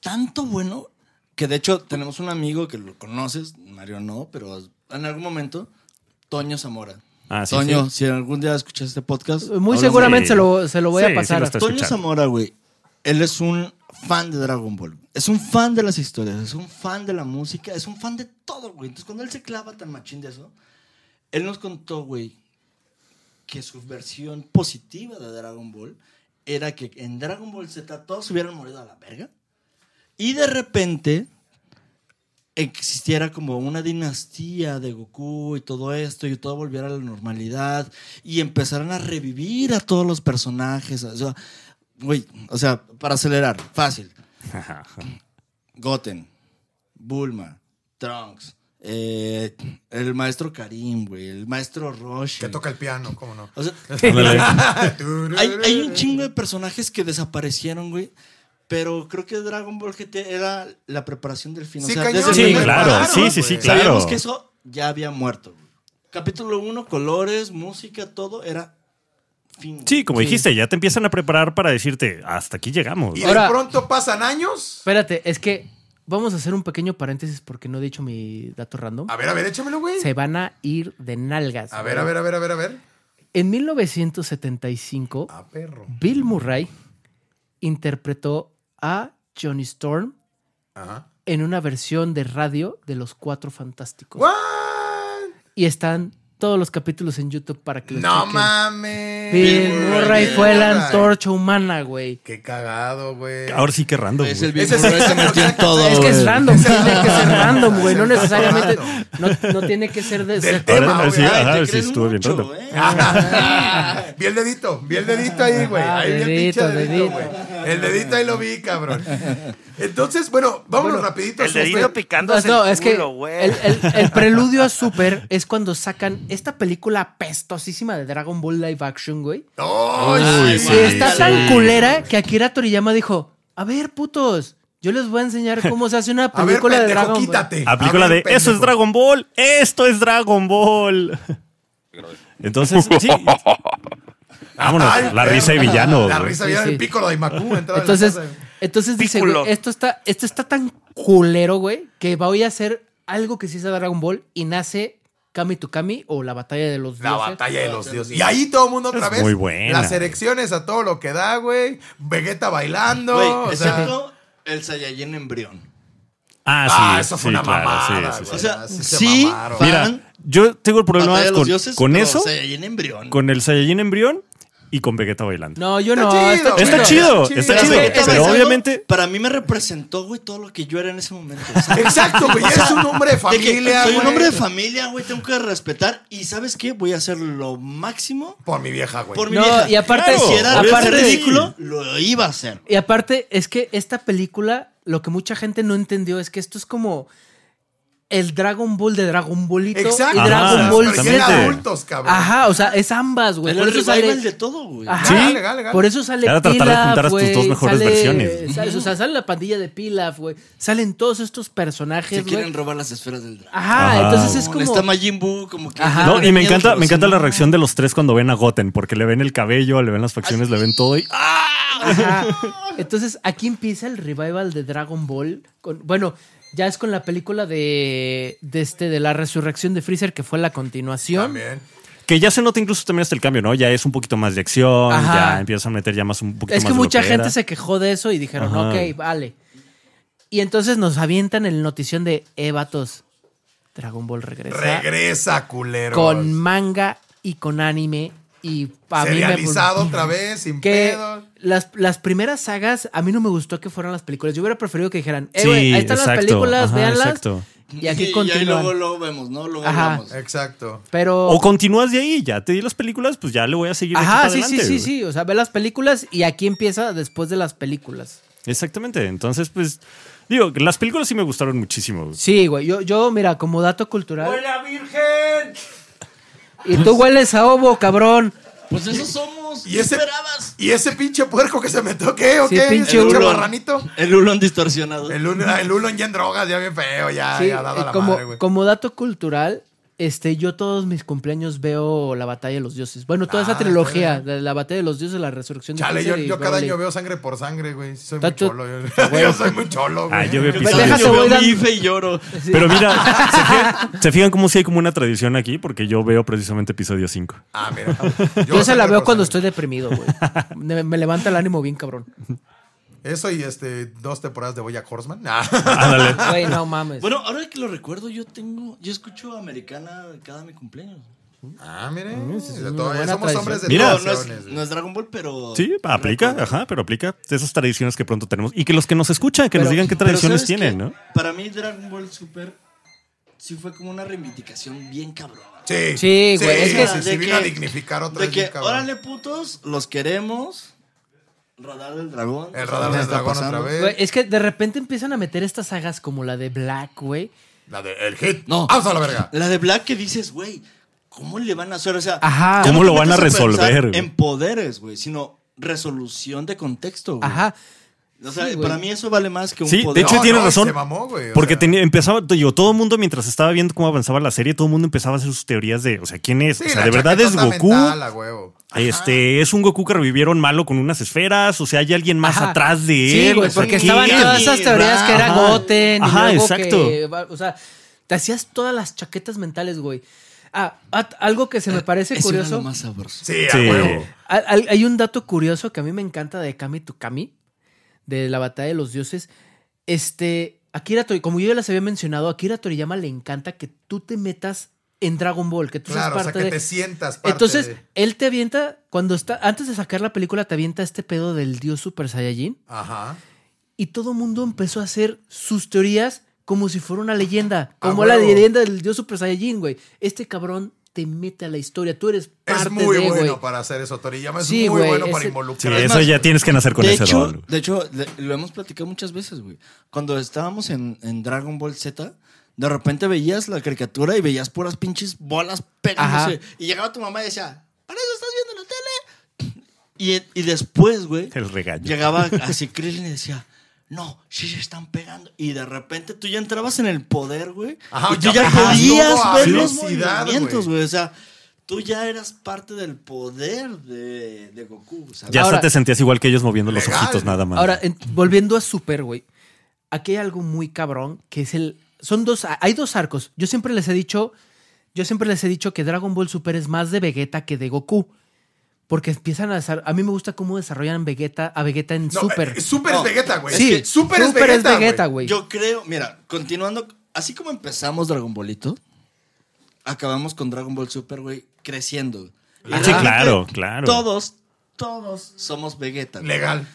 Speaker 4: tanto bueno que de hecho tenemos un amigo que lo conoces, Mario no, pero en algún momento, Toño Zamora.
Speaker 5: Ah, sí,
Speaker 4: Toño, si algún día escuchas este podcast.
Speaker 3: Muy
Speaker 4: hablamos-
Speaker 3: seguramente
Speaker 5: Sí.
Speaker 3: se lo, se lo voy
Speaker 5: Sí,
Speaker 3: a
Speaker 5: sí
Speaker 3: pasar.
Speaker 5: lo está
Speaker 4: Toño
Speaker 5: escuchando.
Speaker 4: Zamora, güey. Él es un fan de Dragon Ball. Es un fan de las historias, es un fan de la música, es un fan de todo, güey. Entonces, cuando él se clava tan machín de eso, él nos contó, güey, que su versión positiva de Dragon Ball era que en Dragon Ball Z todos hubieran morido a la verga y de repente existiera como una dinastía de Goku y todo esto y todo volviera a la normalidad y empezaran a revivir a todos los personajes. O sea, güey, o sea, para acelerar,
Speaker 1: <laughs>
Speaker 4: fácil. Goten, Bulma, Trunks, eh, el maestro Karim, güey, el maestro Roshi.
Speaker 1: Que toca el piano, ¿cómo
Speaker 3: <laughs>
Speaker 1: no?
Speaker 4: O sea,
Speaker 5: Ándale.
Speaker 4: hay, hay un chingo de personajes que desaparecieron, güey. Pero creo que Dragon Ball GT era la preparación del fin. O
Speaker 1: Sí,
Speaker 4: sea,
Speaker 1: cañón,
Speaker 4: desde
Speaker 5: Sí,
Speaker 4: el-
Speaker 1: güey,
Speaker 5: claro. Sí, sí, sí,
Speaker 1: güey.
Speaker 5: claro.
Speaker 4: Sabíamos que eso ya había muerto. güey. Capítulo 1, colores, música, todo era fin. güey.
Speaker 5: Sí, como dijiste, ya te empiezan a preparar para decirte hasta aquí llegamos.
Speaker 1: Y
Speaker 5: ¿no?
Speaker 1: de
Speaker 3: Ahora-
Speaker 1: pronto pasan años.
Speaker 3: Espérate, es que vamos a hacer un pequeño paréntesis porque no he dicho mi dato random.
Speaker 1: A ver, a ver, échamelo, güey.
Speaker 3: Se van a ir de nalgas.
Speaker 1: A ver, a ver, a ver, a ver, a ver.
Speaker 3: En 1975,
Speaker 1: Ah, perro.
Speaker 3: Bill Murray interpretó a Johnny Storm
Speaker 1: Ajá.
Speaker 3: en una versión de radio de Los Cuatro Fantásticos.
Speaker 1: ¿What?
Speaker 3: Y están todos los capítulos en YouTube para que los
Speaker 1: No
Speaker 3: chequen.
Speaker 1: mames.
Speaker 3: Bill Murray fue la
Speaker 1: Murray.
Speaker 3: antorcha humana, güey.
Speaker 1: Qué cagado, güey. <laughs>
Speaker 5: Ahora sí que random.
Speaker 4: Es
Speaker 5: güey.
Speaker 4: el Bill
Speaker 1: Ese es-
Speaker 4: Murray se metió en todo.
Speaker 3: Es que es
Speaker 4: güey.
Speaker 1: <laughs>
Speaker 3: random,
Speaker 1: Ese-
Speaker 3: tiene que ser random, güey. No
Speaker 1: Ese-
Speaker 3: necesariamente. No, no tiene que ser de.
Speaker 1: Del
Speaker 5: Ahora-
Speaker 1: tema,
Speaker 5: sí,
Speaker 1: güey.
Speaker 5: ajá,
Speaker 4: Ay, te
Speaker 5: sí,
Speaker 4: creen
Speaker 5: estuvo bien
Speaker 4: mucho,
Speaker 5: random.
Speaker 4: eh.
Speaker 1: Vi el dedito, vi el dedito ahí, güey.
Speaker 3: Ah,
Speaker 1: Ahí vi el
Speaker 3: dedito,
Speaker 1: pinche dedito,
Speaker 3: dedito.
Speaker 1: güey. El dedito ahí lo vi, cabrón. Entonces, bueno, vámonos rapidito.
Speaker 6: El dedito
Speaker 1: súper.
Speaker 6: picando
Speaker 3: Pues No, es
Speaker 6: el
Speaker 3: que
Speaker 6: culo, güey.
Speaker 3: el, el- el preludio a Super es cuando sacan esta película apestosísima de Dragon Ball Live Action, güey.
Speaker 1: ¡Ay, sí,
Speaker 5: Uy, sí,
Speaker 1: güey!
Speaker 3: Está
Speaker 5: sí.
Speaker 3: tan culera que Akira Toriyama dijo, a ver, putos, Yo les voy a enseñar cómo se hace
Speaker 1: <laughs>
Speaker 3: una
Speaker 1: A ver,
Speaker 3: película de
Speaker 1: pendejo,
Speaker 3: Dragon Ball.
Speaker 1: quítate.
Speaker 5: Aplicó la
Speaker 1: A
Speaker 5: de,
Speaker 1: ver,
Speaker 5: eso es
Speaker 1: pendejo".
Speaker 5: Dragon Ball, esto es Dragon Ball. Entonces, sí. Vámonos,
Speaker 1: Ay,
Speaker 5: la
Speaker 1: perro.
Speaker 5: risa de
Speaker 1: <laughs>
Speaker 5: villanos.
Speaker 1: La
Speaker 5: güey.
Speaker 1: risa de villano
Speaker 3: Sí,
Speaker 1: del
Speaker 3: sí.
Speaker 1: pícolo de Macu. entraba en la
Speaker 3: Entonces,
Speaker 1: casa de-
Speaker 3: entonces dice, güey,
Speaker 6: Piccolo.
Speaker 3: esto está, esto está tan culero, güey, que voy a hacer algo que sí es Dragon Ball y nace Kami to Kami o la batalla de los
Speaker 1: La
Speaker 3: dioses.
Speaker 1: batalla de los dioses. Y ahí todo el mundo otra
Speaker 5: Es
Speaker 1: vez.
Speaker 5: muy buena.
Speaker 1: Las erecciones a todo lo que da, güey. Vegeta bailando.
Speaker 4: Güey,
Speaker 1: o sea,
Speaker 4: excepto el Saiyajin embrión.
Speaker 5: Ah, sí.
Speaker 1: Ah, eso fue
Speaker 5: sí,
Speaker 1: una
Speaker 5: claro,
Speaker 1: mamada,
Speaker 5: sí, sí, sí.
Speaker 1: güey.
Speaker 4: O sea,
Speaker 1: Sí
Speaker 4: sí,
Speaker 1: se mamaron.
Speaker 4: fan,
Speaker 5: Mira, yo tengo el problema
Speaker 4: Batalla de los
Speaker 5: con,
Speaker 4: dioses,
Speaker 5: con
Speaker 4: pero
Speaker 5: eso,
Speaker 4: Saiyajin embrión.
Speaker 5: con el Saiyajin embrión y con Vegeta bailando.
Speaker 3: No, yo no.
Speaker 1: Está
Speaker 5: Está chido, está
Speaker 4: Pero
Speaker 5: chido,
Speaker 4: Vegeta
Speaker 5: pero
Speaker 4: Saiyajin,
Speaker 5: obviamente-
Speaker 4: Para mí me representó, güey, todo lo que yo era en ese momento. o sea,
Speaker 1: Exacto, güey. Eres un hombre de
Speaker 4: de que
Speaker 1: familia.
Speaker 4: soy un
Speaker 1: güey.
Speaker 4: hombre de familia, güey, tengo que respetar. Y ¿sabes qué? Voy a hacer lo máximo
Speaker 1: Por mi vieja, güey.
Speaker 4: por mi
Speaker 3: No,
Speaker 4: vieja.
Speaker 3: y aparte-
Speaker 4: Claro, si era
Speaker 5: obviamente
Speaker 4: aparte
Speaker 5: sí.
Speaker 4: ridículo, lo iba a hacer.
Speaker 3: Y aparte, es que esta película, lo que mucha gente no entendió es que esto es como el Dragon Ball de Dragon Ballito
Speaker 1: Exacto.
Speaker 3: y Dragon
Speaker 5: Ajá,
Speaker 3: Ball
Speaker 1: Pero ya
Speaker 5: Z.
Speaker 1: eran
Speaker 3: Z.
Speaker 1: adultos, cabrón.
Speaker 3: Ajá, o sea, es ambas, güey.
Speaker 4: El
Speaker 3: Por eso
Speaker 4: revival
Speaker 3: sale. Ah,
Speaker 4: de todo, güey.
Speaker 3: Ajá,
Speaker 5: Sí.
Speaker 1: Legal, legal.
Speaker 3: Por eso sale
Speaker 5: Era tratar de
Speaker 3: Pilaf,
Speaker 5: juntar a tus
Speaker 3: güey,
Speaker 5: dos mejores
Speaker 3: sale-
Speaker 5: versiones.
Speaker 3: sale- o sea, sale la pandilla de Pilaf, güey. Salen todos estos personajes,
Speaker 4: Se
Speaker 3: güey.
Speaker 4: quieren robar las esferas del dragón.
Speaker 3: Ajá,
Speaker 5: Ajá.
Speaker 3: entonces es
Speaker 4: Como Está
Speaker 3: como.
Speaker 4: Majin Buu, como que.
Speaker 3: Ajá.
Speaker 5: No,
Speaker 4: tiene
Speaker 5: y me
Speaker 4: miedo,
Speaker 5: encanta,
Speaker 4: pero
Speaker 5: me
Speaker 4: si
Speaker 5: encanta
Speaker 4: no-
Speaker 5: la reacción de los tres cuando ven a Goten, porque le ven el cabello, le ven las facciones, le ven todo y ¡ah!
Speaker 3: Ajá. <laughs> Entonces aquí empieza el revival de Dragon Ball. con- bueno, ya es con la película de, de este de la resurrección de Freezer que fue la continuación.
Speaker 1: También.
Speaker 5: que ya se nota incluso también hasta el cambio, ¿no? Ya es un poquito más de acción,
Speaker 3: Ajá.
Speaker 5: ya empiezan a meter ya más un poquito
Speaker 3: Es
Speaker 5: más
Speaker 3: que
Speaker 5: de lo
Speaker 3: mucha gente
Speaker 5: era.
Speaker 3: se quejó de eso y dijeron,
Speaker 5: Ajá.
Speaker 3: ok, vale. Y entonces nos avientan el notición de, eh, vatos, Dragon Ball regresa.
Speaker 1: Regresa, culero.
Speaker 3: con manga y con anime. Y a mí me
Speaker 1: Serializado otra vez, sin
Speaker 3: que
Speaker 1: pedo.
Speaker 3: las, las primeras sagas, a mí no me gustó que fueran las películas. Yo hubiera preferido que dijeran, eh,
Speaker 5: Sí,
Speaker 3: güey, ahí están las
Speaker 5: exacto,
Speaker 3: películas,
Speaker 5: ajá,
Speaker 3: véanlas.
Speaker 5: exacto.
Speaker 3: Y aquí
Speaker 4: ahí
Speaker 3: continúan.
Speaker 4: luego lo vemos, ¿no? Luego
Speaker 3: Ajá.
Speaker 4: hablamos.
Speaker 1: Exacto.
Speaker 3: Pero.
Speaker 5: O continúas de ahí, ya te di las películas, pues ya le voy a seguir. de aquí
Speaker 3: Ajá,
Speaker 5: para
Speaker 3: sí, sí,
Speaker 5: adelante,
Speaker 3: sí,
Speaker 5: güey.
Speaker 3: sí. O sea, ve las películas y aquí empieza después de las películas.
Speaker 5: Exactamente. Entonces, pues, digo, las películas sí me gustaron muchísimo. güey.
Speaker 3: Sí, güey. Yo, yo mira, como dato cultural.
Speaker 6: ¡Hola, Virgen!
Speaker 3: Y tú hueles a ovo, cabrón.
Speaker 4: Pues eso somos.
Speaker 1: ¿Y
Speaker 4: ¿qué
Speaker 1: ese,
Speaker 4: esperabas?
Speaker 1: ¿Y ese pinche puerco que se metió qué o
Speaker 3: Sí,
Speaker 1: qué?
Speaker 3: pinche
Speaker 1: ¿El
Speaker 3: Ulon.
Speaker 1: barranito?
Speaker 4: El Ulon distorsionado.
Speaker 1: El Ulon ah, el Ulon ya en drogas, ya bien feo, ya,
Speaker 3: Sí,
Speaker 1: ya dado a la
Speaker 3: eh, como,
Speaker 1: madre, güey.
Speaker 3: como dato cultural, este, yo todos mis cumpleaños veo la batalla de los dioses. Bueno, toda
Speaker 1: Ah,
Speaker 3: esa trilogía,
Speaker 1: está
Speaker 3: la, la batalla de los dioses, la resurrección de
Speaker 1: Chale, yo,
Speaker 3: Freezer y
Speaker 1: yo cada
Speaker 3: Broly.
Speaker 1: año veo sangre por sangre, güey. Sí Soy muy
Speaker 3: Tacho-
Speaker 1: cholo. <laughs> Yo, yo soy muy cholo, güey.
Speaker 5: Ah, yo veo
Speaker 4: Cada
Speaker 5: episodios.
Speaker 3: Deja-
Speaker 4: año
Speaker 3: voy
Speaker 4: veo
Speaker 3: dando-
Speaker 4: mi IFE y lloro.
Speaker 3: Sí. <laughs>
Speaker 5: Pero mira, ¿se fijan, se fijan cómo si hay como una tradición aquí? Porque yo veo precisamente episodio 5.
Speaker 1: Ah,
Speaker 3: <laughs>
Speaker 1: mira.
Speaker 3: Yo, se la
Speaker 1: sangre
Speaker 3: veo
Speaker 1: por
Speaker 3: cuando
Speaker 1: sangre.
Speaker 3: estoy deprimido, güey. Me, me levanta el ánimo bien, cabrón.
Speaker 1: Eso y este, dos temporadas de Boya Horseman. <laughs> Ah.
Speaker 5: Ándale.
Speaker 3: Güey, no mames.
Speaker 4: Bueno, ahora que lo recuerdo, yo tengo. Yo escucho americana cada mi cumpleaños.
Speaker 1: Ah, mire.
Speaker 3: es
Speaker 1: de
Speaker 3: una
Speaker 1: todo,
Speaker 3: buena
Speaker 1: somos
Speaker 3: tradición.
Speaker 1: hombres de
Speaker 5: Mira,
Speaker 4: No,
Speaker 1: Mira,
Speaker 4: no es, no es Dragon Ball, pero.
Speaker 5: Sí,
Speaker 3: Oh,
Speaker 5: aplica, ajá, pero aplica esas tradiciones que pronto tenemos. Y que los que nos escuchan, que nos digan qué
Speaker 4: Pero
Speaker 5: tradiciones
Speaker 4: ¿sabes
Speaker 5: tienen,
Speaker 4: qué?
Speaker 5: ¿no?
Speaker 4: Para mí, Dragon Ball Super sí fue como una reivindicación bien cabrona.
Speaker 1: Sí,
Speaker 3: Sí, güey, es que-
Speaker 1: sí, sí,
Speaker 4: De
Speaker 1: vino a
Speaker 4: que-
Speaker 1: dignificar otra
Speaker 4: De
Speaker 1: vez,
Speaker 4: que,
Speaker 1: bien cabrón.
Speaker 4: órale, putos, los queremos. Radar del dragón.
Speaker 1: El radar
Speaker 4: ¿Qué
Speaker 1: del
Speaker 4: está
Speaker 1: dragón
Speaker 4: pasando?
Speaker 1: otra vez.
Speaker 3: Güey, es que de repente empiezan a meter estas sagas como la de Black, güey.
Speaker 1: La de el hit.
Speaker 4: No.
Speaker 1: Vamos a la verga.
Speaker 4: La de Black que dices, güey, ¿cómo le van a hacer? O sea,
Speaker 3: Ajá.
Speaker 4: ya no
Speaker 5: ¿Cómo
Speaker 4: te
Speaker 5: lo van a
Speaker 4: metes pensar
Speaker 5: resolver, güey?
Speaker 4: En poderes, güey, sino resolución de contexto, güey.
Speaker 3: Ajá.
Speaker 4: O sea,
Speaker 3: Sí, güey.
Speaker 4: para mí eso vale más que un
Speaker 5: Sí, de
Speaker 4: poder.
Speaker 5: hecho
Speaker 1: No,
Speaker 5: tienes
Speaker 1: no, y
Speaker 5: razón.
Speaker 1: se mamó, güey, o
Speaker 5: porque
Speaker 1: sea.
Speaker 5: tenía, empezaba, digo, todo el mundo mientras estaba viendo cómo avanzaba la serie, todo el mundo empezaba a hacer sus teorías de, o sea, ¿quién es?
Speaker 1: Sí,
Speaker 5: o sea,
Speaker 1: la
Speaker 5: de verdad es
Speaker 1: chaquetota
Speaker 5: Goku.
Speaker 1: mental, a huevo.
Speaker 5: Este es un Goku que revivieron malo con unas esferas, o sea, hay alguien más
Speaker 3: Ajá.
Speaker 5: atrás de
Speaker 3: Sí,
Speaker 5: él.
Speaker 3: güey,
Speaker 5: o sea,
Speaker 3: porque
Speaker 5: ¿qué?
Speaker 3: estaban todas esas teorías que era
Speaker 5: Ajá.
Speaker 3: Goten. y
Speaker 5: Ajá,
Speaker 3: luego
Speaker 5: exacto.
Speaker 3: que va- o sea, te hacías todas las chaquetas mentales, güey. Ah, ah, algo que se
Speaker 5: Eh,
Speaker 3: me parece
Speaker 4: Eso era lo
Speaker 3: curioso.
Speaker 4: más sabroso.
Speaker 1: Sí,
Speaker 5: Sí.
Speaker 1: a huevo.
Speaker 3: Hay- Hay, hay un dato curioso que a mí me encanta de Kami to Kami, de la batalla de los dioses. Este, Akira Toriyama, como yo ya les había mencionado, a Akira Toriyama le encanta que tú te metas en Dragon Ball, que tú
Speaker 1: Claro, o
Speaker 3: seas
Speaker 1: sea,
Speaker 3: parte
Speaker 1: que
Speaker 3: de...
Speaker 1: te sientas parte
Speaker 3: Entonces,
Speaker 1: de-
Speaker 3: él te avienta, cuando está, antes de sacar la película, te avienta este pedo del dios Super Saiyajin.
Speaker 1: Ajá.
Speaker 3: Y todo mundo empezó a hacer sus teorías como si fuera una leyenda. Como la
Speaker 1: huevo.
Speaker 3: leyenda del dios Super Saiyajin, güey. Este cabrón te mete a la historia. Tú eres parte
Speaker 1: Es muy
Speaker 3: de, güey.
Speaker 1: bueno para hacer eso, Toriyama. Es
Speaker 3: Sí,
Speaker 1: muy
Speaker 3: güey,
Speaker 1: bueno para
Speaker 3: ese-
Speaker 5: Sí,
Speaker 1: involucrar. Es
Speaker 5: eso
Speaker 1: más,
Speaker 5: ya tienes que nacer con
Speaker 4: de,
Speaker 5: ese
Speaker 4: hecho,
Speaker 5: don.
Speaker 4: de hecho, de- lo hemos platicado muchas veces, güey. Cuando estábamos en, en Dragon Ball Z, de repente veías la caricatura y veías puras pinches bolas pegándose.
Speaker 3: Ajá.
Speaker 4: Y llegaba tu mamá y decía, ¿para eso estás viendo la tele? Y, y después, güey,
Speaker 5: El regaño. <laughs>
Speaker 4: llegaba así Krillin y decía, no, sí se están pegando. Y de repente tú ya entrabas en el poder, güey.
Speaker 1: Ajá,
Speaker 4: y tú
Speaker 1: ya
Speaker 4: ya,
Speaker 1: bajabas luego a
Speaker 4: podías ver los
Speaker 1: velocidad,
Speaker 4: movimientos,
Speaker 1: güey.
Speaker 4: güey. O sea, tú ya eras parte del poder de, de Goku, ¿sabes?
Speaker 5: Ya
Speaker 3: Ahora-
Speaker 5: hasta te sentías igual que ellos moviendo los
Speaker 1: Legal.
Speaker 5: ojitos nada más.
Speaker 3: Ahora, en- volviendo a Super, güey. Aquí hay algo muy cabrón que es el. Son dos. Hay dos arcos. Yo siempre les he dicho. Yo siempre les he dicho que Dragon Ball Super es más de Vegeta que de Goku. Porque empiezan a. desar- A mí me gusta cómo desarrollan Vegeta, a Vegeta en
Speaker 1: No,
Speaker 3: Super.
Speaker 1: eh, Super es
Speaker 4: No,
Speaker 1: Vegeta, güey.
Speaker 3: sí,
Speaker 1: Es que Super, es Vegeta, güey.
Speaker 3: güey.
Speaker 4: Yo creo, mira, continuando, así como empezamos Dragon Bolito, acabamos con Dragon Ball Super, güey, creciendo. Y
Speaker 5: Ah, sí,
Speaker 4: realmente
Speaker 5: claro, claro.
Speaker 4: Todos, todos somos Vegeta. güey.
Speaker 1: Legal.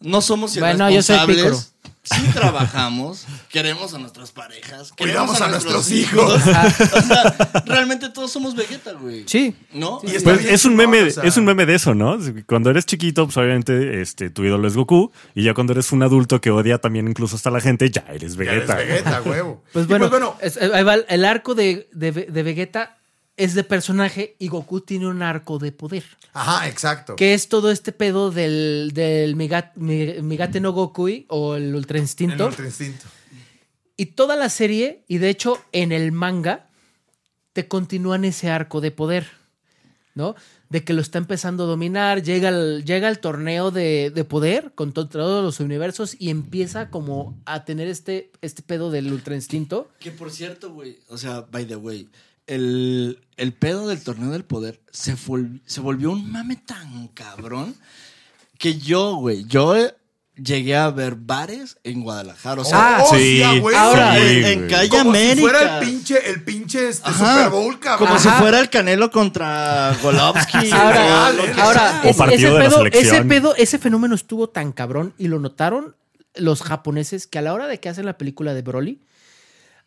Speaker 4: No somos
Speaker 3: Bueno, yo soy
Speaker 4: irresponsables. sí trabajamos, <laughs> queremos a nuestras parejas,
Speaker 1: Cuidamos
Speaker 4: queremos
Speaker 1: a nuestros hijos.
Speaker 4: o sea, realmente todos somos Vegeta, güey.
Speaker 3: Sí.
Speaker 4: ¿No?
Speaker 1: Y está
Speaker 5: Pues
Speaker 1: bien
Speaker 5: es un
Speaker 1: chingón,
Speaker 5: meme,
Speaker 1: o sea.
Speaker 5: es un meme de eso, ¿no? Cuando eres chiquito, pues obviamente este, tu ídolo es Goku, y ya cuando eres un adulto que odia también incluso hasta la gente, ya eres
Speaker 1: Ya eres
Speaker 5: Vegeta.
Speaker 1: Vegeta, huevo.
Speaker 3: Pues
Speaker 1: Y
Speaker 3: bueno,
Speaker 1: bueno,
Speaker 3: es- eh, ahí va el- el arco de, de Ve- de Vegeta es de personaje y Goku tiene un arco de poder.
Speaker 1: Ajá, exacto.
Speaker 3: Que es todo este pedo del, del Migat- Mi- Migate no Gokui o el Ultra
Speaker 1: El
Speaker 3: Instinto.
Speaker 1: Ultra Instinto.
Speaker 3: Y toda la serie, y de hecho en el manga, te continúan ese arco de poder, ¿no? De que lo está empezando a dominar, llega al, llega al torneo de, de poder con to- todos los universos y empieza como a tener este, este pedo del ultra instinto.
Speaker 4: Que por cierto, güey, o sea, by the way, el, el pedo del torneo del poder se, fol- se volvió un mame tan cabrón que yo, güey, yo eh, llegué a ver bares en Guadalajara. O sea,
Speaker 3: Ah,
Speaker 5: sí.
Speaker 1: a huevo,
Speaker 3: Ahora,
Speaker 1: güey.
Speaker 4: güey,
Speaker 5: güey.
Speaker 4: en Calle
Speaker 1: Como
Speaker 4: América.
Speaker 1: si fuera el pinche, el pinche este
Speaker 4: Ajá.
Speaker 1: Super Bowl, cabrón.
Speaker 4: Como si
Speaker 3: Ajá.
Speaker 4: fuera el Canelo contra Golovsky.
Speaker 3: <laughs>
Speaker 4: Ah,
Speaker 3: Ahora,
Speaker 1: Legal, ¿eh?
Speaker 3: ahora
Speaker 5: O
Speaker 3: es- ese,
Speaker 5: partido de la
Speaker 3: pedo,
Speaker 5: selección.
Speaker 3: ese pedo- ese fenómeno estuvo tan cabrón y lo notaron los japoneses que a la hora de que hacen la película de Broly,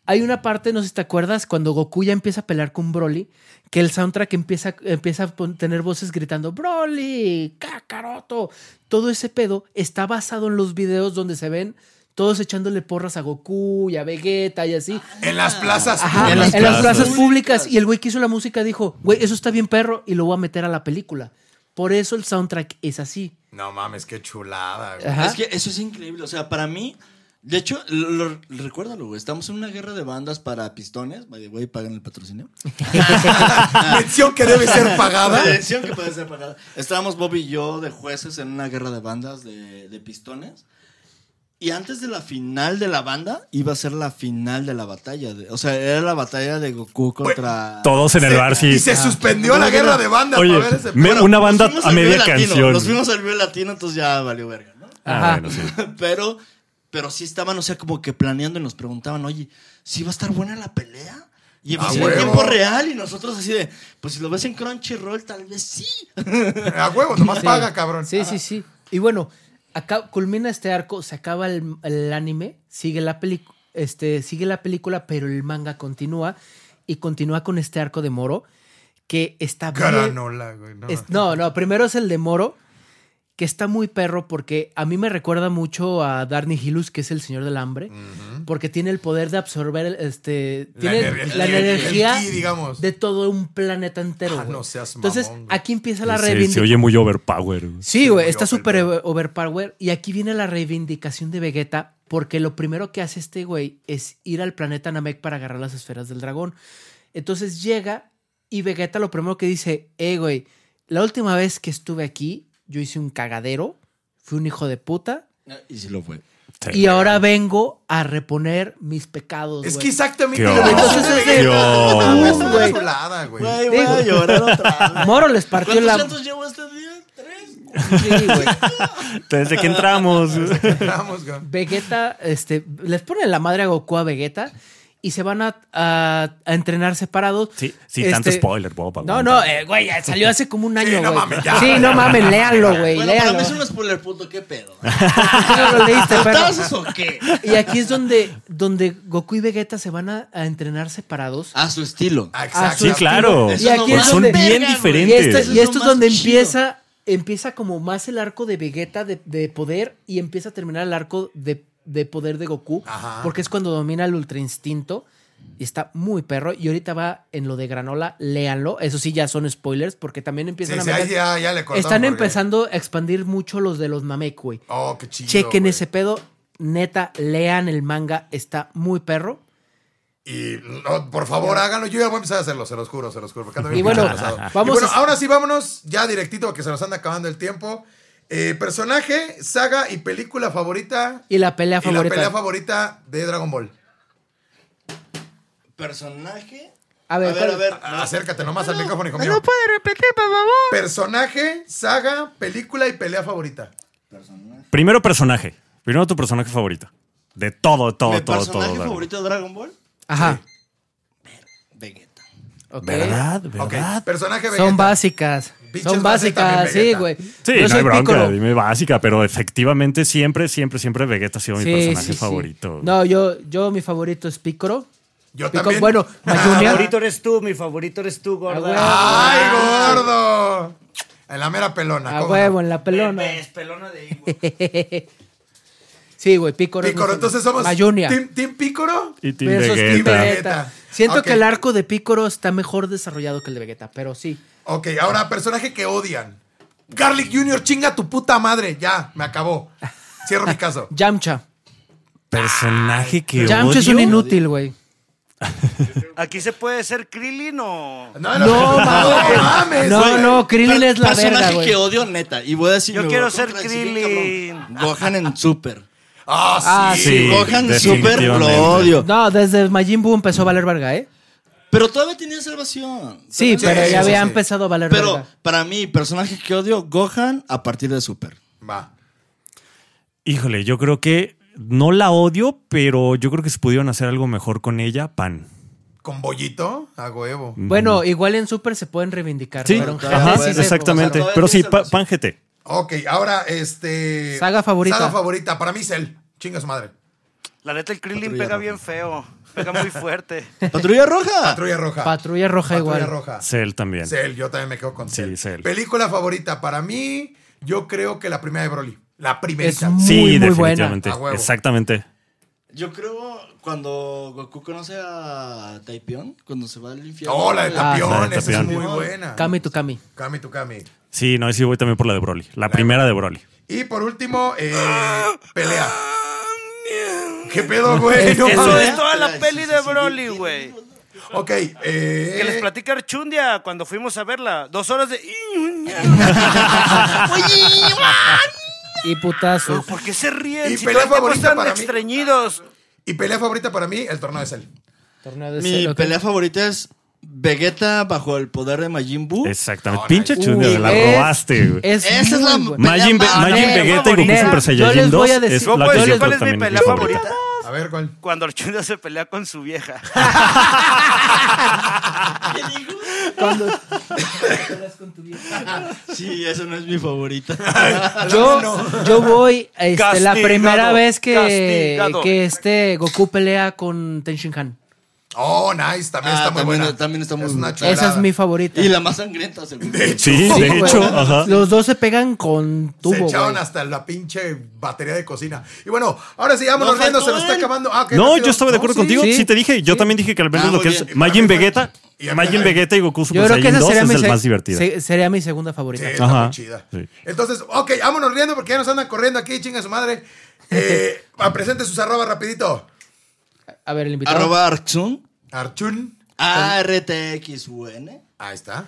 Speaker 3: hay una parte, no sé si te acuerdas, cuando Goku ya empieza a pelear con Broly, que el soundtrack empieza, empieza a pon- tener voces gritando Broly, Kakaroto. Todo ese pedo está basado en los videos donde se ven todos echándole porras a Goku y a Vegeta y así.
Speaker 1: En las plazas.
Speaker 3: Ajá,
Speaker 5: En
Speaker 3: en
Speaker 5: las
Speaker 3: las,
Speaker 5: plazas.
Speaker 3: plazas públicas. Y el güey que hizo la música dijo, güey, eso está bien perro y lo voy a meter a la película. Por eso el soundtrack es así.
Speaker 1: No mames, qué chulada, güey.
Speaker 3: Ajá.
Speaker 4: Es que eso es increíble. O sea, para mí, de hecho, lo, lo- recuérdalo, güey. Estamos en una guerra de bandas para pistones. By the way, pagan el patrocinio.
Speaker 1: <laughs> Mención que debe ser pagada.
Speaker 4: La elección que puede ser pagada. Estábamos Bobby y yo de jueces en una guerra de bandas de, de pistones. Y antes de la final de la banda, iba a ser la final de la batalla. de- o sea, era la batalla de Goku contra.
Speaker 5: Todos en el bar, sí.
Speaker 1: Y se suspendió la guerra de bandas
Speaker 5: Oye,
Speaker 1: para ver ese
Speaker 5: me-
Speaker 1: pedo.
Speaker 5: una banda
Speaker 4: Nos fuimos
Speaker 5: a
Speaker 4: al
Speaker 5: media
Speaker 4: Vive Latino,
Speaker 5: canción.
Speaker 4: Nos fuimos al Vive Latino, entonces ya valió verga, ¿no? <laughs>
Speaker 5: Ah,
Speaker 3: Ajá.
Speaker 5: bueno, sí.
Speaker 4: Pero, pero sí estaban, o sea, como que planeando y nos preguntaban, oye, ¿sí va a estar buena la pelea? Y va
Speaker 1: ¡A
Speaker 4: a ser en
Speaker 1: huevo!
Speaker 4: tiempo real y nosotros así de, pues si lo ves en Crunchyroll, tal vez sí.
Speaker 1: A huevo, nomás
Speaker 3: Sí.
Speaker 1: paga, cabrón.
Speaker 3: Sí, sí, sí. Y bueno, acá culmina este arco, se acaba el, el anime, sigue la, peli- este, sigue la película, pero el manga continúa y continúa con este arco de Moro que está bien-
Speaker 1: Caranola, Ah, güey. No.
Speaker 3: Es- no, no, primero es el de Moro, que está muy perro porque a mí me recuerda mucho a Darny Hilus, que es el señor del hambre, porque tiene el poder de absorber el- este,
Speaker 1: La
Speaker 3: tiene
Speaker 1: ener- el-
Speaker 3: la
Speaker 1: el- el
Speaker 3: energía
Speaker 1: ki, digamos.
Speaker 3: de todo un planeta entero.
Speaker 1: Ah,
Speaker 3: güey.
Speaker 1: no seas
Speaker 3: Entonces,
Speaker 1: mamón, güey.
Speaker 3: aquí empieza la
Speaker 5: Se, se
Speaker 3: reivindicación.
Speaker 5: oye muy overpower. güey.
Speaker 3: Sí, güey,
Speaker 1: muy
Speaker 3: está
Speaker 1: over,
Speaker 3: súper
Speaker 1: pero-
Speaker 3: over- overpower. Y aquí viene la reivindicación de Vegeta, porque lo primero que hace este güey es ir al planeta Namek para agarrar las esferas del dragón. Entonces llega y Vegeta lo primero que dice, eh, güey, la última vez que estuve aquí, yo hice un cagadero, fui un hijo de puta,
Speaker 4: Y sí lo fue.
Speaker 5: Sí.
Speaker 3: y ahora vengo a reponer mis pecados.
Speaker 1: Es
Speaker 3: güey".
Speaker 1: que exactamente
Speaker 5: Qué
Speaker 1: lo que
Speaker 5: horror.
Speaker 1: dice
Speaker 3: Entonces
Speaker 1: Vegeta.
Speaker 3: es de-
Speaker 1: No mames, es
Speaker 3: <laughs>
Speaker 1: una
Speaker 3: güey.
Speaker 1: chulada, güey.
Speaker 4: Güey, voy a
Speaker 3: Digo-
Speaker 4: llorar otra vez.
Speaker 3: Moro les partió
Speaker 4: ¿Cuántos
Speaker 3: la...
Speaker 4: santos llevo este día? ¿Tres?
Speaker 3: Sí, güey.
Speaker 5: Desde que entramos. güey.
Speaker 1: Vamos, güey.
Speaker 3: <laughs> Vegeta, este, les ponen la madre a Goku a Vegeta y se van a, a- a entrenar separados.
Speaker 5: Sí, sí, tanto
Speaker 3: Este,
Speaker 5: spoiler, Bob.
Speaker 3: No, no, eh, güey, eh, salió hace como un año, güey.
Speaker 1: no mames, ya.
Speaker 3: sí, no mames, léalo, güey,
Speaker 4: Bueno, para
Speaker 3: léalo. <laughs>
Speaker 4: mí es un spoiler puto, ¿qué pedo?
Speaker 3: Tú no lo
Speaker 4: <laughs>
Speaker 3: leíste, perro.
Speaker 4: ¿Putazos o qué?
Speaker 3: Y aquí es donde, donde Goku y Vegeta se van a, a entrenar separados.
Speaker 4: A su estilo.
Speaker 1: Ah,
Speaker 3: Ah,
Speaker 1: Exacto.
Speaker 5: Sí, claro.
Speaker 3: Y aquí
Speaker 5: Porque
Speaker 3: es
Speaker 5: son
Speaker 3: donde-
Speaker 5: bien
Speaker 4: Verga, güey.
Speaker 3: Y,
Speaker 5: diferentes.
Speaker 3: esto,
Speaker 4: Eso
Speaker 3: y
Speaker 4: es
Speaker 3: esto
Speaker 4: lo
Speaker 3: es donde
Speaker 4: más chido.
Speaker 3: empieza, empieza como más el arco de Vegeta de, de poder y empieza a terminar el arco de, de poder de Goku,
Speaker 1: Ajá.
Speaker 3: porque es cuando domina el ultra instinto y está muy perro. Y ahorita va en lo de granola, léanlo. Eso sí, ya son spoilers, porque también
Speaker 1: Sí,
Speaker 3: empiezan
Speaker 1: sí,
Speaker 3: a
Speaker 1: ahí
Speaker 3: meter-
Speaker 1: ya, ya le cortamos,
Speaker 3: Están
Speaker 1: porque-
Speaker 3: empezando a expandir mucho los de los Namek, güey.
Speaker 1: Oh, qué chido.
Speaker 3: Chequen
Speaker 1: güey.
Speaker 3: ese pedo. neta, lean el manga, está muy perro.
Speaker 1: Y no, por favor, háganlo. Yo ya voy a empezar a hacerlo, se los juro, se los juro. porque ando bien
Speaker 3: Y bueno,
Speaker 1: pinche atrasado.
Speaker 3: vamos
Speaker 1: Y bueno,
Speaker 3: a-
Speaker 1: ahora sí, vámonos ya directito porque se nos anda acabando el tiempo. Eh, personaje, saga y película favorita.
Speaker 3: Y la pelea
Speaker 1: y la
Speaker 3: favorita.
Speaker 1: pelea favorita de Dragon Ball.
Speaker 4: Personaje.
Speaker 3: A ver, ¿cuál-
Speaker 1: Acércate nomás
Speaker 3: Ah,
Speaker 1: al micrófono, hijo mío. No puede repetir, por favor. Personaje, saga, película y pelea favorita.
Speaker 5: Primero personaje. Primero tu personaje favorito. De todo, todo,
Speaker 4: Mi
Speaker 5: todo, todo.
Speaker 4: personaje
Speaker 5: Dragon.
Speaker 4: favorito de Dragon Ball.
Speaker 3: Ajá.
Speaker 4: Vegeta.
Speaker 3: ok.
Speaker 5: ¿Verdad?
Speaker 1: Ok.
Speaker 5: ¿Verdad?
Speaker 1: Personaje
Speaker 3: Son
Speaker 1: Vegeta.
Speaker 3: básicas.
Speaker 1: Bichos
Speaker 3: Son
Speaker 1: básicas también,
Speaker 3: básicas, sí,
Speaker 1: Vegeta.
Speaker 3: güey.
Speaker 5: Sí,
Speaker 3: Yo
Speaker 5: no
Speaker 3: soy
Speaker 5: hay bronca,
Speaker 3: Piccolo.
Speaker 5: dime básica, pero efectivamente siempre, siempre, siempre Vegeta ha sido mi
Speaker 3: Sí,
Speaker 5: personaje
Speaker 3: sí, sí.
Speaker 5: favorito.
Speaker 3: No, yo, yo mi favorito es Piccolo.
Speaker 1: Yo
Speaker 3: Piccolo-
Speaker 1: también. Ah,
Speaker 3: Bueno,
Speaker 7: Mi
Speaker 3: Mayunia.
Speaker 7: favorito eres tú, mi favorito eres tú,
Speaker 3: Ah,
Speaker 7: gorda.
Speaker 1: ¡Ay, gordo! En la mera pelona.
Speaker 3: A
Speaker 1: Ah, ¿cómo
Speaker 3: huevo, en la pelona.
Speaker 6: Es pelona de Ewok.
Speaker 3: Sí, güey, Piccolo.
Speaker 1: no? Pícoro,
Speaker 3: es mi favorito.
Speaker 1: entonces somos.
Speaker 3: Mayunia.
Speaker 1: Team, team Pícoro.
Speaker 5: Y Team
Speaker 3: versus Team
Speaker 5: Vegeta.
Speaker 3: Vegeta.
Speaker 1: Vegeta.
Speaker 3: Siento
Speaker 1: Ok.
Speaker 3: que el arco de Piccolo está mejor desarrollado que el de Vegeta, pero sí.
Speaker 1: Ok, ahora personaje que odian. Garlic Jr., chinga tu puta madre. Ya, me acabó. Cierro mi caso.
Speaker 3: Yamcha.
Speaker 5: Personaje que
Speaker 3: Yamcha es
Speaker 5: odio.
Speaker 3: un inútil, güey.
Speaker 6: <laughs> Aquí se puede ser Krillin o.
Speaker 1: Ah, No,
Speaker 3: No, mames.
Speaker 1: mames.
Speaker 3: No,
Speaker 1: güey.
Speaker 3: no, Krillin
Speaker 4: Per-
Speaker 3: es la
Speaker 4: personaje
Speaker 3: verga, güey.
Speaker 4: que odio neta. Y voy a decir.
Speaker 6: Yo
Speaker 4: me
Speaker 6: quiero
Speaker 4: voy a
Speaker 6: ser
Speaker 4: contradecir,
Speaker 6: Krillin.
Speaker 4: cabrón. Gohan en Super.
Speaker 1: Ah,
Speaker 3: Ah,
Speaker 1: sí.
Speaker 5: Sí,
Speaker 4: Gohan en Super lo
Speaker 5: definitivamente.
Speaker 4: odio.
Speaker 3: No, desde Majin Buu empezó a valer verga, ¿eh?
Speaker 4: Pero todavía tenía salvación.
Speaker 3: Sí,
Speaker 1: Sí,
Speaker 3: pero
Speaker 1: sí,
Speaker 3: ya
Speaker 1: sí, sí.
Speaker 3: había empezado a valer
Speaker 4: Pero
Speaker 3: verga.
Speaker 4: para mí, personaje que odio, Gohan a partir de Super.
Speaker 1: Va.
Speaker 5: Híjole, yo creo que no la odio, pero yo creo que si pudieron hacer algo mejor con ella, pan.
Speaker 1: Con bollito a huevo.
Speaker 3: Bueno, igual en Super se pueden reivindicar.
Speaker 5: Sí,
Speaker 3: pero en
Speaker 5: ajá,
Speaker 3: general sí se-
Speaker 5: exactamente.
Speaker 4: o sea,
Speaker 5: pero sí,
Speaker 4: todavía
Speaker 5: pa-
Speaker 4: tienes
Speaker 5: pan GT.
Speaker 1: Ok, ahora este.
Speaker 3: Saga favorita.
Speaker 1: Saga favorita. Para mí, Cell. Chinga su madre.
Speaker 6: La neta, el Krillin
Speaker 4: Patrulla
Speaker 6: pega
Speaker 4: Roja.
Speaker 6: bien feo. Pega muy fuerte.
Speaker 4: Patrulla Roja.
Speaker 1: Patrulla roja.
Speaker 3: Patrulla Roja
Speaker 1: Patrulla
Speaker 3: igual.
Speaker 1: roja.
Speaker 5: Cell también.
Speaker 1: Cell, yo también me quedo con
Speaker 5: Sí,
Speaker 1: Cell.
Speaker 5: Cell.
Speaker 1: Película favorita para mí, yo creo que la primera de Broly. La
Speaker 3: Es
Speaker 1: primerita.
Speaker 3: muy,
Speaker 5: sí,
Speaker 3: muy buena.
Speaker 5: definitivamente.
Speaker 1: A huevo.
Speaker 5: Exactamente.
Speaker 4: Yo creo cuando Goku conoce a Taipión, cuando se va al infierno.
Speaker 1: Oh, la de Tapión,
Speaker 5: la de
Speaker 1: esa es
Speaker 5: Tapión.
Speaker 1: muy buena.
Speaker 3: Kami to Kami.
Speaker 1: Kami tu Kami.
Speaker 5: Sí, no, sí voy también por la de Broly. La primera de Broly.
Speaker 1: Y por último, eh, pelea. ¿Qué pedo, güey? No
Speaker 6: Eso
Speaker 1: mames.
Speaker 6: es toda la
Speaker 4: Sí,
Speaker 6: peli
Speaker 4: sí,
Speaker 6: de
Speaker 4: sí,
Speaker 6: Broly,
Speaker 4: sí, sí,
Speaker 6: güey.
Speaker 1: Ok, eh,
Speaker 6: Que les platica Archundia cuando fuimos a verla. Dos horas de.
Speaker 3: Y putazos.
Speaker 6: ¿Por qué se ríen?
Speaker 1: Y
Speaker 6: Si
Speaker 1: pelea
Speaker 6: todo el tiempo
Speaker 1: favorita
Speaker 6: están
Speaker 1: para mí.
Speaker 6: extrañidos.
Speaker 1: Y pelea favorita para mí, el torneo de Cell.
Speaker 3: Torneo de
Speaker 4: Mi
Speaker 3: cero, Ah, ok.
Speaker 4: pelea favorita es Vegeta bajo el poder de Majin Buu.
Speaker 5: Exactamente. Pinche
Speaker 3: Uy,
Speaker 5: chunia, la
Speaker 3: es-
Speaker 5: robaste, güey.
Speaker 3: es
Speaker 4: Esa es
Speaker 3: muy
Speaker 4: la <laughs>
Speaker 3: buena.
Speaker 5: Majin, Ve-
Speaker 4: pelea
Speaker 5: Majin
Speaker 3: favorita.
Speaker 5: Vegeta y Goku
Speaker 3: Neta,
Speaker 5: Super
Speaker 3: yo
Speaker 5: Saiyajin
Speaker 3: les
Speaker 5: 2
Speaker 3: voy a
Speaker 5: es
Speaker 3: decir-
Speaker 5: la
Speaker 6: Yo
Speaker 5: que
Speaker 6: puedo
Speaker 5: yo
Speaker 6: decir
Speaker 5: les
Speaker 6: cuál
Speaker 5: doy
Speaker 6: es mi
Speaker 5: también
Speaker 6: pelea
Speaker 5: mi favorita.
Speaker 6: favorita.
Speaker 1: A ver,
Speaker 6: <laughs>
Speaker 1: ¿cuál?
Speaker 6: Cuando Archundia se pelea con su vieja.
Speaker 4: Sí, esa no es mi
Speaker 6: <laughs>
Speaker 4: favorita.
Speaker 3: Yo, yo voy, este, la
Speaker 6: Castigado,
Speaker 3: primera vez que,
Speaker 6: castigado.
Speaker 3: que este Goku pelea con Tenshin Han.
Speaker 1: Oh, nice, también
Speaker 4: Ah,
Speaker 1: está muy
Speaker 4: también-
Speaker 1: buena.
Speaker 4: también está muy
Speaker 1: es una
Speaker 4: buena.
Speaker 1: chulada.
Speaker 3: Esa
Speaker 1: <laughs>
Speaker 3: es mi favorita.
Speaker 4: y la más sangrienta, según.
Speaker 5: Sí, de
Speaker 3: güey.
Speaker 5: hecho, ajá.
Speaker 3: Los dos se pegan con
Speaker 1: se
Speaker 3: tubo,
Speaker 1: echaron
Speaker 3: güey.
Speaker 1: hasta la pinche batería de cocina. Y bueno, ahora sí, vámonos
Speaker 4: No,
Speaker 1: riendo, se
Speaker 4: faltó
Speaker 1: nos está
Speaker 4: él.
Speaker 1: acabando. Ah, ok,
Speaker 5: No,
Speaker 1: rápido.
Speaker 5: yo estaba
Speaker 3: No,
Speaker 5: de acuerdo
Speaker 3: sí,
Speaker 5: contigo.
Speaker 3: sí,
Speaker 5: Sí, te dije. Yo también dije que al menos
Speaker 4: Ah,
Speaker 5: lo
Speaker 4: muy
Speaker 5: que es
Speaker 4: bien.
Speaker 5: Majin
Speaker 1: Y para mí
Speaker 5: Vegeta,
Speaker 1: fue- y
Speaker 5: Majin
Speaker 1: ajá.
Speaker 5: Vegeta y Goku
Speaker 3: Yo
Speaker 5: Super
Speaker 3: creo que
Speaker 5: Saiyajin
Speaker 3: esa
Speaker 5: 2
Speaker 3: sería,
Speaker 5: es
Speaker 3: mi,
Speaker 5: el
Speaker 3: se-
Speaker 5: más divertido.
Speaker 3: se- sería mi segunda favorita.
Speaker 1: Sí, está
Speaker 5: Ajá.
Speaker 1: muy chida.
Speaker 5: Sí.
Speaker 1: Entonces, ok, vámonos riendo porque ya nos andan corriendo aquí, chinga su madre. Eh, ah, presente sus arrobas rapidito.
Speaker 3: A ver, el invitado.
Speaker 4: Arroba Arxun.
Speaker 1: Archun.
Speaker 6: <laughs>
Speaker 4: ARTXUN.
Speaker 1: Ahí está.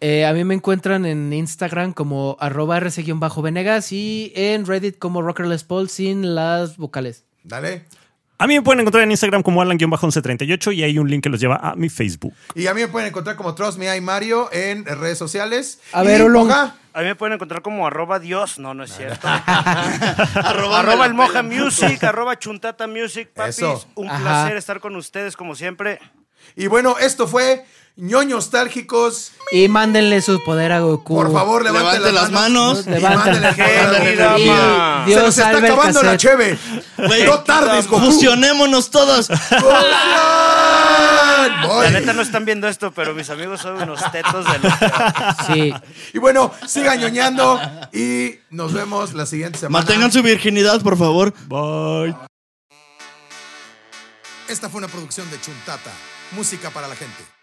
Speaker 3: Eh, a mí me encuentran en Instagram como arroba rc-venegas y en Reddit como rockerless Paul sin las vocales.
Speaker 1: Dale.
Speaker 5: A mí me pueden encontrar en Instagram como Alan-1138 y hay un link que los lleva a mi Facebook.
Speaker 1: Y a mí me pueden encontrar como Trust Me I Mario en redes sociales.
Speaker 3: A
Speaker 1: Y,
Speaker 3: ver, Olón.
Speaker 1: oja,
Speaker 6: A mí me pueden encontrar como arroba Dios. No, no es cierto.
Speaker 4: Arroba,
Speaker 6: Arroba el
Speaker 4: me la pela.
Speaker 6: Moja Music, arroba Chuntata Music, papis.
Speaker 1: Eso.
Speaker 6: Un
Speaker 3: Ajá.
Speaker 6: placer estar con ustedes como siempre.
Speaker 1: Y bueno, esto fue ñoños tálgicos.
Speaker 3: Y mándenle su poder a Goku.
Speaker 1: Por favor, levanten,
Speaker 4: Levante las manos.
Speaker 1: y mándenle el
Speaker 6: Qué
Speaker 1: poder a Goku.
Speaker 6: vida,
Speaker 3: Y
Speaker 1: Se
Speaker 3: Dios
Speaker 1: nos está
Speaker 3: salve el
Speaker 1: acabando la
Speaker 3: cassette.
Speaker 1: cheve. No tardes, Goku.
Speaker 4: Fusionémonos todos.
Speaker 1: ¡Gohan! Voy.
Speaker 6: La neta no están viendo esto, pero mis amigos son unos tetos de los
Speaker 1: <laughs>
Speaker 3: Sí.
Speaker 1: Y bueno, sigan ñoñando y nos vemos la siguiente semana.
Speaker 4: Mantengan su virginidad, por favor.
Speaker 5: Bye.
Speaker 1: Esta fue una producción de Chuntata. Música para la gente.